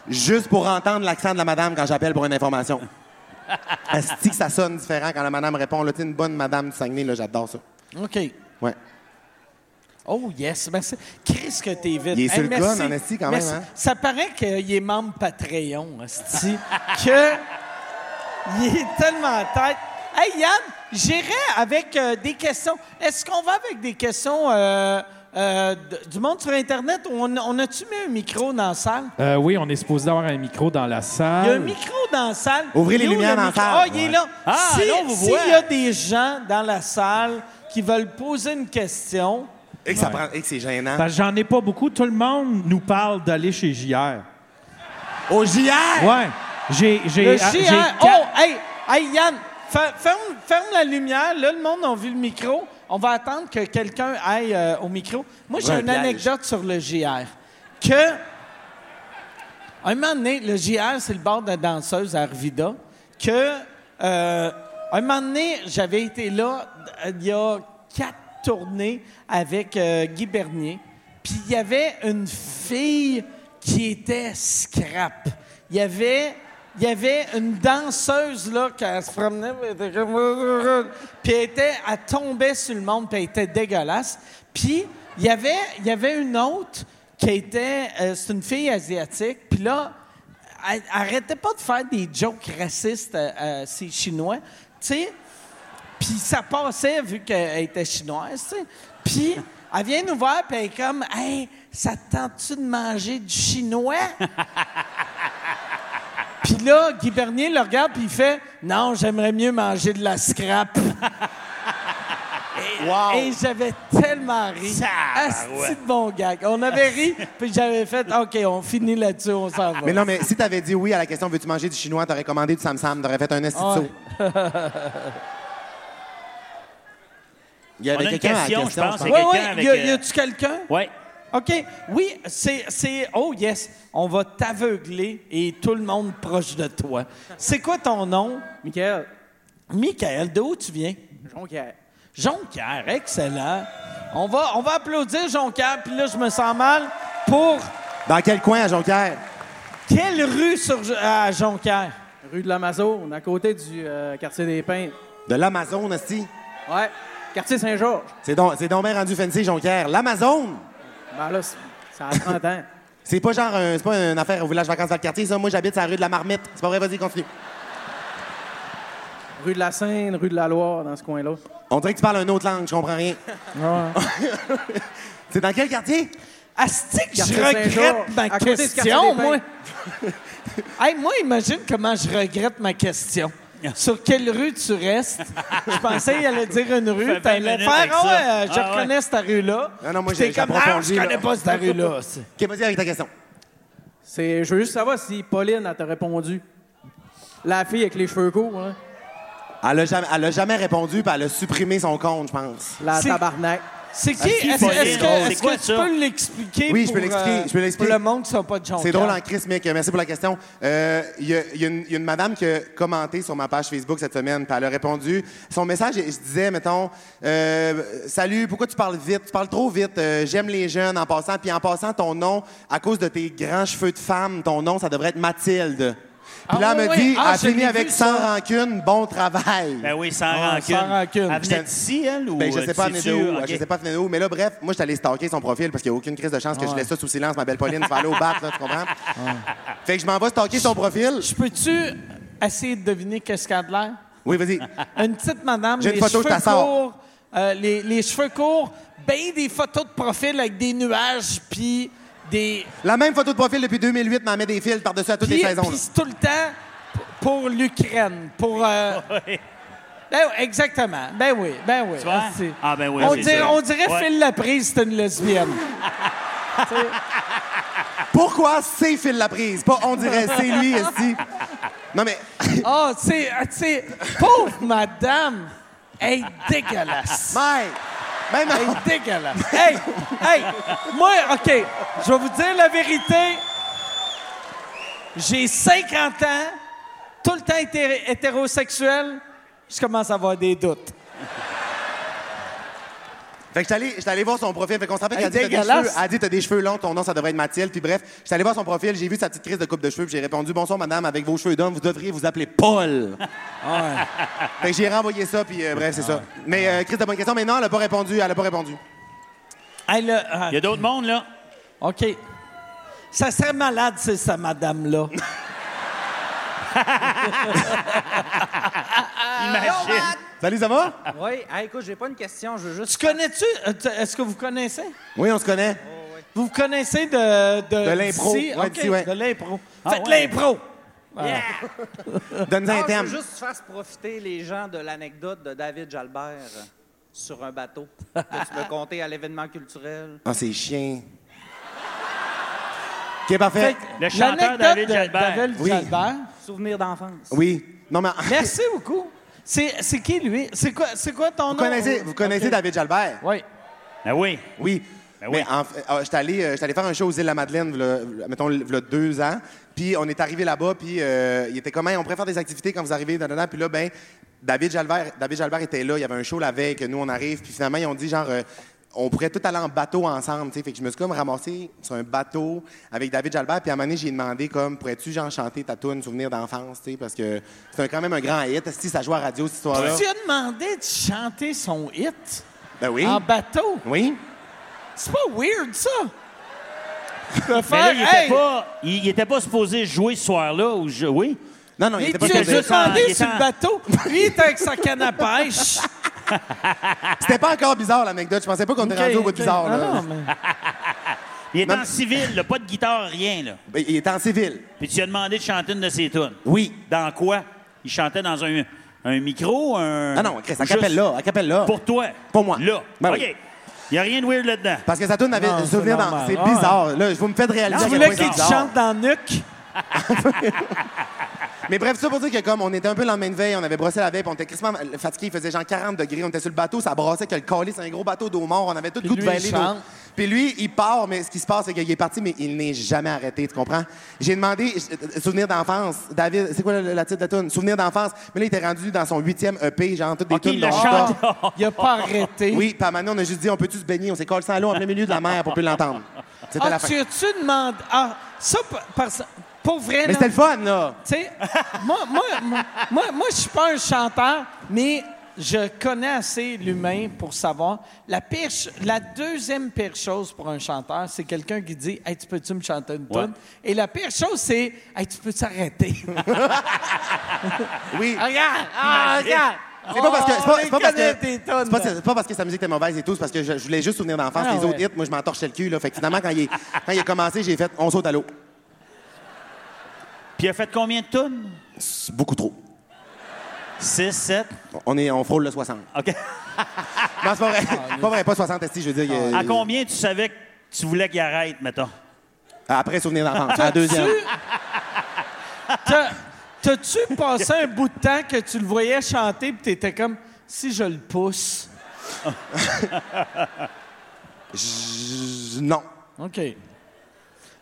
juste pour entendre l'accent de la madame quand j'appelle pour une information. Asti que ça sonne différent quand la madame répond. Là, t'es une bonne madame du Saguenay, là, j'adore ça.
Euh,
OK.
Ouais.
Oh yes, merci. Chris que t'es vite.
Il est sur le
merci.
gun, en esti, quand même,
Merci.
hein?
Ça paraît qu'il est membre Patreon, esti, que il est tellement en tête. Hey Yann, j'irai avec euh, des questions. Est-ce qu'on va avec des questions euh, euh, d- du monde sur Internet? ou On, on a-tu mis un micro dans la salle?
Euh, oui, on est supposé avoir un micro dans la salle.
Il y a un micro dans la salle.
Ouvrez
Il est
les
où,
lumières
le
dans la
micro?
salle.
Ah, il est
Ouais.
là.
Ah,
si,
là, on vous
s'il
voit.
y a des gens dans la salle qui veulent poser une question,
Et que, ça prend, et que c'est gênant.
Parce que j'en ai pas beaucoup. Tout le monde nous parle d'aller chez JR.
Au JR!
Ouais. J'ai.
Le
j'ai- ah, j'ai
chien, hein?
quatre-
Oh, hey, hey, Yann, fer- ferme, ferme la lumière. Là, le monde a vu le micro. On va attendre que quelqu'un aille euh, au micro. Moi, j'ai
Ouais, un
une
piège.
anecdote sur le JR. Que, un moment donné, le JR, c'est le bar de danseuse à Arvida. Que, euh, un moment donné, j'avais été là euh, il y a quatre tournées avec euh, Guy Bernier. Puis il y avait une fille qui était scrap. Il y avait, il y avait une danseuse là qui elle se promenait, puis elle était comme- puis elle, était, elle tombait sur le monde, puis elle était dégueulasse. Puis il y avait, il y avait une autre qui était, euh, c'est une fille asiatique. Puis là, elle, elle arrêtait pas de faire des jokes racistes à, à ces Chinois, tu sais. Puis ça passait vu qu'elle était chinoise, tu sais. Puis elle vient nous voir, puis elle est comme Hey, ça te tente-tu de manger du chinois? puis là, Guy Bernier le regarde, puis il fait Non, j'aimerais mieux manger de la scrap.
Wow.
Et j'avais tellement ri. Asti
Tabarouette.
de bon gag. On avait ri, puis j'avais fait OK, on finit là-dessus, on s'en va.
Mais non, mais si t'avais dit oui à la question veux-tu manger du chinois, t'aurais commandé du Sam Sam, t'aurais fait un esti de saut. Il y
On a une
quelqu'un à la
question, je pense.
pense.
c'est
Ouais,
quelqu'un
ouais,
avec,
y, a,
euh,
y a-tu quelqu'un?
Ouais.
OK. Oui, c'est, c'est. Oh, yes. On va t'aveugler et tout le monde proche de toi. C'est quoi ton nom?
Michael,
Michael, de où tu viens?
Jonquière.
Jonquière, excellent. On va, on va applaudir Jonquière, puis là, je me sens mal pour
Dans quel coin à Jonquière?
quelle rue sur, à Jonquière?
Rue de l'Amazone, à côté du euh, quartier des Pins.
De l'Amazon, esti.
Ouais. Quartier Saint-Georges.
C'est donc, c'est donc bien rendu fancy, Jonquière. L'Amazon!
Ben là, c'est- ça a 30 ans.
C'est pas genre un- c'est pas une affaire au village vacances dans le quartier, ça. Moi, j'habite sur la rue de la Marmite. C'est pas vrai, vas-y, continue.
Rue de la Seine, rue de la Loire, dans ce coin-là.
On dirait que tu parles une autre langue, je comprends rien. c'est dans quel quartier?
Asti que je
Quartier Saint-Jean,
regrette ma
à côté du quartier
question,
des
moi. hey, moi, imagine comment je regrette ma question. Sur quelle rue tu restes? Je pensais qu'il allait dire une rue.
Fait
Tu
20
allais faire,
minutes avec
ah ouais,
ça.
euh, je
Ah ouais.
reconnais cette rue-là.
Non, non, moi,
Puis
j'ai-
t'es comme,
j'ai
ah, je
approfondi,
connais
là.
pas cette rue-là.
OK, vas-y avec ta question.
C'est, je veux juste savoir si Pauline, elle t'a répondu. La fille avec les cheveux courts, hein?
Elle a jamais, elle a jamais répondu, puis elle a supprimé son compte, je pense.
La
C'est-
tabarnak.
Ah,
C'est qui? Est-ce est-ce
Pauline,
que,
drôle.
est-ce
C'est quoi,
que tu
ça?
peux l'expliquer
Oui, je
pour, euh,
peux l'expliquer, je peux
pour
l'expliquer.
le monde qui ne sont pas de Jonquière?
C'est drôle hein. en crise, mec. Merci pour la question. Euh, Il y, a- il y a une- il y a une madame qui a commenté sur ma page Facebook cette semaine, puis elle a répondu. Son message, je disais, mettons, euh, Salut, pourquoi tu parles vite? Tu parles trop vite. Euh, J'aime les jeunes en passant. Puis en passant, ton nom, à cause de tes grands cheveux de femme, ton nom, ça devrait être Mathilde. Puis
Ah
là, elle
oui,
me
oui.
dit,
Ah,
elle a
je
fini
l'ai vu,
avec
ça.
sans rancune, bon travail.
Ben oui, sans
Ah,
rancune.
sans rancune.
Elle venait d'ici, elle, ou...
Ben, je
euh,
sais pas,
tu
venez de
sais-tu?
où,
OK.
je sais pas, venez de où. Mais là, bref, moi, je suis allé stalker son profil parce qu'il n'y a aucune crise de chance que je laisse ça sous silence, ma belle Pauline, tu vas aller au bat, là, tu comprends? Fait que je m'en vais stalker son profil.
Je peux-tu essayer de deviner qu'est-ce qu'elle a de l'air?
Oui, vas-y.
Une petite madame,
J'ai une
les
photo, je
cheveux
te la sors.
courts, euh, les, les cheveux courts, ben des photos de profil avec des nuages, puis des...
La même photo de profil depuis 2008, m'en met des fils par-dessus à toutes
Puis
les saisons.
puis
là.
c'est tout le temps p- pour l'Ukraine, pour... euh, Ben oui, exactement. Ben oui, ben oui.
Tu vois?
Asti.
Ah, ben oui,
on,
c'est
dirait,
ça.
on dirait
Ouais.
Phil Laprise, c'est une lesbienne.
Pourquoi c'est Phil la prise? Pas on dirait c'est lui, ici. Non, mais
Ah, tu sais, ah, tu sais, pauvre madame, elle est dégueulasse.
Mike, même
Hey, dégueulasse. Hey, hey, moi, OK, je vais vous dire la vérité. J'ai 50 ans, tout le temps hété- hétérosexuel, je commence à avoir des doutes.
Fait que j'étais allé, j'étais allé voir son profil. Fait qu'on se rappelle qu'elle dit, t'as
Hey,
des
dégueulasse.
cheveux, elle dit, t'as des cheveux longs, ton nom, ça devrait être Mathilde. Puis bref, j'étais allé voir son profil, j'ai vu sa petite crise de coupe de cheveux, puis j'ai répondu, bonsoir madame, avec vos cheveux d'homme, vous devriez vous appeler Paul. fait que j'ai renvoyé ça, puis euh, bref, c'est ça. Mais euh, Chris, t'as bonne question, mais non, elle a pas répondu, elle a pas répondu.
Hey, là,
Il y a d'autres mondes, là.
ah, OK. Ça serait malade, c'est ça, madame-là.
Ah,
Imagine.
Salut, ça va?
Oui, ah, écoute, j'ai pas une question, je veux
Tu
juste.
connais-tu, euh, tu- est-ce que vous connaissez?
Oui, on se connaît.
Vous vous connaissez de... De,
De l'impro.
d'ici?
Ouais,
OK,
d'ici, ouais.
de l'impro.
Ah,
Faites
ouais.
l'impro!
Donne-nous
Ah,
un
je
thème.
veux juste faire profiter les gens de l'anecdote de David Jalbert euh, sur un bateau que tu me comptais à l'événement culturel.
Ah, c'est chien. OK, parfait.
Le chanteur
l'anecdote
David
de
Jalbert.
David
Oui.
Jalbert.
Souvenir d'enfance.
Oui. Non, mais...
Merci beaucoup. C'est c'est qui, lui? C'est quoi, c'est quoi ton
Vous
nom?
connaissez, vous connaissez David Jalbert?
Oui.
Ben oui.
Oui.
Ben
Mais
oui.
en fait, ah, j'étais allé, euh, j'étais allé faire un show aux îles de la Madeleine, v'là- v'là- mettons, v'là deux ans. Puis on est arrivé là-bas, puis euh, il était comme, Hey, on pourrait faire des activités quand vous arrivez, nanana. Puis là, ben, David Jalbert, David Jalbert était là, il y avait un show la veille, que nous, on arrive. Puis finalement, ils ont dit, genre, euh, on pourrait tout aller en bateau ensemble, tu sais. Fait que je me suis comme ramassé sur un bateau avec David Jalbert. Puis à un moment donné, j'ai demandé, comme, pourrais-tu, genre, chanter ta tune Souvenir d'enfance, tu sais, parce que c'est un- quand même un grand hit. Si ça joue à la radio, cette histoire-là.
Tu as demandé de chanter son hit
Ben oui.
en bateau.
Oui.
C'est pas weird, ça? De
Mais là, il
faire,
était,
hey,
pas, il, il était pas supposé jouer ce soir-là ou jouer.
Non, non, il
mais
était pas
tu as
supposé.
juste
Il
demandé
est
sur
en-
le bateau. Lui, il était avec sa canne à pêche.
C'était pas encore bizarre, l'anecdote. Je pensais pas qu'on était rendu au bout de bizarre, là.
Ah, non, mais-
Il était
Non.
en civil, là, pas de guitare, rien. Là.
Ben, Il est en civil.
Puis tu lui as demandé de chanter une de ses tunes.
Oui.
Dans quoi? Il chantait dans un, un micro, un...
Ah non, Chris,
Juste
acapella, acapella.
Pour toi.
Pour moi.
Là.
Ben
OK.
oui.
Il n'y a rien de weird là-dedans.
Parce que ça tourne avait
Non,
un souvenir
c'est
dans.
normal.
C'est
Ah ouais.
bizarre. Là, vous me faites réaliser.
Tu
à quel
voulais
point c'est
qu'il te
bizarre.
chante dans le nuque?
Mais bref, ça pour dire que comme on était un peu le lendemain de veille, on avait brossé la veille, puis on était crissement fatigué, il faisait genre 40 degrés, on était sur le bateau, ça brassait que le colis, c'est un gros bateau d'eau mort, on avait tout le goût de
lui, il
valer.
chante.
nos- Puis lui, il part, mais ce qui se passe, c'est qu'il est parti, mais il n'est jamais arrêté, tu comprends? J'ai demandé, je- euh, souvenir d'enfance, David, c'est quoi le- la titre de la tune? Souvenir d'enfance. Mais là, il était rendu dans son huitième EP, genre toutes des
OK,
tunes
il le
dont-
chante.
Il a pas arrêté.
Oui, puis à un moment donné, on a juste dit, on peut-tu se baigner? On s'est collé sans l'eau en plein milieu de la mer pour plus l'entendre. C'était
Ah,
la fin.
tu as-tu demandé... Ah, ça, pa- parce- pour vrai,
Mais
là,
c'était le fun, là!
Tu sais, moi, moi, moi, moi, moi, je suis pas un chanteur, mais je connais assez l'humain pour savoir. La, pire, ch- la deuxième pire chose pour un chanteur, c'est quelqu'un qui dit Hey, tu peux-tu me chanter une
Ouais.
tune? Et la pire chose, c'est Hey, tu peux-tu arrêter?
Oui.
regarde! Ah, regarde!
C'est pas parce que. C'est pas,
On
c'est pas
Oh,
parce
connaît
que.
des tonnes,
C'est pas, c'est pas parce que sa musique était mauvaise et tout, c'est parce que je, je voulais juste souvenir d'enfance.
Ah
les autres
ouais.
hits, moi, je m'en torchais le cul, là. Fait que finalement, quand il, est- quand il a commencé, j'ai fait on saute à l'eau.
Puis il a fait combien de tonnes?
C'est beaucoup trop.
6, 7.
On, est, on frôle le 60.
OK.
Non, c'est pas
Ah,
vrai. pas vrai, pas 60 esti, je veux dire. il y a-
À combien tu savais que tu voulais qu'il arrête, mettons?
Après souvenir d'enfance, la deuxième.
T'as- T'as-tu passé un bout de temps que tu le voyais chanter pis t'étais comme si je le pousse?
J- Non.
OK.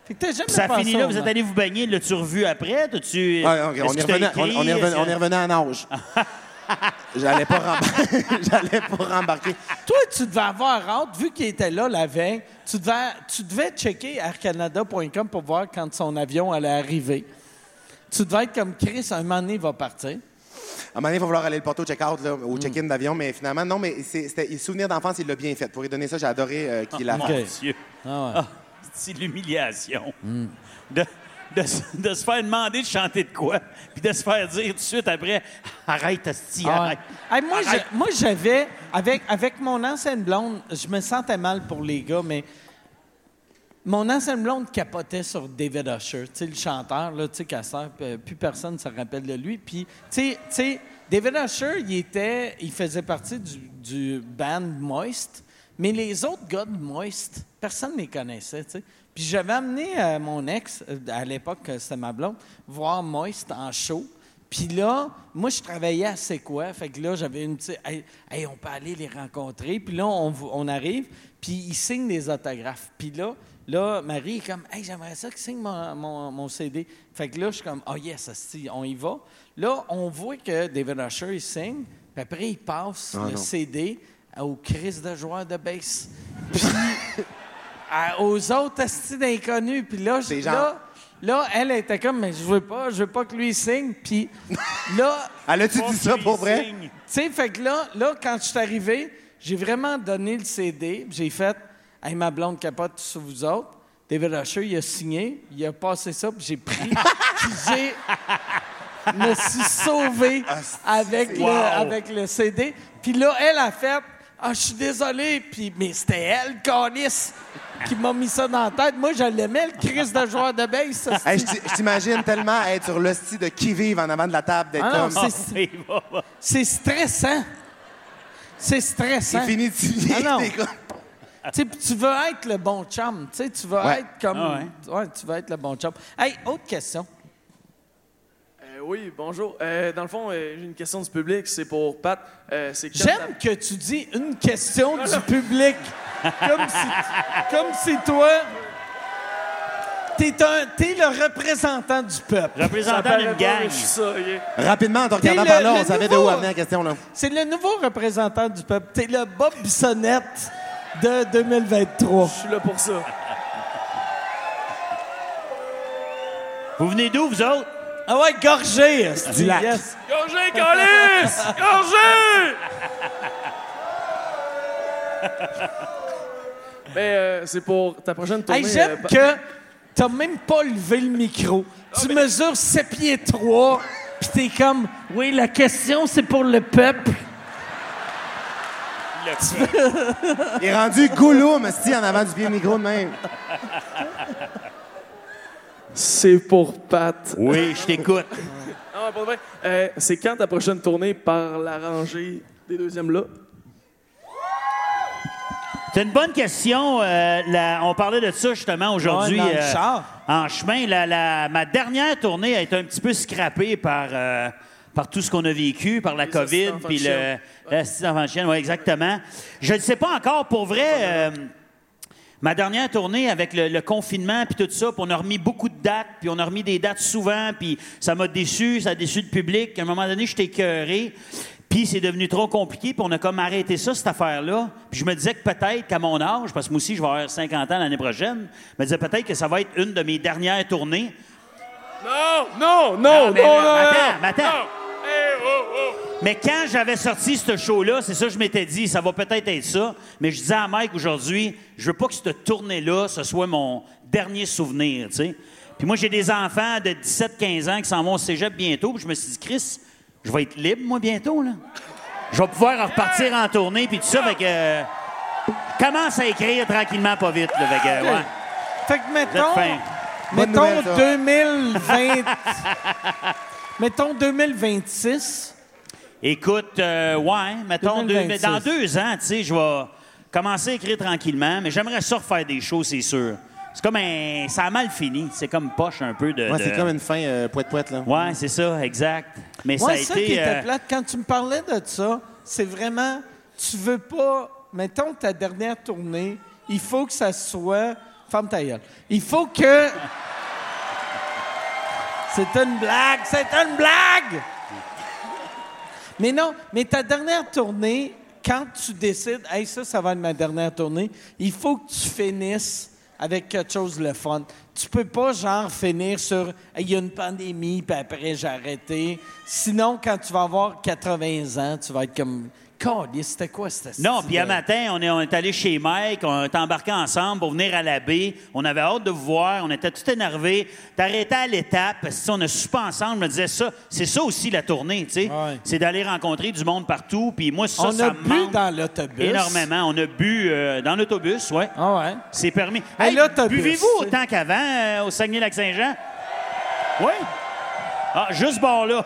Fait que t'as jamais
Puis ça
passé
finit
au
là, vous
vent.
êtes allé vous baigner, l'as-tu revu après? T'as-tu.
Ah, ok,
est-ce
on,
que
est
t'as
revenait, on,
écrit? euh?
on est revenait-
Est-ce
on
que-
est revenait à nage. J'allais pas, rembar- J'allais pas rembarquer.
Toi, tu devais avoir hâte, vu qu'il était là la veille, tu devais, tu devais checker aircanada.com pour voir quand son avion allait arriver. Tu devais être comme Chris, un moment donné, il va partir.
À un moment donné, il va falloir aller le porter au check-out, là,
Mm.
au check-in d'avion, mais finalement, non, mais c'est- c'était le souvenir d'enfance, il l'a bien fait. Pour lui donner ça, j'ai adoré euh, qu'il l'a
Mon
fait.
Dieu. Ah, c'est l'humiliation. De, de se- de se faire demander de chanter de quoi, puis de se faire dire tout de suite après Arrête, Asti,
Ah ouais.
arrête.
Hey, moi,
Arrête.
je- moi, j'avais, avec, avec mon ancienne blonde, je me sentais mal pour les gars, mais mon ancienne blonde capotait sur David Usher, tu sais, le chanteur, là, tu sais, Casseur, p- plus personne ne se rappelle de lui. Puis, tu sais- tu sais, David Usher, il, était, il faisait partie du, du band Moist, mais les autres gars de Moist, personne ne les connaissait, tu sais. Puis j'avais amené euh, mon ex, euh, à l'époque, euh, c'était ma blonde, voir Moist en show. Puis là, moi, je travaillais à C'est quoi. Fait que là, j'avais une petite. Hey, hey, on peut aller les rencontrer. Puis là, on, v- on arrive. Puis ils signent des autographes. Puis là, là, Marie est comme Hey, j'aimerais ça qu'ils signent mon, mon- mon CD. Fait que là, je suis comme Oh yes, asti, on y va. Là, on voit que David Usher, il signe. Puis après, il passe le CD au Chris de joueur de bass. Puis à- aux autres asti d'inconnus. Puis là, je-
C'est genre-
là, là, elle était comme, mais je veux pas, je veux pas que lui signe. Puis là,
Elle a-tu dit ça pour vrai?
Signe.
tu sais, fait que là, là, quand je suis arrivé, j'ai vraiment donné le CD. puis J'ai fait, hey, ma blonde capote sur vous autres. David Usher, il a signé, il a passé ça, puis j'ai pris. puis j'ai. me suis sauvé avec, le, avec le CD. Puis là, elle a fait, ah, je suis désolé. Puis, mais c'était elle, Calis, qui m'a mis ça dans la tête. Moi, je l'aimais, le Chris de joueur de bass. hostie.
Hey, je t'i- je t'imagine tellement être sur l'hostie de qui vive en avant de la table, d'être
Ah non,
comme.
c'est-
Il va- va-
C'est stressant. C'est stressant.
C'est fini de signer.
Ah non.
t'es comme-
Tu sais, puis tu veux être le bon chum. Tu sais, tu veux
Ouais.
être comme.
Ah
ouais, tu veux être le bon chum. Hey, autre question.
Euh, oui, bonjour. Euh, dans le fond, euh, j'ai une question du public. C'est pour Pat. Euh, c'est quand t'as-
J'aime que tu dis une question du public. Comme si, comme si toi. T'es, un, t'es le représentant du peuple.
Représentant d'une
paraît pas, mais
gang.
je suis ça, ok.
Rapidement, en te regardant
le-
par là,
le
on savait de
nouveau-
où amener la question. Là.
C'est le nouveau représentant du peuple. T'es le Bob Bissonnette de 2023.
Je suis là pour ça.
Vous venez d'où, vous autres?
Ah ouais, gorgé. Du
lac.
Gorgé, Calis! Gorgé! Mais euh, c'est pour ta prochaine tournée.
Hey, j'aime
euh, Pa- Ah,
que t'as même pas levé le micro. Tu mesures 7 pieds 3, pis t'es comme, oui, la question, c'est pour le peuple.
Il est rendu gouloum, hostie, en avant du vieux micro de même.
C'est pour Pat.
Oui, je t'écoute.
Non, pour vrai, euh, c'est quand ta prochaine tournée par la rangée des deuxièmes là?
C'est une bonne question. euh, la- on parlait de ça justement aujourd'hui.
Ouais, dans le
euh,
char.
en chemin, la, la- ma dernière tournée a été un petit peu scrappée par, euh, par tout ce qu'on a vécu, par la
Les
COVID, puis
assistants enfants de
le
chienne.
l'assistant enfant de chienne, ouais, exactement. Je ne sais pas encore pour vrai. euh, Ma dernière tournée avec le, le confinement puis tout ça, puis on a remis beaucoup de dates, puis on a remis des dates souvent, puis ça m'a déçu, ça a déçu le public. À un moment donné, j'étais écœuré, puis c'est devenu trop compliqué, puis on a comme arrêté ça, cette affaire-là. Puis je me disais que peut-être qu'à mon âge, parce que moi aussi, je vais avoir 50 ans l'année prochaine, je me disais peut-être que ça va être une de mes dernières tournées.
Non, non, non, non, non,
mais
non,
là, attends,
non,
attends.
non. Hey, oh, oh.
Mais quand j'avais sorti ce show-là, c'est ça que je m'étais dit, ça va peut-être être ça. Mais je disais à Mike aujourd'hui, je veux pas que cette tournée-là, ce soit mon dernier souvenir, tu sais. Puis moi, j'ai des enfants de 17-15 ans qui s'en vont au cégep bientôt. Puis je me suis dit, Chris, je vais être libre, moi, bientôt, là. Je vais pouvoir repartir en tournée, puis tout ça. Fait que. euh, Commence à écrire tranquillement, pas vite, là. Fait que, ouais.
Fait que
Vous êtes fin.
mettons,
Bonne
mettons
nouvelle, ça.
2020. mettons 2026.
Écoute, euh, ouais, mettons, deux-
2026.
dans deux ans, tu sais, je vais commencer à écrire tranquillement, mais j'aimerais ça refaire des shows, c'est sûr. C'est comme un. Ça a mal fini. C'est comme poche un peu de.
Ouais, c'est
de-
comme une fin euh, poète-poète, là.
Ouais, c'est ça, exact. Mais
Moi,
ça
ça
a
qui
été.
était
euh,
plate, quand tu me parlais de ça, c'est vraiment, tu veux pas, mettons ta dernière tournée, il faut que ça soit, ferme ta gueule. Il faut que, c'est une blague, c'est une blague! Mais non, mais ta dernière tournée, quand tu décides, hey, ça, ça va être ma dernière tournée, il faut que tu finisses avec quelque chose de le fun. Tu peux pas, genre, finir sur Hey, il y a une pandémie, puis après, j'ai arrêté. Sinon, quand tu vas avoir 80 ans, tu vas être comme. Calé, c'était quoi cette
Non,
style
puis un
de-
matin, on est, on est allé chez Mike, on est embarqué ensemble pour venir à la baie. On avait hâte de vous voir, on était tout énervés. T'arrêtais à l'étape, parce que, tu sais, on a soupé ensemble, je me disais ça. C'est ça aussi la tournée, tu sais. C'est d'aller rencontrer du monde partout, puis moi, ça,
On
ça
a
me
bu
manque
dans l'autobus.
énormément. On a bu euh, dans l'autobus, ouais.
Ah ouais.
C'est permis.
Mais
Hey,
l'autobus,
Buvez-vous
tu sais.
autant qu'avant euh, au Saguenay-Lac-Saint-Jean? Oui. Ah, juste bord là.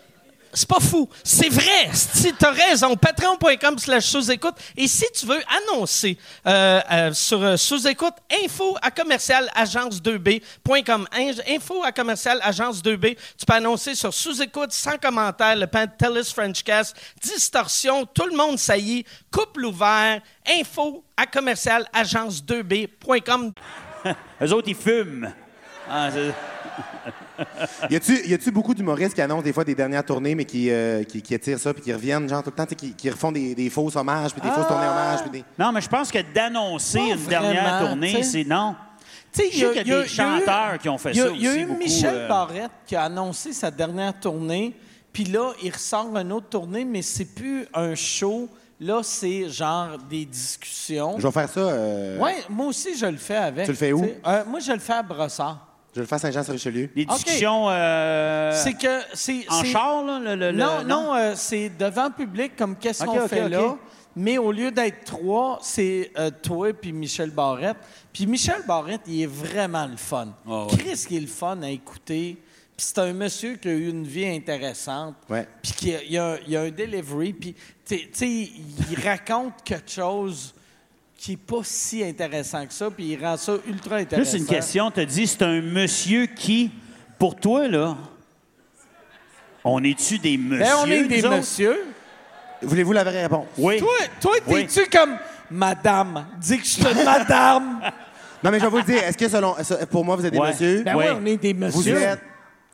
C'est pas fou. C'est vrai. Si t'as raison, patreon.com slash sous-écoute. Et si tu veux annoncer euh, euh, sur euh, sous-écoute, info à commercial agence2b.com. Inge- Info à commercial agence2b. Tu peux annoncer sur sous-écoute, sans commentaire, le pan TELUS Frenchcast, distorsion, tout le monde saillit, couple ouvert, info à commercial agence2b.com.
Eux autres, ils fument. Ah, c'est-
Y a-tu y a-tu beaucoup d'humoristes qui annoncent des fois des dernières tournées, mais qui, euh, qui, qui étirent ça, puis qui reviennent, genre, tout le temps, tu sais, qui, qui refont des, des fausses hommages, puis des fausses tournées hommages, puis des.
Non, mais je pense que d'annoncer
Pas
une dernière
vraiment,
tournée,
tu sais.
c'est non.
Tu sais,
Je sais qu'il y a des
il y a eu-
chanteurs qui ont fait
il y a-
ça
Il y a
aussi
eu
beaucoup,
Michel
euh.
Barrette qui a annoncé sa dernière tournée, puis là, il ressort une autre tournée, mais c'est plus un show. Là, c'est genre des discussions.
Je vais faire ça. euh,
Ouais, moi aussi, je le fais avec.
Tu le fais où?
sais. Euh, moi, je le fais à Brossard.
Je vais le faire à Saint-Jean-sur-Richelieu.
Des
OK.
discussions euh,
c'est que c'est
en
c'est-
char, là? Le, le- le-
non, non, euh, c'est devant public comme qu'est-ce
OK,
qu'on
OK,
fait
OK.
là. Mais au lieu d'être trois, c'est euh, toi puis Michel Barrette. Puis Michel Barrette, il est vraiment le fun.
Ah ouais.
Chris, qui est le fun à écouter. Puis c'est un monsieur qui a eu une vie intéressante.
Ouais.
Puis qui a- il y a, il y a un delivery. Puis, tu sais- tu sais, il raconte quelque chose qui n'est pas si intéressant que ça. Puis il rend ça ultra intéressant.
Juste une question. Tu dit, c'est un monsieur qui, pour toi, là, on est-tu des messieurs?
Ben, on est des
nous autres?
messieurs.
Voulez-vous la vraie réponse?
Oui.
Toi, toi
Oui.
t'es-tu comme Madame? Dis que je suis une Madame!
Non, mais je vais vous le dire, est-ce que selon. ça- Pour moi, vous êtes des
Ouais.
messieurs?
Ben
Oui.
oui, on est des
vous
messieurs.
êtes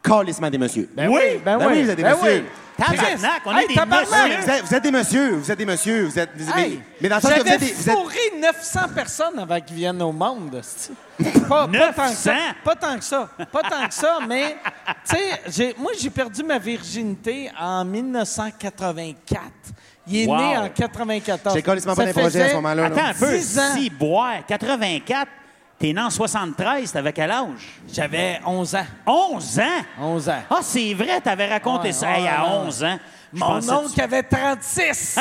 calissement des messieurs.
Ben
Oui.
oui, ben,
Ben
oui,
oui, vous êtes des
ben
messieurs.
oui.
Tabarnak, on
Hey,
est des
tabarnak!
messieurs.
Vous êtes, vous êtes des messieurs, vous êtes des messieurs, vous êtes. vous-
Hein? Hey,
mais, mais dans le sens que vous
j'avais
êtes des. vous êtes-
fourré 900 personnes avant qu'ils viennent au monde. c'ti. Pas, pas tant que ça,
900?
pas tant que ça, pas tant que ça, mais tu sais, j'ai- moi j'ai perdu ma virginité en 1984. Il est
Wow.
né en 94.
J'ai calissement
Ça
pas des projets à ce
faisait-
moment-là. là.
Attends un peu.
Dix ans.
Si, boire, 84, t'es né en 73, t'avais quel âge?
J'avais 11 ans.
11 ans?
11 ans.
Ah, c'est vrai, t'avais raconté
Ouais,
ça
ouais,
Hey, à
ouais.
11 ans. Je
Mon
pensais-
oncle avait 36.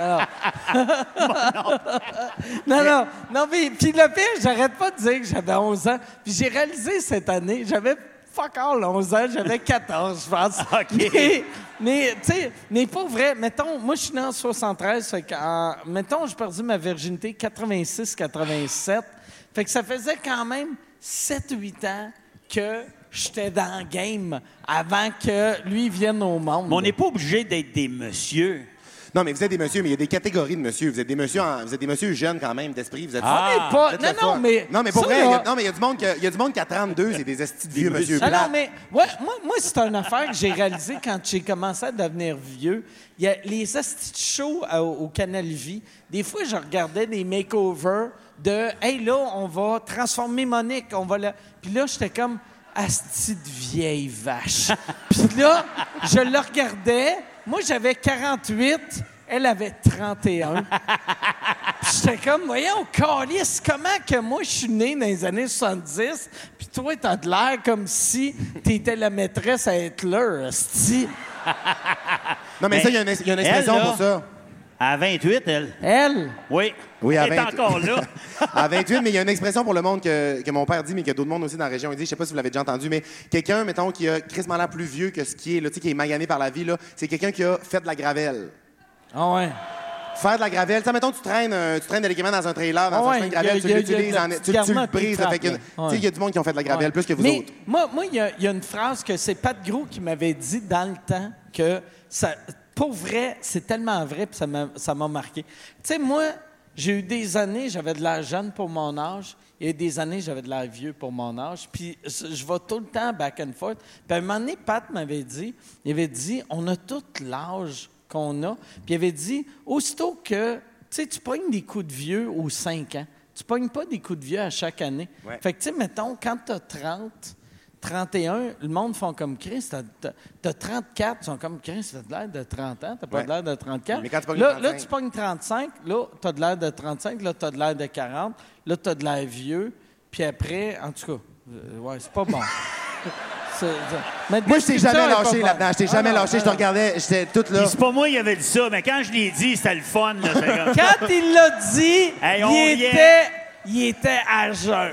Alors. non, non, non, mais puis le pire, j'arrête pas de dire que j'avais 11 ans. Puis j'ai réalisé cette année, j'avais fuck all 11 ans, j'avais 14, je pense.
OK.
Mais, mais, tu sais, mais pas vrai. Mettons, moi, je suis né en 73, fait qu'en- mettons, j'ai perdu ma virginité 86-87. Fait que ça faisait quand même 7-8 ans que j'étais dans le game avant que lui vienne au monde.
Mais on n'est pas obligé d'être des messieurs.
Non, mais vous êtes des messieurs, mais il y a des catégories de messieurs. Vous êtes des messieurs, en- vous êtes des messieurs jeunes quand même, d'esprit. Vous êtes
Ah. On n'est pas-
Vous êtes le
non, non,
fun.
mais
Non, mais pour
ça,
vrai, il y a-
là-
non, mais il y a du monde qui a- il y a du monde qui a 32, c'est des estis de vieux monsieur
Ah
plats.
non, mais ouais, moi, moi c'est une affaire que j'ai réalisée quand j'ai commencé à devenir vieux. Il y a les hosties de show à- au Canal Vie. Des fois, je regardais des makeovers de Hey, là, on va transformer Monique. On va la... Puis là, j'étais comme Asti de vieille vache. Puis là, je le regardais. Moi, j'avais 48. Elle avait 31. Puis j'étais comme, voyons, Calis, comment que moi, je suis né dans les années 70, puis toi, t'as de l'air comme si t'étais la maîtresse à Hitler, esti.
Non, mais ça, il y a une ex- il y a une expression pour ça.
À 28, elle.
Elle?
Oui.
Oui, à
Elle est
28.
encore là.
à 28, mais il y a une expression pour le monde que, que mon père dit, mais que d'autres mondes aussi dans la région disent. Je sais pas si vous l'avez déjà entendu, mais quelqu'un, mettons, qui a crissement l'air plus vieux que ce qui est, là, tu sais, qui est magané par la vie, là, c'est quelqu'un qui a fait de la gravelle.
Ah ouais.
Faire de la gravelle, tu sais, mettons, tu traînes, un- tu traînes de l'équipement dans un trailer, dans
Ah
un
ouais,
chemin de gravelle,
y a-
tu
y a-
l'utilises,
y a
en-
de la
tu,
petite
tu le
garnotte
brises.
qui
ça fait que-
trappe,
Tu
là.
sais, il y a du monde qui ont fait de la gravelle plus que vous
Mais
autres.
Moi, moi, il y, a- il y a une phrase que c'est Pat Gros qui m'avait dit dans le temps que ça, pour vrai, c'est tellement vrai puis ça m'a ça m'a marqué. Tu sais, moi, j'ai eu des années, j'avais de l'air jeune pour mon âge. Il y a eu des années, j'avais de l'air vieux pour mon âge. Puis je je vais tout le temps back and forth. Puis à un moment donné, Pat m'avait dit, il avait dit, on a tout l'âge qu'on a. Puis il avait dit, aussitôt que, tu sais, tu pognes des coups de vieux aux 5 ans, tu pognes pas des coups de vieux à chaque année.
Ouais.
Fait que, tu sais, mettons, quand t'as 30, 31, le monde font comme Chris, t'as- t'as t'as 34, ils sont comme Chris, t'as de l'air de 30 ans, t'as pas
Ouais.
de l'air de 34.
Mais quand tu pognes
là,
35.
là, tu pognes 35, là, t'as de l'air de 35, là, t'as de l'air de 40, là, t'as de l'air vieux, puis après, en tout cas, euh, ouais, c'est pas bon. C'est- c'est-
Moi,
ma
je t'ai
description
jamais
est pas
lâché
bonne.
là-dedans. Je t'ai
Ah
jamais
non,
lâché.
ah
Je te
non.
regardais, j'étais toute là.
Puis c'est pas moi qui avait dit ça, mais quand je l'ai dit, c'était le fun. Là, c'était comme-
Quand il l'a dit,
Hey, on
il,
riait.
était, il était à jeun.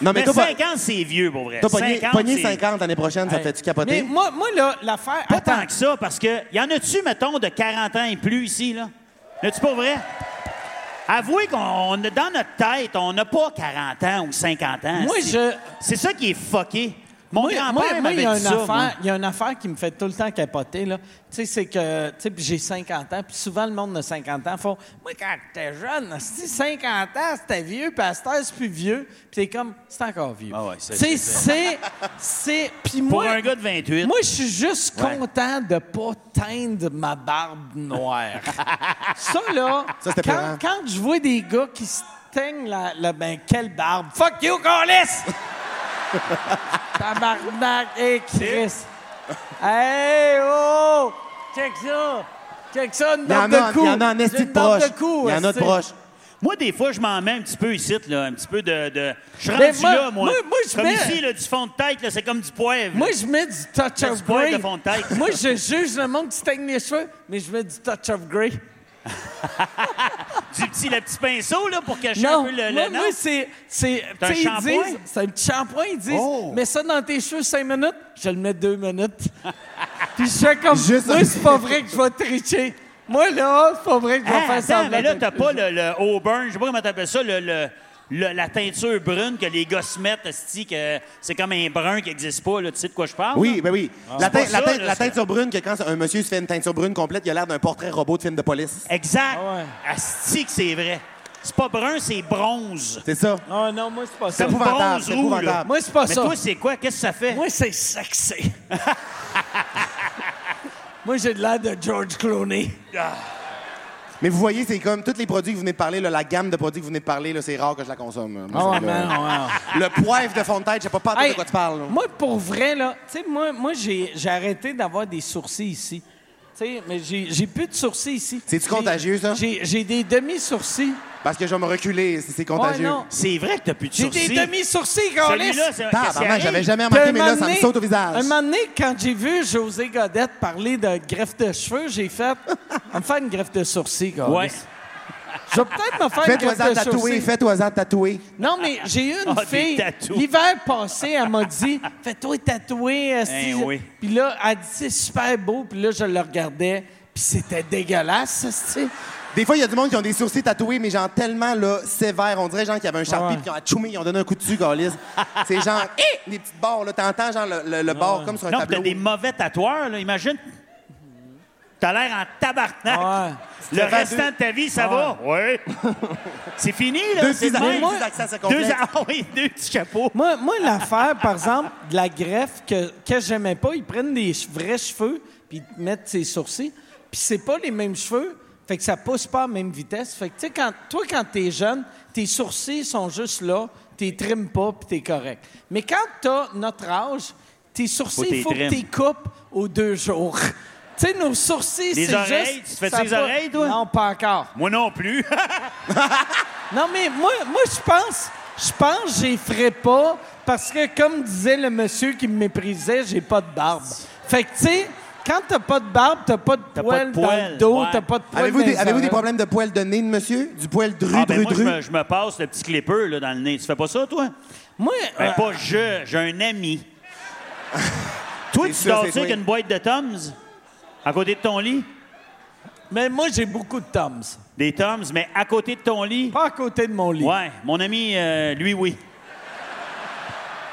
Non, mais
mais
toi, pas-
50, c'est vieux, pour vrai.
t'as pogné
50,
pogné
c'est-
50 l'année prochaine, ça
Hey.
fait-tu
Mais
capoter?
moi, moi là, l'affaire.
Pas
attends.
tant que ça, parce que y en a-tu, mettons, de 40 ans et plus ici, là? Y en a-tu pas vrai? Avouez qu'on on a dans notre tête, on n'a pas 40 ans ou 50 ans.
Moi,
c'est-
je-
C'est ça qui est fucké. Mon
moi,
grand-père
moi, il y
m'avait
a
dit
une
ça. moi.
affaire, il y a une affaire qui me fait tout le temps capoter là. Tu sais c'est que tu sais puis j'ai 50 ans, puis souvent le monde de 50 ans font moi quand j'étais jeune, si 50 ans, c'était vieux, puis à cette heure, c'est plus vieux, puis t'es comme c'est encore vieux.
Ah ouais, ça,
Tu sais,
c'est-
c'est c'est puis
Pour
moi
un gars de 28.
moi je suis juste content de pas teindre ma barbe noire. ça là,
Ça, c'était
quand,
peurant.
quand je vois des gars qui se teignent la, la ben quelle barbe. Fuck you, Carlis! Tabarnak et Chris. Hey, oh! Check ça! Check ça, une
Il y en
barbe
a-
de
il
cou!
y en a en
J'ai
esti
une
de
barbe
proche.
de cou,
Il y en a de
esti.
proche.
Moi, des fois, je m'en mets un petit peu ici, là, un petit peu de. de... Je suis
Mais
rendu
Ben, moi-
là, moi.
moi- moi, je
comme
mets-
ici, là, du fond de tête, là, c'est comme du poivre.
Moi, je mets du touch
Du
of
poil
grey.
de fond de tête.
Moi, je juge le monde qui se teigne les cheveux, mais je mets du touch of grey.
Du petit, le petit pinceau là, pour cacher
Non,
un peu le, le
moi,
nom.
moi, c'est... c'est
T'as
tu sais,
un
ils
shampoing?
disent- C'est un petit shampoing, ils disent.
Oh.
Mets ça dans tes cheveux cinq minutes, je le mets deux minutes. Puis je fais comme...
Juste-
Moi, c'est pas vrai que je vais tricher. Moi, là, c'est pas vrai que je vais
Ah,
faire ça.
attends, mais là, t'as pas le, le auburn, je sais pas comment t'appelles ça, le, le- le- la teinture brune que les gars se mettent, esti, que c'est comme un brun qui n'existe pas, là, tu sais de quoi je parle?
Oui,
là?
ben oui.
Ah,
La, teinte-
C'est pas
la,
ça,
teinte-
là,
la
c'est-
teinture brune, que quand un monsieur se fait une teinture brune complète, il a l'air d'un portrait robot de film de police.
Exact.
Ah ouais.
Asti que c'est vrai. C'est pas brun, c'est bronze.
C'est ça.
Non, non, moi, c'est pas
C'est
ça.
épouvantable.
bronze
C'est
roux, là.
épouvantable.
Moi, c'est pas
Mais
ça.
toi, c'est quoi? Qu'est-ce que ça fait?
Moi, c'est sexy. Moi, j'ai de l'air de George Clooney.
Mais vous voyez, c'est comme tous les produits que vous venez de parler, là, la gamme de produits que vous venez de parler, là, c'est rare que je la consomme. là. Moi,
Ah ouais,
c'est le-
non, non, non.
Le poivre de fond de tête, je sais pas pas de quoi tu parles. là.
Moi, pour vrai, là, tu sais, moi, moi j'ai, j'ai arrêté d'avoir des sourcils ici. Tu sais, mais j'ai, j'ai plus de sourcils ici.
C'est-tu
J'ai-
contagieux, ça?
J'ai, j'ai des demi-sourcils.
Parce que je vais me reculer si c'est
Ouais,
contagieux.
non.
C'est vrai que t'as plus de
J'ai
sourcils.
des demi-sourcils, Carlis.
Celui-là, c'est qu'est-ce qui
Tabarnak,
arrive?
j'avais jamais
Puis
remarqué,
un
mais là,
moment
ça me
donné-
saute au visage.
Un moment donné, quand j'ai vu José Godette parler de greffe de cheveux, j'ai fait... On me faire une greffe de sourcils, Carlis.
Ouais.
Je vais peut-être me faire une
Faites-toi
greffe de
tatouer,
sourcils.
faites-toi tatouer.
Non, mais j'ai eu une
Ah, des
fille.
tatous.
L'hiver passé, elle m'a dit Fais-toi tatouer. euh, si
Hein,
je-
oui.
Puis là, elle dit C'est super beau. Puis là, je le regardais. Puis c'était dégueulasse, tu
Des fois, il y a du monde qui ont des sourcils tatoués, mais genre tellement là, sévères. On dirait genre qu'il y avait un
Ah ouais.
charpie puis qui ont atchoumé, ils ont donné un coup dessus, Gaulis. c'est genre, hé, des petites barres, là. T'entends genre le, le, le bord comme sur un
Non, puis
tableau.
t'as des mauvais tatoueurs, là, imagine. T'as l'air en tabarnak. Le
Ça fait
restant
deux-
de ta vie, ça va? Oui. c'est fini, là.
Deux
c'est
petits
de même.
accents, deux accents, ça
Deux
complète.
a- ah oui, deux petits chapeaux.
Moi, moi l'affaire, par exemple, de la greffe que, que j'aimais pas, ils prennent des che- vrais cheveux puis ils te mettent ses sourcils, puis c'est pas les mêmes cheveux, fait que ça pousse pas à la même vitesse. Fait que, tu sais, quand, toi, quand t'es jeune, tes sourcils sont juste là, t'es trimes pas puis t'es correct. Mais quand t'as notre âge,
Faut
tes
t'es
sourcils, faut,
trim.
que t'es coupes aux deux jours. tu sais, nos sourcils,
Les
c'est juste...
oreilles, tu te fais
ça
tes
a pas-
oreilles, toi?
Non, pas encore.
Moi non plus.
Non, mais moi, moi je pense, je pense que j'y ferai pas parce que, comme disait le monsieur qui me méprisait, j'ai pas de barbe. Fait que, tu sais, quand t'as pas de barbe, t'as pas de
pas
poil
de
dans
poil,
le dos,
ouais.
t'as pas de poil
Avez-vous
dans
des,
les
avez-vous des
oreilles.
problèmes de poils de nez de monsieur? Du poil dru,
Ah, ben,
dru,
moi, je
dru? Euh.
me, je me passe le petit clipper là, dans le nez. Tu fais pas ça, toi?
Moi,
Ben,
euh,
pas je, j'ai un ami. toi,
C'est
tu
ça,
dors-tu
c'est
avec
toi.
une boîte de Tom's à côté de ton lit?
mais moi, j'ai beaucoup de toms.
Des Tom's, mais à côté de ton lit?
Pas à côté de mon lit.
Ouais, mon ami, euh, lui, oui.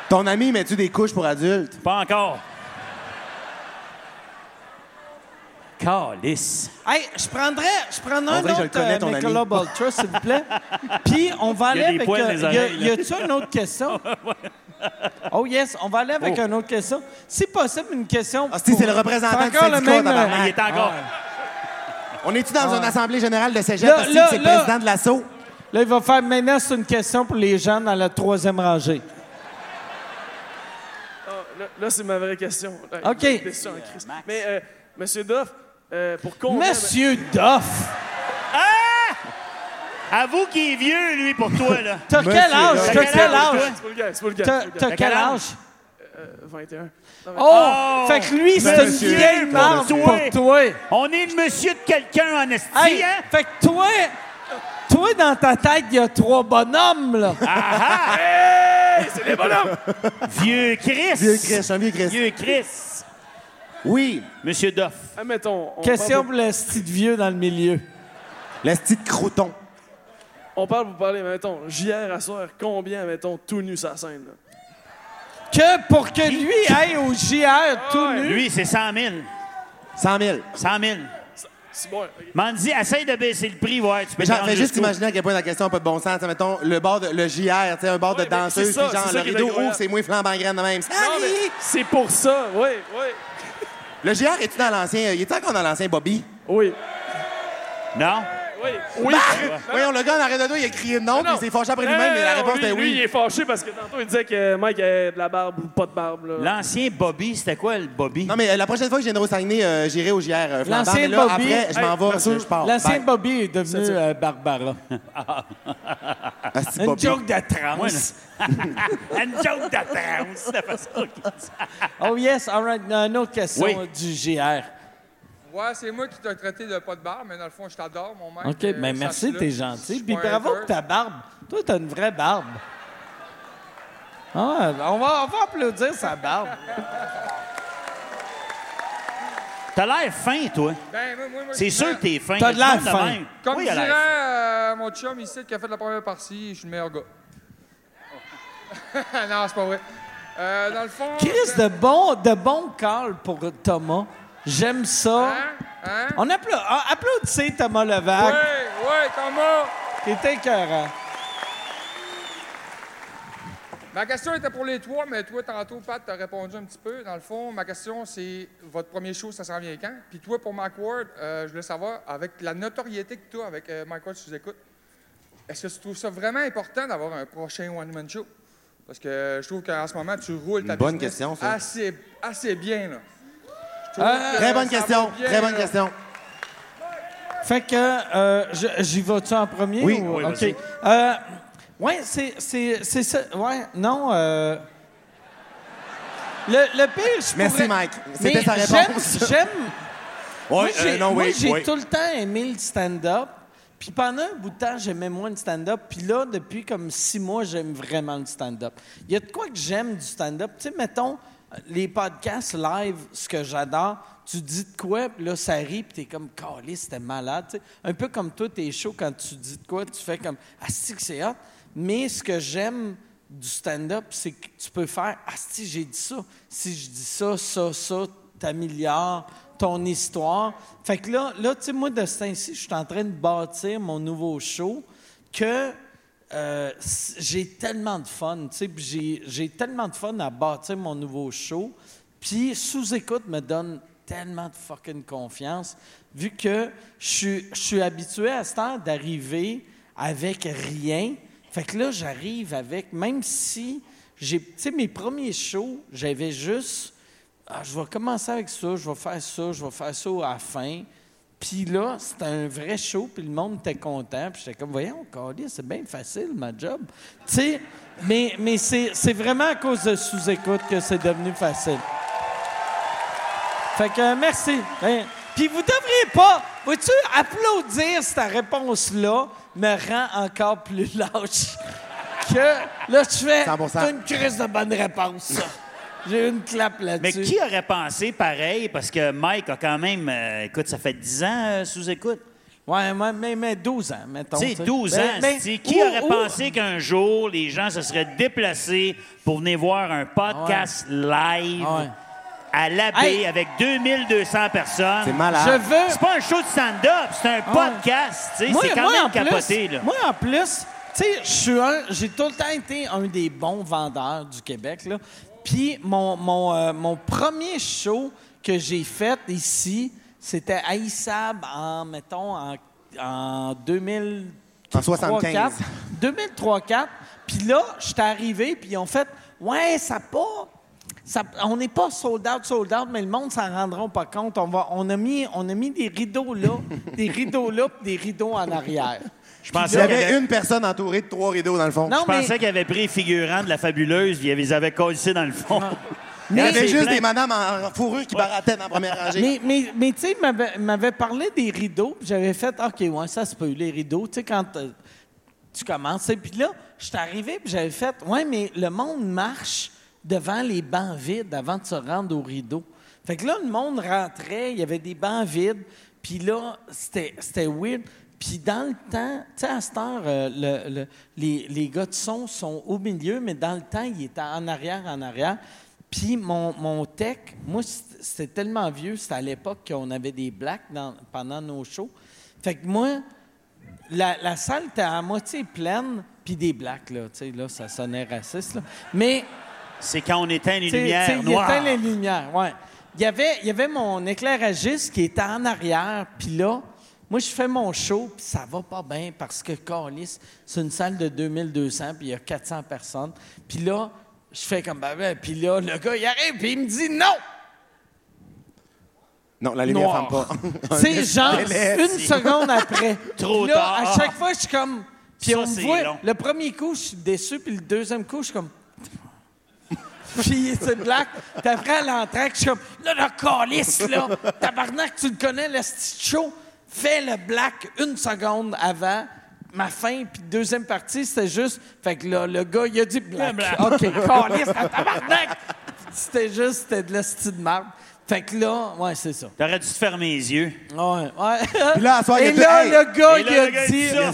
Ton ami, mets-tu des couches pour adultes?
Pas encore. Calice.
Hey, je prendrais, je prendrais
On dirait que je
un
le
autre
connais,
euh,
ton ami.
Michelob Ultra, s'il vous plaît. Puis on va
Il y
aller
a des
avec.
poils
euh,
des
y a-
oreilles, là.
y a-tu une autre question? oh yes, on va aller avec une autre question. Si possible, une question.
Ah, si, c'est le représentant
C'est
du
encore le
syndicat,
même. euh,
tabarnak.
Ah, il est encore.
On est-tu dans une assemblée générale de cégep
Là,
parce que
là,
c'est le
là.
président de l'assaut?
Là, il va faire maintenant, c'est une question pour les gens dans la troisième rangée.
Ah, là, là, c'est ma vraie question. Là,
OK.
j'ai une question en crise. Mais, euh, Monsieur Duff, euh, pour combien...
Monsieur Doff,
ah.
Ah! Avoue qu'il est vieux, lui, pour toi, là.
t'as
Monsieur
quel âge?
Doff.
T'as
T'as quel
quel âge,
âge?
C'est pas le gars, c'est pas le gars. c'est
T'as
pas le gars.
t'as quel
quel âge?
âge?
Euh, 21.
Oh! Fait que lui, c'est une
Monsieur
vieille
Doff.
marde pour
Toi.
toi.
On est le monsieur de quelqu'un, en esti,
Hey,
hein?
fait que toi, toi, dans ta tête, il y a trois bonhommes, là.
Ah, Vieux Chris.
Vieux Chris, un vieux Chris.
Vieux Chris.
Oui,
Monsieur Duff.
Admettons, on
Question
parle
pour le style vieux dans le milieu.
le petit crouton.
pour- on parle pour parler, mais mettons, JR à soir, combien, mettons, tout nu sa scène? là?
Que pour que lui aille au JR tout nu.
Lui, c'est 100 000.
100 000.
100 000.
C'est bon, OK.
Mandy, essaye de baisser le prix, ouais. Tu peux
Mais j'en
te rendre
fais juste
jusqu'où.
imaginer à quel point la question n'a pas de bon sens. T'sais, mettons, le bord de, le JR, t'sais, un bord
Ouais,
de
mais
danseuse,
c'est
puis
ça,
genre,
c'est
le
ça qui est
rideau haut,
incroyable.
c'est moins flambant graine de même.
Non, mais
Salut!
c'est pour ça, oui, oui.
Le JR, est-tu dans l'ancien, euh, il est encore dans l'ancien Bobby?
Oui,
Non?
oui, oui.
Voyons, le gars en arrêt de deux, il a crié non, puis il s'est fâché après lui-même, mais la réponse
lui,
était
Lui, il
oui.
est fâché parce que tantôt, il disait que Mike avait de la barbe ou pas de barbe. Là.
L'ancien Bobby, c'était quoi le Bobby?
Non, mais euh, la prochaine fois que je viendrai au Saguenay, euh, j'irai au JR euh, flambant.
L'ancien
mais là,
Bobby.
Après, je
Hey,
m'en vais,
merci.
je, je pars.
L'ancien
Ben,
Bye.
Bobby est devenu euh, Barbara.
Ah, c'est
Une
Bobby.
joke de trans.
Une joke de trans, de façon qu'il dit.
Oh yes, all right. Une autre question
Oui.
euh, du JR.
Ouais, c'est moi qui t'ai traité de pas de barbe, mais dans le fond, je t'adore, mon mec.
OK,
Euh,
ben merci,
sache-le.
t'es
Je
gentil.
suis
Puis
pas
bravo
un
pour ta barbe. Toi, t'as une vraie barbe. Ah, on va, on va applaudir sa barbe.
T'as l'air fin, toi.
Ben, moi, moi, moi,
C'est
je suis
sûr que
prêt.
t'es fin.
T'as de l'air
Quelqu'un
fin.
même.
Comme
Oui, il a
dirait
l'air fin.
euh, mon chum ici qui a fait la première partie, je suis le meilleur gars. non, c'est pas vrai. Euh, dans le fond.
Chris, de bon, de bon call pour Thomas. J'aime ça.
Hein? Hein?
On appla- ah, applaudissez Thomas Levac,
Ouais, ouais, Thomas!
qui est écœurant.
Ma question était pour les trois, mais toi, tantôt, Pat, t'as répondu un petit peu. Dans le fond, ma question, c'est votre premier show, ça s'en vient quand? Puis toi, pour Mike Ward, euh, je voulais savoir, avec la notoriété que tu as avec euh, Mike Ward, si tu nous écoutes, est-ce que tu trouves ça vraiment important d'avoir un prochain one-man show? Parce que euh, je trouve qu'en ce moment, tu roules ta
Une bonne
business
question, ça.
Assez, assez bien, là. Je trouve
Euh,
que
Très bonne
ça va
question,
bien,
très bonne
là.
question.
Fait que euh, je- j'y vas-tu en premier?
Oui,
ou-
oui,
OK.
vas-y.
Euh, ouais, c'est, c'est, c'est ça. Ouais, non. euh, Le, le pire, je
Merci,
pourrais-
Mike. C'était
Mais
sa réponse.
J'aime. j'aime... moi,
euh,
j'ai,
non,
moi,
oui,
j'ai
oui.
tout le temps aimé le stand-up. Puis pendant un bout de temps, j'aimais moins le stand-up. Puis là, depuis comme six mois, j'aime vraiment le stand-up. Il y a de quoi que j'aime du stand-up. Tu sais, mettons, euh, les podcasts live, ce que j'adore, tu dis de quoi, puis là, ça rit, puis t'es comme, calé, c'était malade. tu sais. Un peu comme toi, t'es chaud quand tu dis de quoi, tu fais comme, asti que c'est hot. Mais ce que j'aime du stand-up, c'est Ah, que tu peux faire, asti, j'ai dit ça. Si je dis ça, ça, ça, t'améliores, ton histoire. Fait que là, là tu sais, moi, de ce temps-ci, je suis en train de bâtir mon nouveau show que euh, c- j'ai tellement de fun, tu sais, puis j'ai, j'ai tellement de fun à bâtir mon nouveau show. Puis sous-écoute me donne tellement de fucking confiance, vu que je suis- je suis habitué à ce temps d'arriver avec rien. Fait que là, j'arrive avec, même si, j'ai, tu sais, mes premiers shows, j'avais juste, Ah, je vais commencer avec ça, je vais faire ça, je vais faire ça à la fin. Puis là, c'était un vrai show, puis le monde était content. Puis j'étais comme, voyons, câlisse, c'est bien facile, ma job. Tu sais, mais, mais c'est, c'est vraiment à cause de sous-écoute que c'est devenu facile. Fait que euh, merci. Ben, Puis vous devriez pas, vois-tu, applaudir cette réponse-là me rend encore plus lâche que là, tu fais
100%.
t'as une crise de bonne réponse. ça. J'ai une clap
Mais
là-dessus.
qui aurait pensé pareil? Parce que Mike a quand même. euh, écoute, ça fait 10 ans euh, sous écoute.
Ouais, moi, mais, mais 12 ans, mettons.
Tu sais, 12 ans,
Ben, ben,
c'est-tu, qui
ou-
aurait
ou-
pensé qu'un jour, les gens se seraient déplacés pour venir voir un podcast live
Ah ouais.
à l'abbé
Hey!
avec 2200 personnes?
C'est malade.
Je veux-
C'est pas un show de stand-up, c'est un podcast. tu sais,
Ah, Moi-
C'est quand
moi, en
même
plus-
capoté. là.
Moi, en plus, tu sais, je suis un- j'ai tout le temps été un des bons vendeurs du Québec, là. Puis mon, mon, euh, mon premier show que j'ai fait ici, c'était à Issab en, mettons, en, en 2000.
En 75.
2003-4. Puis là, j'étais arrivé, puis ils ont fait Ouais, ça pas. ça- on n'est pas sold out, sold out, mais le monde s'en rendra pas compte. On, va, on, a mis, on a mis des rideaux là, des rideaux là, puis des rideaux en arrière.
Je
Il y
pensais qu'il
avait
avait,
une personne entourée de trois rideaux, dans le fond.
Non,
je
mais.
pensais qu'il avait pris les figurants de la fabuleuse, puis ils les avaient collés dans le fond.
Il y
c'est
avait juste
plein.
des madames en fourrure qui barataient dans la première rangée.
Mais, mais, mais tu sais, il m'avait- il m'avait parlé des rideaux, puis j'avais fait OK, ouais, ça se peut, les rideaux. Tu sais, quand euh, tu commences. tu sais, Puis là, je suis arrivé, puis j'avais fait Ouais, mais le monde marche devant les bancs vides avant de se rendre aux rideaux. Fait que là, le monde rentrait, il y avait des bancs vides, puis là, c'était c'était weird. Puis dans le temps, tu sais, à cette heure, euh, le- le- les, les gars de son sont au milieu, mais dans le temps, ils étaient en arrière, en arrière. Puis mon, mon tech, moi, c'est- c'était tellement vieux, c'était à l'époque qu'on avait des blacks dans- pendant nos shows. Fait que moi, la, la salle était à moitié pleine, puis des blacks, là, tu sais, là, ça sonnait raciste, là. Mais,
C'est quand on éteint les
tu sais, tu sais,
lumières
il
noires.
éteint les lumières, ouais. Il y avait, il y avait mon éclairagiste qui était en arrière, puis là, moi, je fais mon show, puis ça va pas bien, parce que, Carlis, c'est une salle de 2200, puis il y a 400 personnes. Puis là, je fais comme, ben, ben, puis là, le gars, il arrive, puis il me dit non!
Non, la lumière
Noir.
ne ferme pas.
C'est genre
délai.
une seconde après.
Trop
Puis là,
tard.
À chaque fois, je suis comme. Puis
Ça,
on me
c'est
voit.
long.
Le premier coup, je suis déçu. Puis le deuxième coup, je suis comme. puis c'est black. Puis après, à l'entraque, je suis comme. Là, le calice, là. Tabarnak, tu le connais, le petit show. Fais le black une seconde avant. Ma fin, puis deuxième partie, c'était juste. Fait que là, le gars, il a dit black.
Le black.
OK, calice, tabarnak. C'était juste, c'était de la style de marde. Fait que là, ouais, c'est ça.
T'aurais dû te fermer les yeux.
Ouais, ouais.
Puis là, à soir, il
Et
a dit,
là,
hey.
le gars,
Et là,
Oh, il a
le gars,
dit...
il dit ça.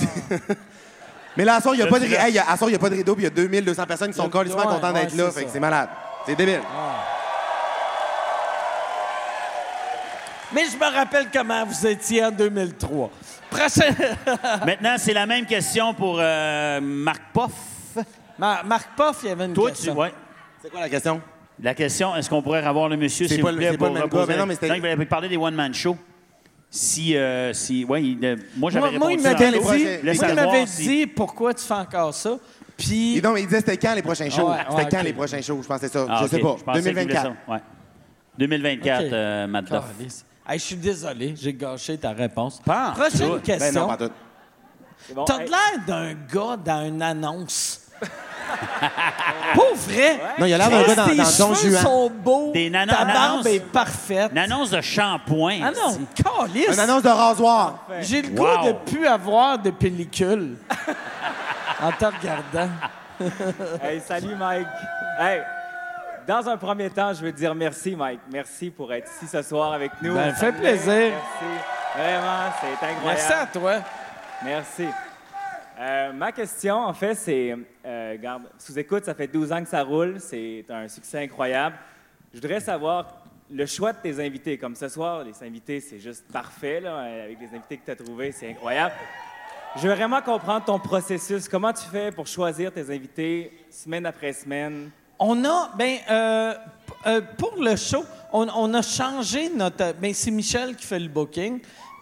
Mais là, à soir, il n'y a,
Je
pas de
suis
ri-
là.
hey, à soir, il y a pas de rideau, puis il y a 2200 personnes qui sont
Ouais,
colissement contentes
ouais,
d'être là.
c'est
Fait que
ça.
c'est malade. C'est débile.
Mais je me rappelle comment vous étiez en 2003. Prochain...
Maintenant, c'est la même question pour euh, Marc Poff.
Ma- Marc Poff, il y avait une
Toi, tu.
question.
Ouais.
C'est quoi la question?
La question, est-ce qu'on pourrait revoir le monsieur,
C'est
s'il
pas
vous
le-
plaît,
c'est pas le
pour
même
reposer
gars, mais non, mais
la-
c'était-
Non, il voulait parler des one-man shows. Si, euh, si, ouais, il- euh, moi, j'avais
Moi,
répondu
moi, il
ça
m'avait
tantôt.
dit,
prochains-
Laisse
moi, il
savoir
m'avait
si-
dit pourquoi tu fais encore ça. Puis,
Et donc, il disait, c'était quand les prochains shows?
Ouais, ouais,
c'était quand
ok.
les prochains shows? Je pensais ça.
Ah,
je
ok,
sais pas.
pensais qu'il voulait
2024.
ça, ouais. 2024,
Ok.
euh, Matt Duff.
Calisse. Hey, je suis désolé, j'ai gâché ta réponse.
Pas en
Prochaine
tout.
Ben non,
question.
pas en tout.
T'as de l'air d'un gars dans une annonce. Pour vrai?
Non, il a l'air d'un gars dans-
Tes
dans Don
cheveux
Juan.
sont beaux,
Des nanas-
ta barbe
annonces.
est parfaite.
Une annonce de shampoing.
Ah non, calisse.
Une annonce de rasoir.
J'ai le
Wow.
goût de plus avoir de pellicule en te regardant.
Hey, salut Mike. Hey, dans un premier temps, je veux te dire merci Mike. Merci pour être ici ce soir avec nous.
Ben,
Ça
fait
me-
plaisir.
Merci. Vraiment, c'est incroyable.
Merci à toi.
Merci. Euh, ma question, en fait, c'est, euh, regarde, sous écoute, ça fait 12 ans que ça roule, c'est un succès incroyable. Je voudrais savoir le choix de tes invités. Comme ce soir, les invités, c'est juste parfait. Là, euh, avec les invités que tu as trouvés, c'est incroyable. Je veux vraiment comprendre ton processus. Comment tu fais pour choisir tes invités semaine après semaine?
On a, ben, euh, p- euh, pour le show, on, on a changé notre. Ben, c'est Michel qui fait le booking.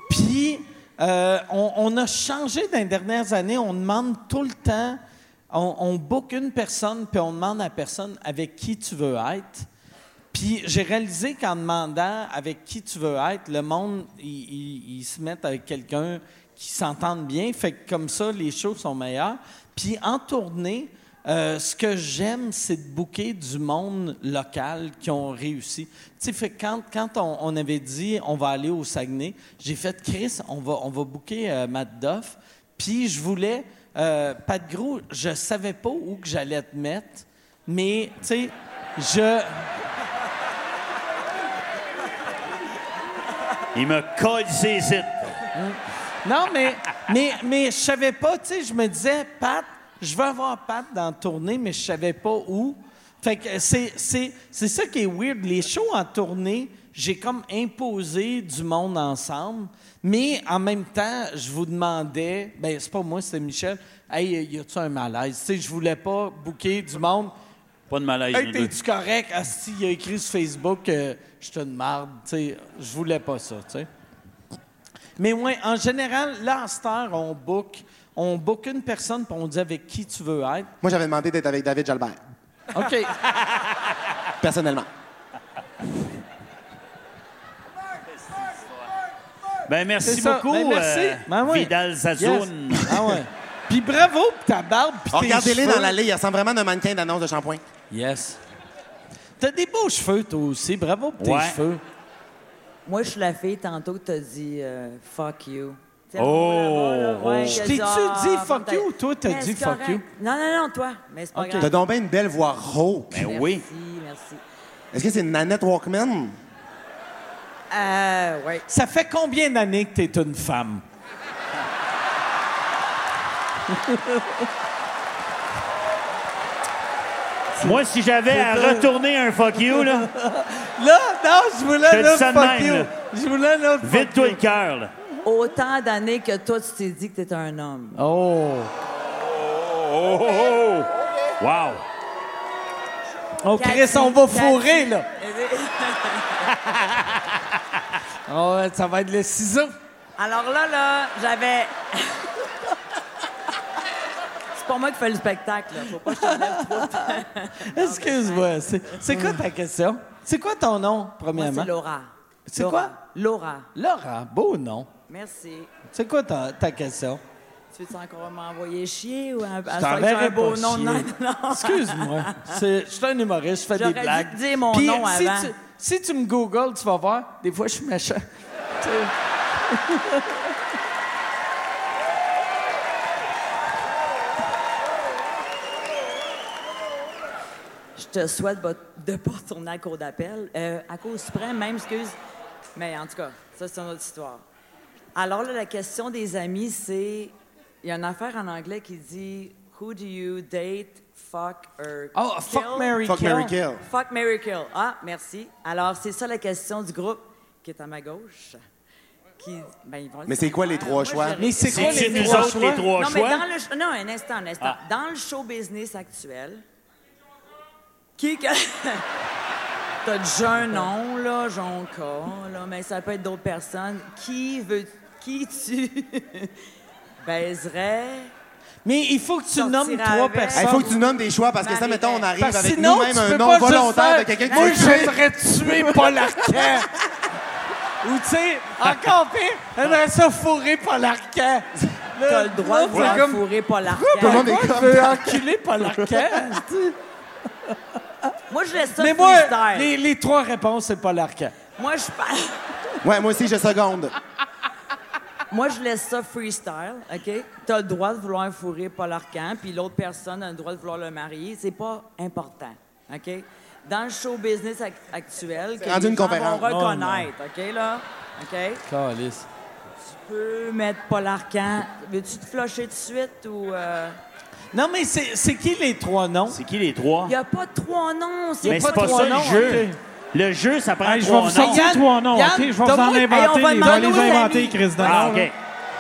Puis, euh, on, on a changé dans les dernières années. On demande tout le temps. On, on book une personne, puis on demande à la personne avec qui tu veux être. Puis j'ai réalisé qu'en demandant avec qui tu veux être, le monde, ils- ils ils se mettent avec quelqu'un qui s'entende bien. Fait que comme ça, les shows sont meilleurs. Puis en tournée, euh, ce que j'aime, c'est de booker du monde local qui ont réussi. Tu sais, fait que quand, quand on, on avait dit on va aller au Saguenay, j'ai fait Chris, on va, on va booker euh, Matt Duff. Puis je voulais, euh, pas de gros, je savais pas où que j'allais te mettre, mais tu sais, je.
Il me colle ses zittes.
Non, mais, mais, mais je savais pas, tu sais, je me disais, Pat, je veux avoir Pat dans la tournée, mais je savais pas où. Fait que c'est, c'est, c'est ça qui est weird. Les shows en tournée, j'ai comme imposé du monde ensemble, mais en même temps, je vous demandais, ben c'est pas moi, c'est Michel, hey, y a-tu un malaise? Tu sais, je voulais pas bouquer du monde.
Pas de malaise.
Hey,
nous deux.
t'es-tu correct? Asti, il a écrit sur Facebook que je te marde, tu sais, je voulais pas ça, tu sais. Mais ouais, en général, là, à cette heure, on book, on book une personne puis on dit avec qui tu veux être.
Moi, j'avais demandé d'être avec David Jalbert,
OK.
personnellement.
Ben, merci
C'est ça.
beaucoup,
Ben, merci.
euh,
Ben ouais.
Vidal Zazoun.
Yes. Ah ouais. Puis bravo pour ta barbe puis
Oh,
tes
Regardez-les
cheveux.
dans l'allée, il ressemble vraiment à un mannequin d'annonce de shampoing.
Yes. T'as des beaux cheveux, toi aussi. Bravo pour tes
Ouais.
cheveux.
Moi, je suis la fille, tantôt, que t'as dit euh, fuck you. T'sais,
Oh!
vraiment, là, ouais,
Oh!
que
Je
t'ai-tu
genre,
dit fuck
peut-être-
you ou toi, t'as
Mais
dit
c'est
fuck
correct.
you?
Non, non, non, toi. Mais c'est pas
T'as
grave.
donc bien une belle voix rauque.
Ben
Merci,
oui.
merci.
Est-ce que c'est Nanette Walkman?
Euh, ouais.
Ça fait combien d'années que t'es une femme?
Moi, si j'avais à retourner un fuck you, là,
Là, non, je voulais
Je te
un
dis ça
autre
de
fuck
même,
you.
là.
Je voulais un autre fuck
vide-toi le cœur, là.
Autant d'années que toi, tu t'es dit que t'étais un homme.
Oh.
Oh, oh, oh. Wow.
Oh, Chris, on va fourrer, là. Oh, ouais, ça va être le ciseau.
Alors là, là, j'avais. c'est pas moi qui fais le spectacle, là. Faut pas que je te lève trop.
Excuse-moi. C'est c'est quoi ta question? C'est quoi ton nom,
Moi,
premièrement?
c'est Laura.
C'est
Laura.
quoi?
Laura.
Laura, beau nom.
Merci.
C'est quoi ta, ta question?
Tu veux encore m'envoyer chier ou un,
Je
un,
t'enverrai
un beau
pas
nom?
chier.
Non, non, non.
Excuse-moi. C'est- Je suis un humoriste, je fais des
J'aurais dû
blagues.
te dire mon
Puis,
nom
si
avant.
Tu, si tu me googles, tu vas voir, des fois, je suis méchant. Tu sais.
Je te souhaite bo- de ne pas retourner à la cour d'appel. Euh, à cause suprême, même, excuse. Mais en tout cas, ça, c'est une autre histoire. Alors là, la question des amis, c'est... Il y a une affaire en anglais qui dit « Who do you date, fuck or
Oh, fuck,
kill?
marry,
Fuck,
kill.
marry, kill.
Fuck, marry, kill. Ah, merci. Alors, c'est ça la question du groupe qui est à ma gauche. Qui, ben, ils vont le
Mais c'est quoi les trois
savoir. Moi,
choix?
je le
Mais c'est quoi
C'est
les
nous
trois
autres,
choix?
les trois
non,
choix.
mais dans le sh- non, un instant, un instant.
Ah.
Dans le show business actuel, qui que... T'as déjà un nom, là, Jonca, là, mais ça peut être d'autres personnes. Qui veut... Qui tu baiserais?
Mais il faut que tu
Sortir
nommes trois
avec.
Il
personnes.
faut que tu nommes des choix parce que ça,
Marie-Hélène.
mettons, on arrive
Parce que
avec
sinon,
nous-mêmes
tu
un
peux
nom
pas juste
volontaire
faire,
de quelqu'un qui
Moi,
veut tuer.
j'aimerais tuer Paul Arcand. Ou, tu sais, encore pire, j'aimerais ça fourrer Paul Arcand.
T'as le droit de
faire
vouloir fourrer Paul
Tout le
Arcand.
monde est
Je
comme
veux enculer Paul Arcand. tu sais.
Moi, je laisse ça
Mais moi,
freestyle.
les, les trois réponses, c'est Paul Arcand.
Moi, je parle...
Ouais, moi aussi, je seconde.
Moi, je laisse ça freestyle, OK? T'as le droit de vouloir fourrer Paul Arcand, puis l'autre personne a le droit de vouloir le marier. C'est pas important, OK? Dans le show business ac- actuel, que
rendu
les
une
gens
conférence.
vont reconnaître, OK, là? OK?
Calice.
Tu peux mettre Paul Arcand. Veux-tu te flusher tout de suite ou... euh,
Non, mais c'est c'est qui les trois noms?
C'est qui les trois?
Il n'y a pas trois noms, c'est
Mais
pas
c'est pas
trois
ça le
noms.
jeu.
ok.
Le jeu, ça prend
Hey, je vais
trois
vous
noms.
sortir trois noms,
Yann,
OK? Je vais vous
t'as
en
moi- Hey, on
inventer.
va
Je vais
demander
les
aux
inventer,
amis.
Chris Dance.
Ah, OK.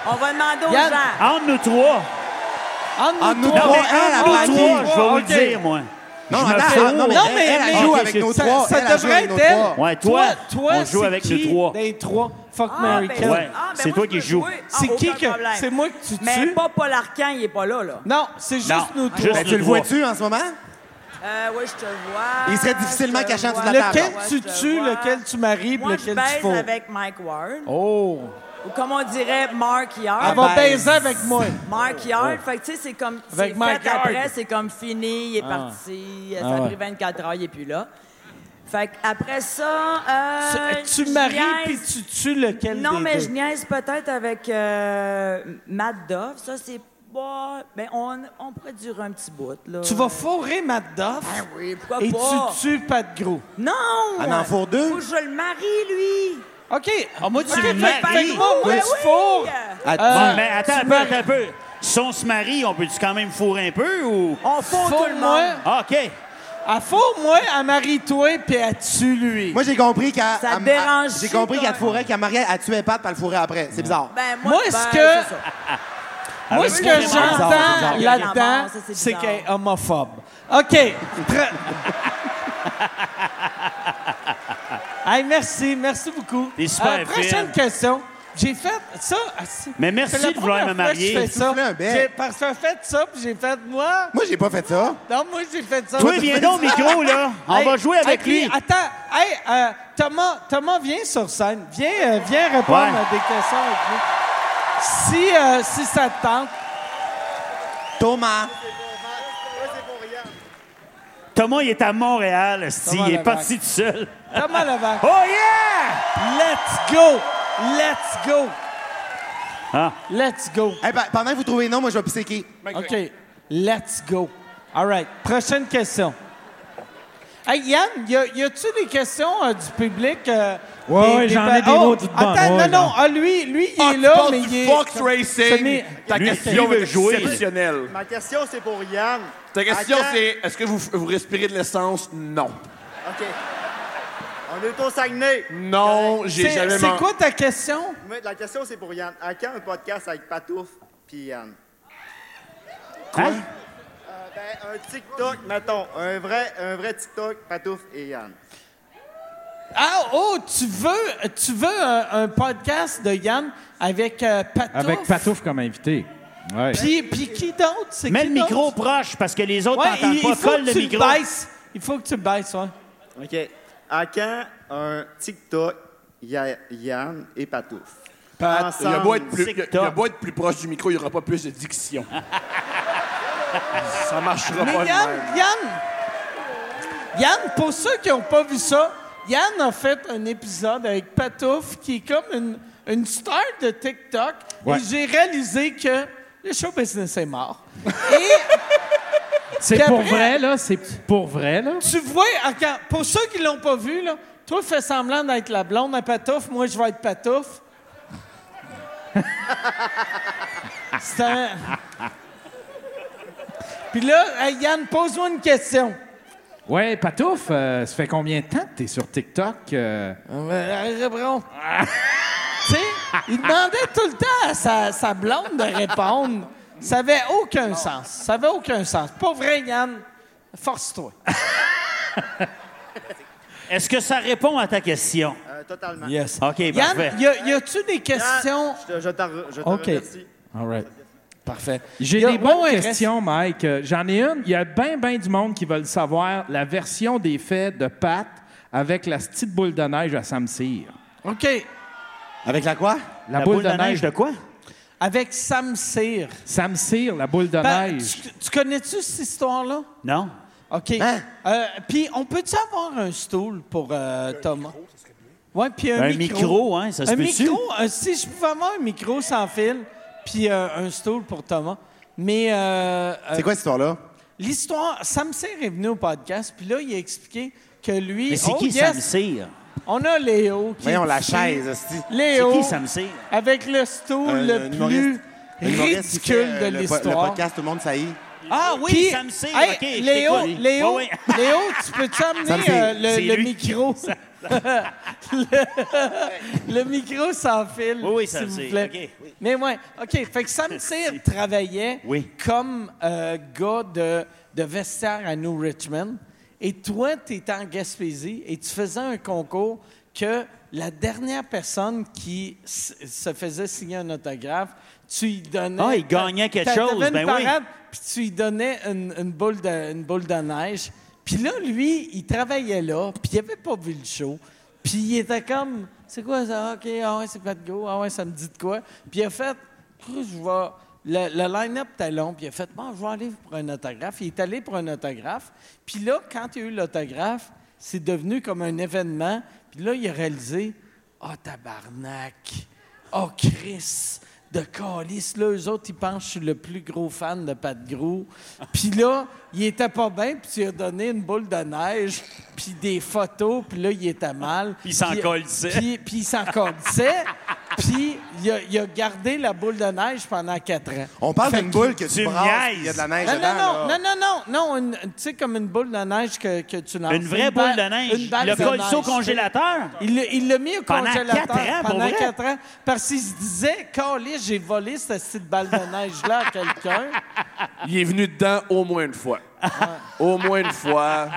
On va demander aux
Yann,
gens.
Entre nous trois.
Entre
Non,
nous
mais
trois,
entre
elle,
nous
elle
trois,
a
je vais vous le
gagné.
dire, moi.
Non,
Je me
attends,
fous.
non, mais
Non, mais
elle, elle
elle
joue
joue
avec nos
ça-
trois.
ça
Elle, elle joue
devrait
avec nos
être elle.
trois.
Ouais, toi,
toi,
on joue
c'est
avec
qui Ben,
nous trois.
Des trois. Fuck
Ah,
Mary
ben
Kill.
Ouais.
Ah, ben
C'est
moi,
toi
je
qui
peux
joues.
jouer. Ah,
C'est
aucun
qui que-
problème.
c'est moi que tu
Mais
tues?
pas Paul Arcan, il est pas là, là.
Non, c'est juste
Non, Ah,
nous trois.
juste
Ben, tu le
trois.
vois-tu en ce moment?
Euh, ouais, je te vois.
Il serait difficilement
je te
caché en dessous de la
vois, je te
table.
vois,
Lequel tu
Ah, ben, je te
tues,
vois.
lequel tu maries, puis
Moi, je
lequel tu
baise
fous.
avec Mike Ward.
Oh!
Ou comme on dirait, Mark Yard.
Elle va baiser avec moi.
Mark Yard. Fait que, tu sais, c'est comme.
Ah. Avec
c'est
Mark
fait
Yard.
après, c'est comme fini, il est parti, euh, ça
Ah
a
ouais.
pris 24 heures, il est plus là. Fait que après ça. euh,
tu
je
maries, puis
niaise-
tu tues lequel
Non,
des
mais
deux?
je niaise peut-être avec euh, Matt Dove. Ça, c'est pas. Ben, on, on pourrait durer un petit bout, là.
Tu vas fourrer Matt Duff
Ben oui, pourquoi
et
pas?
tu tues Pat Gros.
Non!
Elle en fourre deux?
Faut que je le marie, lui!
OK. Ah, moi, tu
le maries?
Moi, moi,
Ben
tu
oui!
fourres.
Bon,
Euh,
mais attends,
tu
un peu, attends un peu. Si on se marie, on peut-tu quand même fourrer un peu ou.
On fout tout le
Fourre-moi.
monde!
Ah, OK.
À faux, moi, à marie-toi, puis à tue lui.
Moi, j'ai compris qu'elle.
Ça
elle- elle-
dérange
J'ai
tout,
compris qu'elle
hein.
te fourrait, qu'elle mariait, elle tuait Pat, puis elle le fourrait après. C'est bizarre.
Ben, moi,
Moi,
ben,
ce
c'est
que,
ça.
moi,
oui,
ce
c'est
que
bizarre,
j'entends
c'est bizarre.
là-dedans,
Non, ça, c'est
c'est
bizarre.
qu'elle est homophobe. OK. Très- hey, merci. Merci beaucoup. Euh,
T'es super fine.
prochaine question. J'ai fait ça. ah, si.
Mais merci
C'est la
de vouloir
première
me
fois que je
marier.
fais ça.
Soufflez un bec.
J'ai- Parce que j'ai fait ça, puis j'ai fait moi.
Moi, j'ai pas fait ça.
Non, moi, j'ai fait ça.
Toi, viens donc au micro, là. On
Hey,
va jouer avec
hey, puis,
lui.
Attends, hey, euh, Thomas, Thomas, viens sur scène. Viens, euh, viens répondre
Ouais.
à des questions avec nous. Si, euh, si ça te tente.
Thomas.
Thomas, il est à Montréal, esti.
Thomas
Il est
Levac.
parti tout seul.
Thomas Levac.
Oh, yeah!
Let's go! Let's go!
Ah.
Let's go.
Hey, pa- pendant que vous trouvez non, moi, je vais pisser qui?
OK. Let's go. All right. Prochaine question. Hey, Yann, y, a, y tu des questions euh, du public? euh,
Ouais, ouais, j'en ai des
oh,
mots tout de bon.
Attends,
Ouais,
non, non.
j'en-
Ah, lui, lui, il est
tu
là,
parles
mais
du
il est...
fox racing.
Semi-
Ta
Lui,
question
il veut
est
jouer.
exceptionnelle.
Ma question, c'est pour Yann.
Ta question,
À quand-
c'est est-ce que vous, vous respirez de l'essence? Non.
OK. On est au Saguenay.
Non, j'ai
C'est
jamais
c'est
man-
quoi ta question?
Mais La question, c'est pour Yann. À quand un podcast avec Patouf puis Yann?
Hein?
Euh, ben, un TikTok, mettons. Un vrai, un vrai TikTok, Patouf et Yann.
Ah, oh, tu veux, tu veux un, un podcast de Yann avec euh, Patouf?
Avec Patouf comme invité. Ouais.
Puis, puis qui d'autre? C'est
Mets
qui
le micro
d'autre?
proche parce que les autres
Ouais,
n'entendent
il, il
pas.
faut
Colle
que
le
tu le
micro.
baisses. Il faut que tu le baisses, ouais.
OK. À quand un TikTok, Ya- Yann et Patouf?
Pat, il a beau être plus,
Ensemble,
il a- il a beau être plus proche du micro, il n'y aura pas plus de diction. ça marchera
Mais
pas
Yann,
de même.
Yann, Yann, pour ceux qui n'ont pas vu ça, Yann a fait un épisode avec Patouf qui est comme une, une star de TikTok.
Ouais.
Et j'ai réalisé que le show business est mort. Et
C'est
Puis
pour
après-
vrai, là. C'est pour vrai, là.
tu vois, regarde, pour ceux qui l'ont pas vu, là, toi, fais semblant d'être la blonde à Patouf, moi, je vais être Patouf. C'est un... Puis là, hey, Yann, pose-moi une question.
Ouais, Patouf, euh, ça fait combien de temps que t'es sur TikTok? euh?
Euh, Rebron. tu sais, il demandait tout le temps à sa, sa blonde de répondre. Ça avait aucun sens. Ça avait aucun sens. Pas vrai, Yann. Force-toi.
Est-ce que ça répond à ta question?
Euh, totalement.
Yes.
OK,
Yann,
parfait.
y, a- y a-tu des questions?
Yann, je te, je t'en re- je te
OK.
remercie.
All right.
Parfait.
J'ai
Y a-
des bonnes
ouais, ouais,
questions, Mike. Euh, J'en ai une. Il y a bien, bien du monde qui veulent savoir la version des faits de Pat avec la petite boule de neige à Sam Cyr.
reste- OK.
Avec la quoi?
La, boule, de, neige,
de
de
quoi?
Avec Sam Cyr.
Sam Cyr, la boule de
Ben,
neige.
tu, tu connais-tu cette histoire-là?
Non?
OK.
Hein?
Euh, puis, on peut-tu avoir un stool pour euh, Thomas? Ouais, puis un,
Un
micro.
micro, hein, ça se
Un
peut-tu?
micro, euh, si je pouvais avoir un micro sans fil, puis euh, un stool pour Thomas. Mais euh, euh,
C'est quoi cette histoire-là?
l'histoire, Sam Cyr est venu au podcast, puis là, il a expliqué que lui...
Mais c'est
Oh,
qui
yes!
Sam Cyr?
On a Léo qui...
Voyons,
est
la
ici.
chaise, hostie.
Léo,
C'est qui Sam Cyr?
avec le stool
Euh,
le,
un
plus
humoriste- un humoriste qui fait,
ridicule
euh,
de
le po- Le
l'histoire.
podcast, tout le monde saillit.
Ah oui,
Puis-
Sam Cyr,
Hey,
OK, je
Léo,
t'écoute.
Léo,
Ouais, ouais.
Léo, tu peux-tu amener
Cyr.
euh, le,
C'est
le
lui.
micro? le, le micro s'enfile,
Oui, oui, ça
s'il
le
vous
sait.
plaît.
OK, oui.
Mais ouais, OK. Fait que Sam Cyr travaillait comme euh, gars de, de vestiaire à New Richmond. Et toi, tu étais en Gaspésie et tu faisais un concours que la dernière personne qui s- se faisait signer un autographe, tu lui donnais...
Ah, il gagnait quelque
T'a- t'avais
chose,
une
ben oui.
parade, puis tu lui donnais une, une boule, de, une boule de neige. Puis là, lui, il travaillait là, puis il avait pas vu le show. Puis il était comme, c'est quoi ça? OK, ah ouais, c'est pas de go, ah ouais, ça me dit de quoi. Puis il a fait, Crou, je vais... Le, le line-up était long, puis il a fait, bon, je vais aller pour un autographe. Il est allé pour un autographe. Puis là, quand il y a eu l'autographe, c'est devenu comme un événement. Puis là, il a réalisé, ah, tabarnak! Oh, Chris! De calice, là, eux autres, ils pensent que je suis le plus gros fan de Pat Grou. Puis là, il était pas bien, puis tu lui as donné une boule de neige, puis des photos, puis là, il était mal.
Puis il s'en
Puis-
colissait.
Puis, puis il s'en colissait, puis il a, il a gardé la boule de neige pendant quatre ans.
On parle
Fait
d'une
que-
boule que tu,
Tu me
brasses,
niaises.
il y a de la neige
non,
dedans.
non, non,
là.
non, non, non, non, une- tu sais, comme une boule de neige que, que tu lances.
Une vraie
balle-
boule de neige.
une balle
Le
de
colissé au
neige.
congélateur.
Il l'a- il l'a mis au
Pendant
congélateur
quatre ans, pour
pendant
vrai?
quatre ans parce qu'il se disait, Caliste, j'ai volé cette petite balle de neige-là à quelqu'un.
Il est venu dedans au moins une fois. au moins une fois.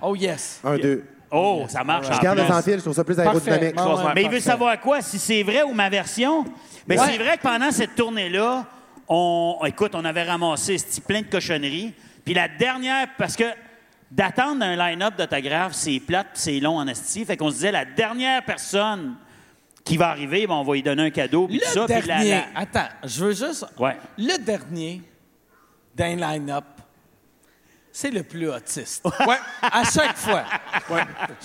Oh, yes.
Un, deux.
Oh, ça marche. en
Je garde
plus.
les enfiles, je trouve ça plus
Parfait.
aérodynamique.
Ah, ouais,
Mais il veut
parfait.
savoir quoi, si c'est vrai ou ma version. Mais
Ouais.
c'est vrai que pendant cette tournée-là, on, écoute, on avait ramassé c'ti, plein de cochonneries. Puis la dernière, parce que d'attendre un line-up d'autographe, c'est plate, puis c'est long en esti. Fait qu'on se disait, la dernière personne qui va arriver, ben, on va lui donner un cadeau, puis
Le
tout ça. puis
dernier,
la- la-
attends, je veux juste...
Ouais.
Le dernier d'un line-up, c'est le plus autiste.
Ouais.
À chaque fois.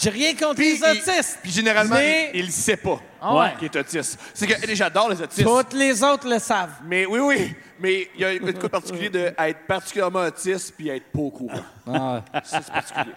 J'ai rien contre les autistes.
Puis généralement,
mais
il, il le sait pas
Ah ouais.
qu'il est autiste. C'est que et j'adore les autistes.
toutes les autres le savent.
Mais oui, oui. Mais il y a une coup particulier de être particulièrement autiste puis être pas au courant. Ça, c'est particulier.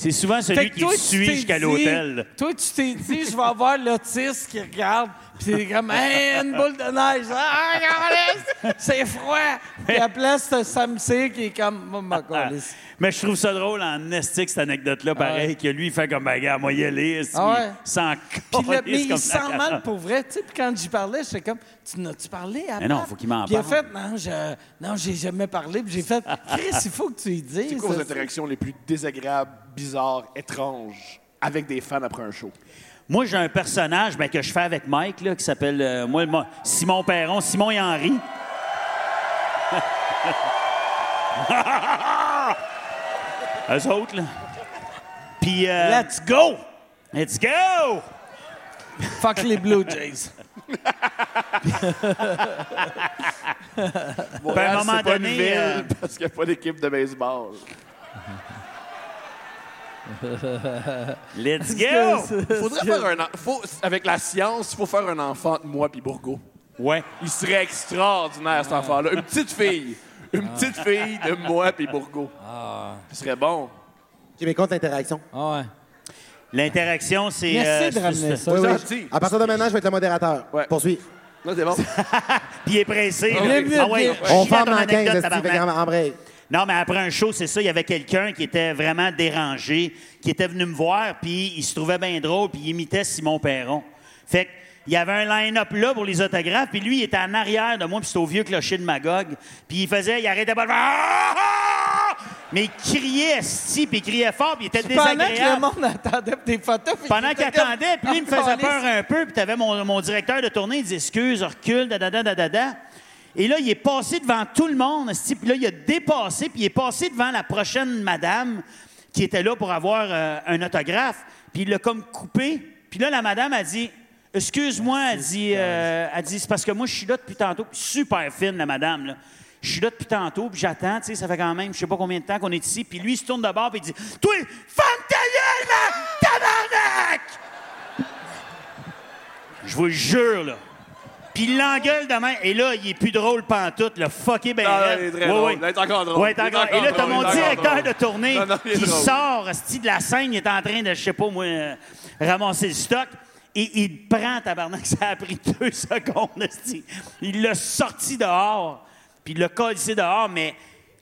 C'est souvent
Fait
celui
que
qui
toi,
le
tu
suit
t'es
jusqu'à
dit-
l'hôtel.
Toi, tu t'es dit, je vais avoir l'autiste qui regarde, puis t'es comme, hey, une boule de neige. Ah, calisse, c'est froid. Puis à la place, t'as Sam Cyr qui est comme, oh, ma calisse.
Mais je trouve ça drôle en esti que cette anecdote-là, pareil, que lui, il fait comme, ben, gars, moi, y aller, esti,
Ah ouais.
sans
Puis le- mais
câlisse
il
comme
se
la
sent
carte.
mal pour vrai. Tu sais, puis quand j'y parlais, j'étais comme, tu n'as-tu parlé à
Mais non,
Pat?
faut qu'il m'en
Puis il a
parle.
fait, non, je, non, j'ai jamais parlé. Puis j'ai fait, Chris, il faut que tu y dises.
C'est quoi vos
ça.
interactions les plus désagréables, bizarres, étranges avec des fans après un show?
Moi, j'ai un personnage ben, que je fais avec Mike, là, qui s'appelle euh, moi, le- moi, Simon Perron, Simon et Henri. Eux autres, là. Puis. euh,
Let's go!
let's go!
Fuck les Blue Jays.
Ben, à un
Montréal,
moment
c'est pas une
donné,
ville
euh,
parce qu'il n'y a pas d'équipe de baseball.
Let's go!
Faudrait faire un en- faut, avec la science, il faut faire un enfant de moi puis Bourgo.
Ouais.
Il serait extraordinaire cet enfant-là. Ben, Une petite fille, une petite fille de moi puis Bourgo.
Ah.
Ce serait bon.
J'ai mes comptes d'interaction.
Ah ouais.
L'interaction, c'est.
Merci
euh,
de
c'est-
ramener ça.
Oui, oui.
gentil.
À partir de maintenant, je vais être le modérateur.
Ouais.
Poursuis.
Non, c'est bon.
Puis il est pressé. là.
Bienvenue,
Ah ouais,
bienvenue.
chie
On
dans
ferme
ton
en
anecdote,
15,
tabarnak.
Steve, en break.
Non, mais après un show, c'est ça, il y avait quelqu'un qui était vraiment dérangé, qui était venu me voir, puis il se trouvait bien drôle, puis il imitait Simon Perron. Fait que, il y avait un line-up là pour les autographes, puis lui, il était en arrière de moi, puis c'était au vieux clocher de Magog, puis il faisait, il arrêtait pas de faire... Ah! Ah! Mais il criait si, puis il criait fort, puis il était
Pendant
désagréable.
que le monde attendait pour des photos. puis
Pendant
il
qu'il
était comme,
attendait, puis lui, il me
Ah,
faisait
calisse.
peur un peu, puis t'avais mon, mon directeur de tournée, il disait excuse, recule, da da da da da, da. Et là, il est passé devant tout le monde, esti, puis là, il a dépassé, puis il est passé devant la prochaine madame qui était là pour avoir euh, un autographe, puis il l'a comme coupé. Puis là, la madame a dit excuse-moi, elle dit, euh, elle dit c'est parce que moi, je suis là depuis tantôt, Puis super fine, la madame, là. Je suis là depuis tantôt, puis j'attends, tu sais, ça fait quand même, je sais pas combien de temps qu'on est ici. Puis lui, il se tourne de bord, puis il dit Toi, ferme ta gueule, man! Tabarnak! Je vous le jure, là. Puis il l'engueule demain. Et là, il est plus drôle pantoute, le fucké ben
Ah,
raide.
il est très drôle. Il est encore drôle.
Ouais, il est
Il est
encore- Et là,
encore
t'as
drôle,
mon
il est encore
directeur
drôle.
de tournée
Non, non, il est
qui
drôle.
sort, esti, de la scène. Il est en train de, je sais pas moi, euh, ramasser le stock. Et il prend, tabarnak, ça a pris deux secondes, esti. Il l'a sorti dehors. Puis il l'a collé dehors. Mais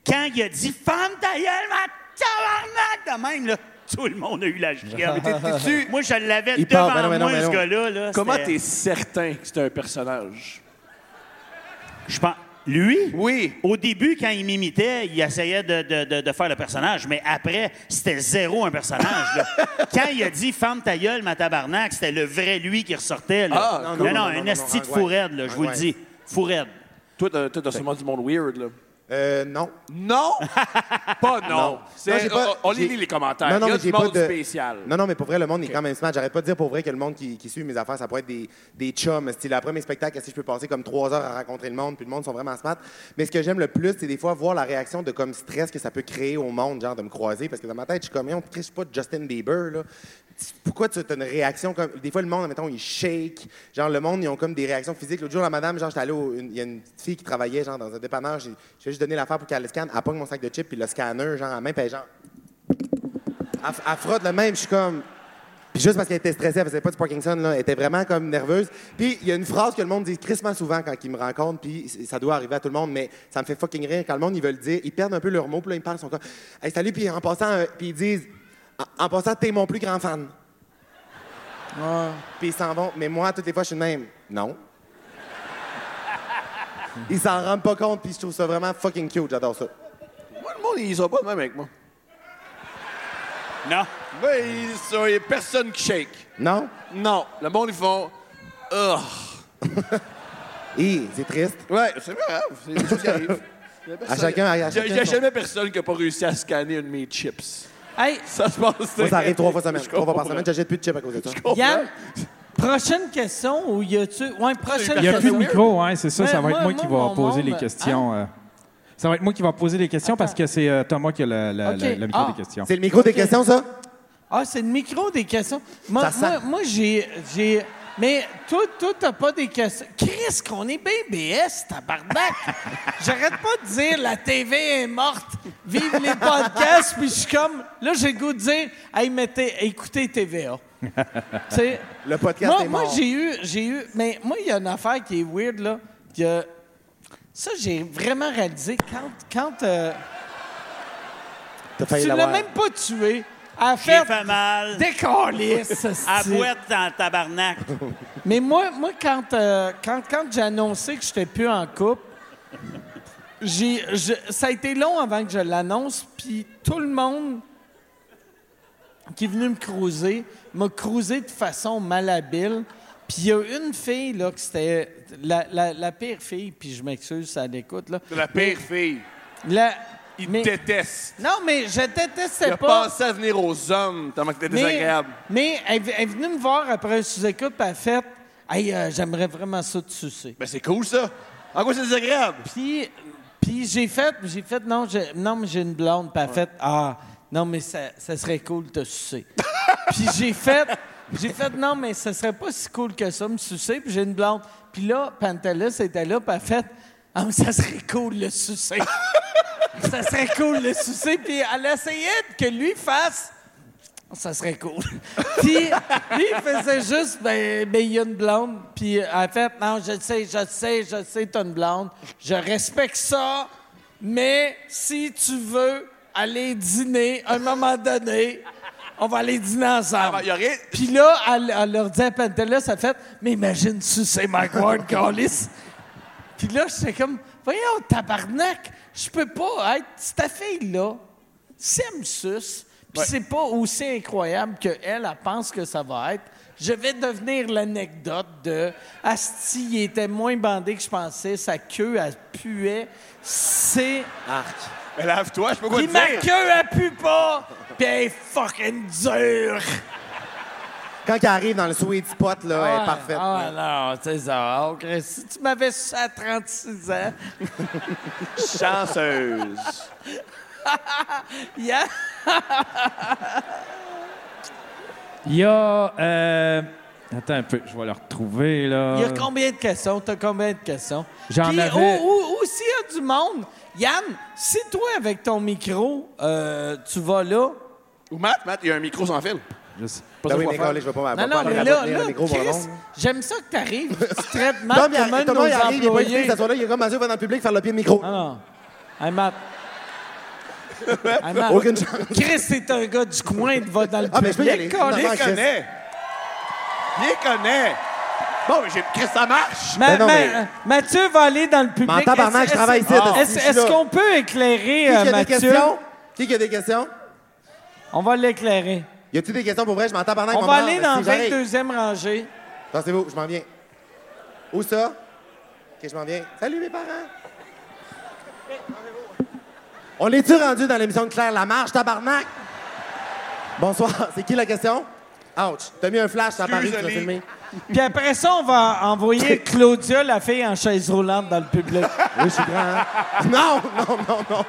quand il a dit « Femme ta gueule, ma tabarnak! » de même, là, Tout le monde a eu la chienne.
Mais t'es- t'es-tu-
moi, je l'avais
Il
devant
part, ben non, ben non,
moi,
ben
ce
non.
gars-là. là,
Comment
c'était-
t'es certain que c'est un personnage?
Je pense. Lui? Oui. Au début, quand il m'imitait, il essayait de, de- de- de faire le personnage, mais après, c'était zéro un personnage. là. quand il a dit Ferme ta gueule, ma tabarnak, c'était le vrai lui qui ressortait. là.
Ah,
non,
cool.
non,
Non, non,
un
non,
esti
non,
de
ouais.
fourraide, là, je vous
Ouais.
le dis. Fourraide.
Toi, t'as, toi, t'as sûrement du monde weird, là.
Euh, non.
Non? pas non. C'est-
Non, j'ai pas-
on on les
j'ai-
lit les commentaires.
Non, non,
Il y a
mais
du
j'ai pas
monde
de-
spécial.
Non, non, mais pour vrai, le monde est quand même smart. J'arrête pas de dire pour vrai que le monde qui, qui suit mes affaires, ça pourrait être des, des chums. Style, après mes spectacles, si je peux passer comme trois heures à rencontrer le monde, puis le monde sont vraiment smart. Mais ce que j'aime le plus, c'est des fois voir la réaction de comme stress que ça peut créer au monde, genre de me croiser. Parce que dans ma tête, je suis comme, on ne pas Justin Bieber, là. Pourquoi tu as une réaction comme. Des fois, le monde, mettons, il shake. Genre, le monde, ils ont comme des réactions physiques. L'autre jour, la madame, genre, j'étais allé au- une- Il y a une petite fille qui travaillait, genre, dans un dépanneur. J'ai j'ai juste donné l'affaire pour qu'elle le scanne. Elle pogne mon sac de chips, puis le scanner, genre, à main, puis elle, genre. Elle, elle frotte le même, je suis comme. Puis juste parce qu'elle était stressée, elle faisait pas du Parkinson, là, elle était vraiment comme nerveuse. Puis il y a une phrase que le monde dit crissement souvent quand ils me rencontrent, puis c- ça doit arriver à tout le monde, mais ça me fait fucking rire quand le monde, ils veulent dire, ils perdent un peu leurs mots, puis là, ils me parlent, ils sont comme. Hey, salut, puis en passant, euh, puis ils disent, en, en passant, t'es mon plus grand fan. Puis ils s'en vont, mais moi, toutes les fois, je suis le même. Non. ils s'en rendent pas compte, puis je trouve ça vraiment fucking cute, j'adore ça.
Moi, le monde, ils sont pas de même avec moi.
Non.
Ben, ils sont- il y a personne qui shake.
Non?
Non. Le monde, ils font. Ugh.
Et c'est triste.
Ouais, c'est pas grave. C'est des choses qui arrivent. Il y a personne-
chacun- à
Il y a-
chacun
Il n'y a
son-
jamais personne qui n'a pas réussi à scanner une de mes chips.
Hey,
Ça se passe.
Moi, ça arrive trois fois semaine.
Je
Trois fois par
comprends.
semaine, j'achète plus de chips à cause de ça.
Yann, prochaine question ou y a-tu. Ouais, prochaine
Il n'y a plus de
question.
micro, hein, c'est ça.
Mais
ça va
moi-
être moi, qui
moi,
va
mon
poser
monde, Hein?
les questions. euh, Ça va être moi qui va poser les questions parce que c'est euh, Thomas qui a le, le-
OK.
le- le micro
Ah.
des questions.
C'est le micro des questions, ça?
Ah, c'est le micro des questions. Moi,
Ça sent.
moi, moi, j'ai, j'ai. Mais toi, toi, t'as pas des questions. Chris, qu'on est bien BS, tabarnak! J'arrête pas de dire la TV est morte, vive les podcasts, puis je suis comme. Là, j'ai le goût de dire, hey, mettez, écoutez TVA. Tu sais,
Le podcast
moi,
est
moi,
mort.
j'ai eu, j'ai eu, mais moi, il y a une affaire qui est weird là. que- ça, j'ai vraiment réalisé quand, quand. euh,
T'as failli
tu l'as
l'avoir.
même pas tué. À
J'ai
faire
fait mal.
Décalisse,
À
c'est-
boîte dans le tabarnak.
Mais moi, moi quand, euh, quand, quand j'ai annoncé que j'étais plus en couple, j'ai, je- ça a été long avant que je l'annonce, puis tout le monde qui est venu me cruiser m'a cruisé de façon malhabile. Puis il y a une fille, là, que c'était la, la- la pire fille, puis je m'excuse, ça l'écoute, là.
La pire fille.
La,
Il
mais-
déteste.
non, mais je
Il
détestais
a
pas.
pensé à venir aux hommes tellement que t'es
Mais-
désagréable.
Mais elle, elle est venue me voir après un sous-écoute, puis elle a fait Hey, euh, j'aimerais vraiment ça te sucer.
Ben, c'est cool, ça. En quoi c'est désagréable?
Puis, puis j'ai fait, j'ai fait non, j'ai- non, mais j'ai une blonde, puis elle a fait Ah, non, mais ça, ça serait cool de te sucer. puis j'ai fait, j'ai fait non, mais ça serait pas si cool que ça, me sucer, puis j'ai une blonde. Puis là, Pantelis était là, puis elle a fait Ah, mais ça serait cool le sucer. ça serait cool le sucer, puis elle essayait que lui fasse. Ça serait cool. puis, lui, il faisait juste, ben, ben, il y a une blonde. Puis, en fait, non, je le sais, je le sais, je le sais, t'as une blonde. Je respecte ça, mais si tu veux aller dîner, à un moment donné, on va aller dîner ensemble. Puis là, elle, elle leur dit à Pantelis, elle fait, mais imagine, tu c'est Mike Ward, Callis. Puis là, j'étais comme, voyons, tabarnak, je peux pas être cette fille-là. Si elle me suce, puis c'est pas aussi incroyable qu'elle, elle pense que ça va être, je vais devenir l'anecdote de Asti, il était moins bandé que je pensais, sa queue, elle puait. C'est. Arc.
Mais lave-toi, je sais pas quoi
Puis
te
ma
dire.
queue, elle pue pas, puis elle est fucking dure.
Quand il arrive dans le sweet spot, là, elle
Ouais,
est parfaite. Ben
Ah, non, c'est ça. Oh, Chris, si tu m'avais su à 36 ans.
Chanceuse.
Yeah.
Il y a. euh, Attends un peu, je vais le retrouver là.
Euh.
Il y a combien de questions? T'as combien de questions?
J'en
Puis,
avais-
Ou, ou- ou s'il y a du monde, Yann, si toi, avec ton micro, euh, tu vas là...
Ou Matt, Matt, il y a un micro sans fil.
Je sais.
Ben
Pas ça
oui,
qu'on
mais
va faire.
calé, je vais pas
Non,
m'avoir
non, mais là, là,
micro pour le
Chris,
monde.
j'aime ça que t'arrives, tu traites mal
Non, mais
comme un de
tout le monde il
nos
arrive, il est pas
employés. Ah.
invité, ça soit là, il est comme Mathieu va dans le public faire le pied de micro.
Non, non. Hey, Matt. Vraiment.
Aucune chance.
Chris, c'est un gars du coin, il va dans le
Ah, mais je peux y
public.
aller.
Colin.
Finalement, Chris.
Il les connaît. Bon, mais j'ai... Chris, ça marche.
Ma-
Ben non,
ma-
mais-
euh, Mathieu va aller dans le public.
Mais en tabarnak,
Est-ce-
je travaille
est-ce-
ici, donc,
Est-ce
je suis
est-ce
là.
qu'on peut éclairer
Qui
euh,
qui a des
Mathieu?
questions? Qui qui a des questions?
On va l'éclairer.
Y a-tu des questions pour vrai? Je m'entends pendant
On va aller dans la 22e rangée.
Pensez-vous, je m'en viens. Où ça? Ok, je m'en viens. Salut mes parents! On est-tu rendu dans l'émission de Claire Lamarche, tabarnak? Bonsoir, c'est qui la question? Ouch, t'as mis un flash, ça apparaît, tu l'as
Excuse,
filmé.
Puis après ça, on va envoyer Claudia, la fille en chaise roulante, dans le public.
Oui, je suis grand, hein? Non, non, non, non.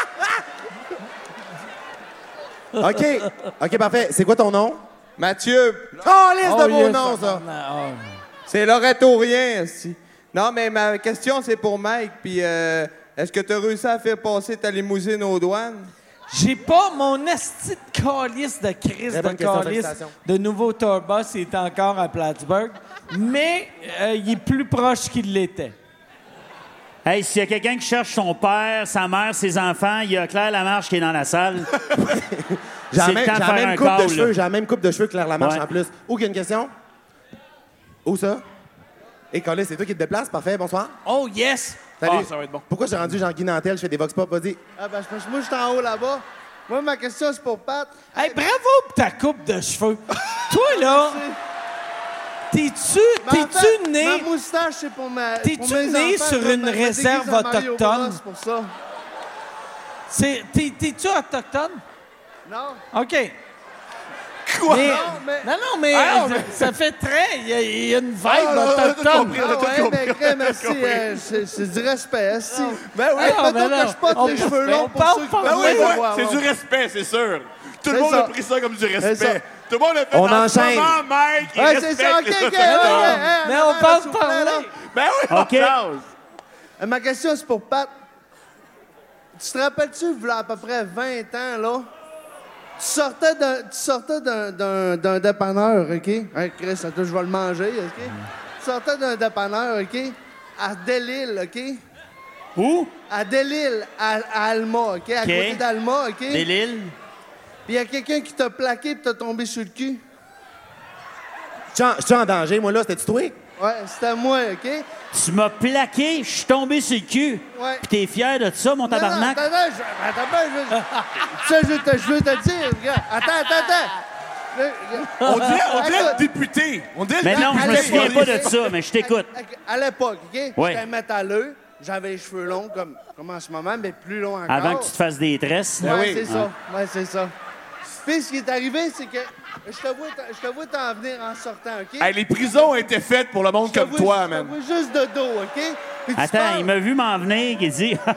OK. OK, parfait. C'est quoi ton nom?
Mathieu,
Oh, liste
Oh,
de beaux
yes,
noms, ça.
Oh.
c'est l'oratorien. si. Non, mais ma question, c'est pour Mike. Puis, euh, est-ce que tu as réussi à faire passer ta limousine aux douanes?
J'ai pas mon esti de calice de crise
Très
de
bonne question,
calice
félicitations.
de nouveau Tourbus. Il est encore à Plattsburgh, mais euh, il est plus proche qu'il l'était.
Hey, s'il y a quelqu'un qui cherche son père, sa mère, ses enfants, il y a Claire Lamarche qui est dans la salle.
J'ai la
C'est
même,
le temps de
j'ai la
faire
même
un
coupe de
call,
cheveux.
là.
J'ai la même coupe de cheveux que Claire Lamarche
Ouais.
en plus. Où qu'il y a une question? Où ça? Et Colin, c'est toi qui te déplaces? Parfait, bonsoir.
Oh yes!
Salut.
Ah, ça va être bon.
Pourquoi j'ai rendu Jean-Guy Nantel? Je fais des vox pop, vas-y.
Ah, ben, je pense que moi, je suis en haut là-bas. Moi, ma question, c'est pour Pat.
Hey, bravo pour ta coupe de cheveux. Toi, là, t'es-tu
Mais Ben, en fait,
t'es-tu né...
Ma moustache, c'est pour ma.
T'es-tu
pour mes
né
enfants,
sur
je vais
une
me déguiser
réserve
en Mario Bros
autochtone?
pour ça.
c'est- t'es- T'es-tu autochtone?
Non.
OK.
Quoi?
Mais-
Non, mais-
Non, non, mais,
Ah, non, mais-
ça ça fait très... Il y, a- il y a une vibe
Ah, non, on a tout
autochtone.
compris, on a tout Ah ouais, compris, mais on a crème, tout merci, compris. euh, c'est- c'est du respect, si. Ben oui,
Ah, non,
mettons
mais
que
non.
je porte
On-
les cheveux longs
on
pour
parle
ceux qui
pas
veulent
de
les
moi.
voir,
C'est
ouais.
du respect, c'est sûr. Tout le
C'est
monde
ça.
a pris ça comme du
C'est ça.
respect. Tout le monde a fait
On
en
enchaîne.
ce moment, Mike, il
Ouais, c'est
respecte
ça, ok,
les
ok,
autochtones.
ouais, ouais, ouais.
Mais on parle parler.
Ben oui, on
Ok.
change.
Euh, Ma question, c'est pour Pat. Tu te rappelles-tu, voilà à peu près 20 ans, là? Tu sortais d'un, tu sortais d'un, d'un, d'un dépanneur, OK? Hein, Chris, attends, je vais le manger, OK? Tu sortais d'un dépanneur, OK? À Delille, OK?
Où?
À Delille, à, à Alma, OK? À
OK.
côté d'Alma, OK?
Des Lilles.
Puis il y a quelqu'un qui t'a plaqué puis t'as tombé sur le cul.
Je suis en danger, moi, là. C'était-tu toi?
Ouais, c'était moi, OK?
Tu m'as plaqué, je suis tombé sur le cul.
Ouais.
Puis t'es fier de ça, mon
Non, ben, non,
tabarnak?
attends,
ben,
attends, je- attends, ben, je- ça, je, te- je veux te dire, regarde. Attends, attends, attends. Là, regarde.
On dirait, on dirait
Écoute,
le député. On
ben,
dirait
Mais
le
non, je me
député.
souviens
On
pas
dirait-
de ça, mais je t'écoute.
À, à l'époque, OK?
Ouais.
J'étais métalleux, j'avais les cheveux longs comme, comme en ce moment, mais plus longs encore.
Avant que tu te fasses des tresses.
Ben
Ouais, c'est ça. Ouais, c'est ça. Puis ce qui est arrivé, c'est que je te vois t'en- je te vois t'en venir en sortant, OK?
Hey, les prisons étaient faites pour le monde
Je te
comme
vois-
toi,
je te
man.
vois juste de dos, OK? Puis tu
Attends,
parles-
il m'a vu m'en venir, il dit. Ah,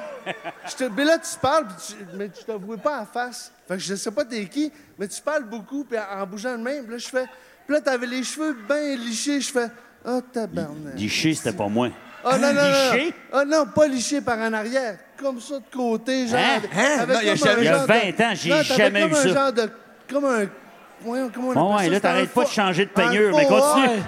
Je te- mais là, tu parles, puis tu, mais tu te vois pas en face. Fait que je sais pas t'es qui, mais tu parles beaucoup, puis en, en bougeant de même, puis là, je fais... Puis là, t'avais les cheveux bien lichés, je fais... Oh, tabarnak.
Liché, c'était pas moi. Hein,
Oh non, non, non, non.
Liché?
Oh non, pas liché par en arrière. Comme ça, de côté, genre...
Hein? Hein?
t'avais
Non, il y a
comme
jamais-
un
il y a
genre
20
de-
ans, j'ai
Non, t'avais
jamais
comme
eu
un
ça.
genre de... Comme un... Voyons, comment on appelle
Bon,
ça?
ouais,
C'était
là,
un
t'arrêtes pas
faux-
de changer de
un
peignure, mais
faux-
continue.
ouais.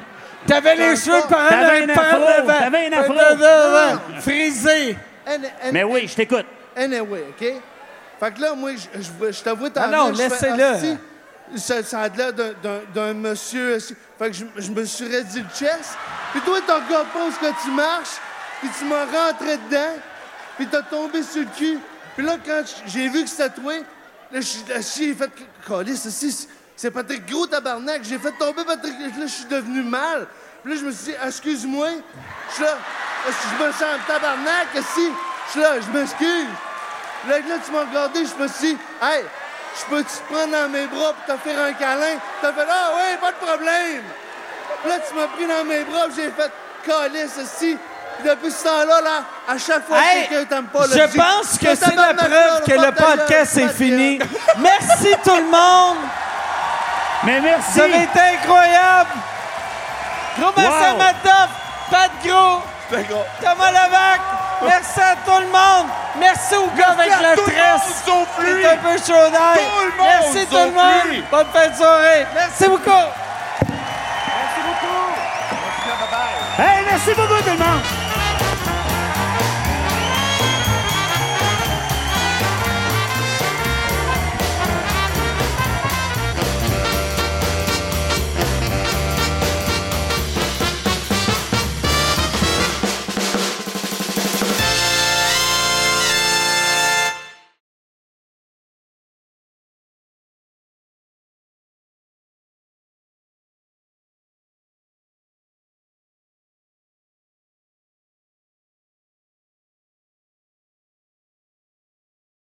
T'avais les
Dans
cheveux
le
par
fond.
T'avais un
par
afro,
devant.
t'avais un
Par
afro.
devant, Frisé.
Any- any-
Mais oui, je t'écoute.
Anyway, OK? Fait que là, moi, je, je, je te vois t'en
Ah non,
venir, je fais,
laissez-le.
Asti, Ça, ça a l'air d'un- d'un- d'un monsieur. asti. Fait que je, je me suis réduit le chest. Puis toi, t'en composes que tu marches. Puis tu m'as rentré dedans. Puis t'as tombé sur le cul. Puis là, quand j- j'ai vu que c'était toi, là, je- là, j'ai fait... Calais, ceci, c'est Patrick Gros, tabarnak. J'ai fait tomber Patrick... Là, je suis devenu mal. Puis là, je me suis dit, excuse-moi. Je suis là, asti, je me sens en tabarnak, si. Je suis là, je m'excuse. Là, là, tu m'as regardé, je me suis dit, hey, je peux-tu te prendre dans mes bras pour te faire un câlin? T'as fait, ah ouais, pas de problème. Là, tu m'as pris dans mes bras, puis j'ai fait, câlin, ceci. Puis depuis ce temps-là, là, à chaque fois
Hey,
que quelqu'un t'aime pas, là,
je
dis,
pense que
Le
c'est la
tabarnak,
preuve
là,
que le
porte-ta-gueule,
podcast est
porte-ta-gueule.
fini. Merci tout le monde.
Mais merci.
Vous avez été incroyable. Gros merci à
Wow.
Madoff, Pat Gros, Thomas Lavac. Merci à tout le monde. Merci au gars avec
à
la
tout le
tresse.
monde, sauf lui.
C'est un peu chaud d'ail.
Tout le monde,
Merci tout le
sauf
monde.
lui.
Bonne fin de soirée. Merci beaucoup.
Hey, merci beaucoup, tout le monde.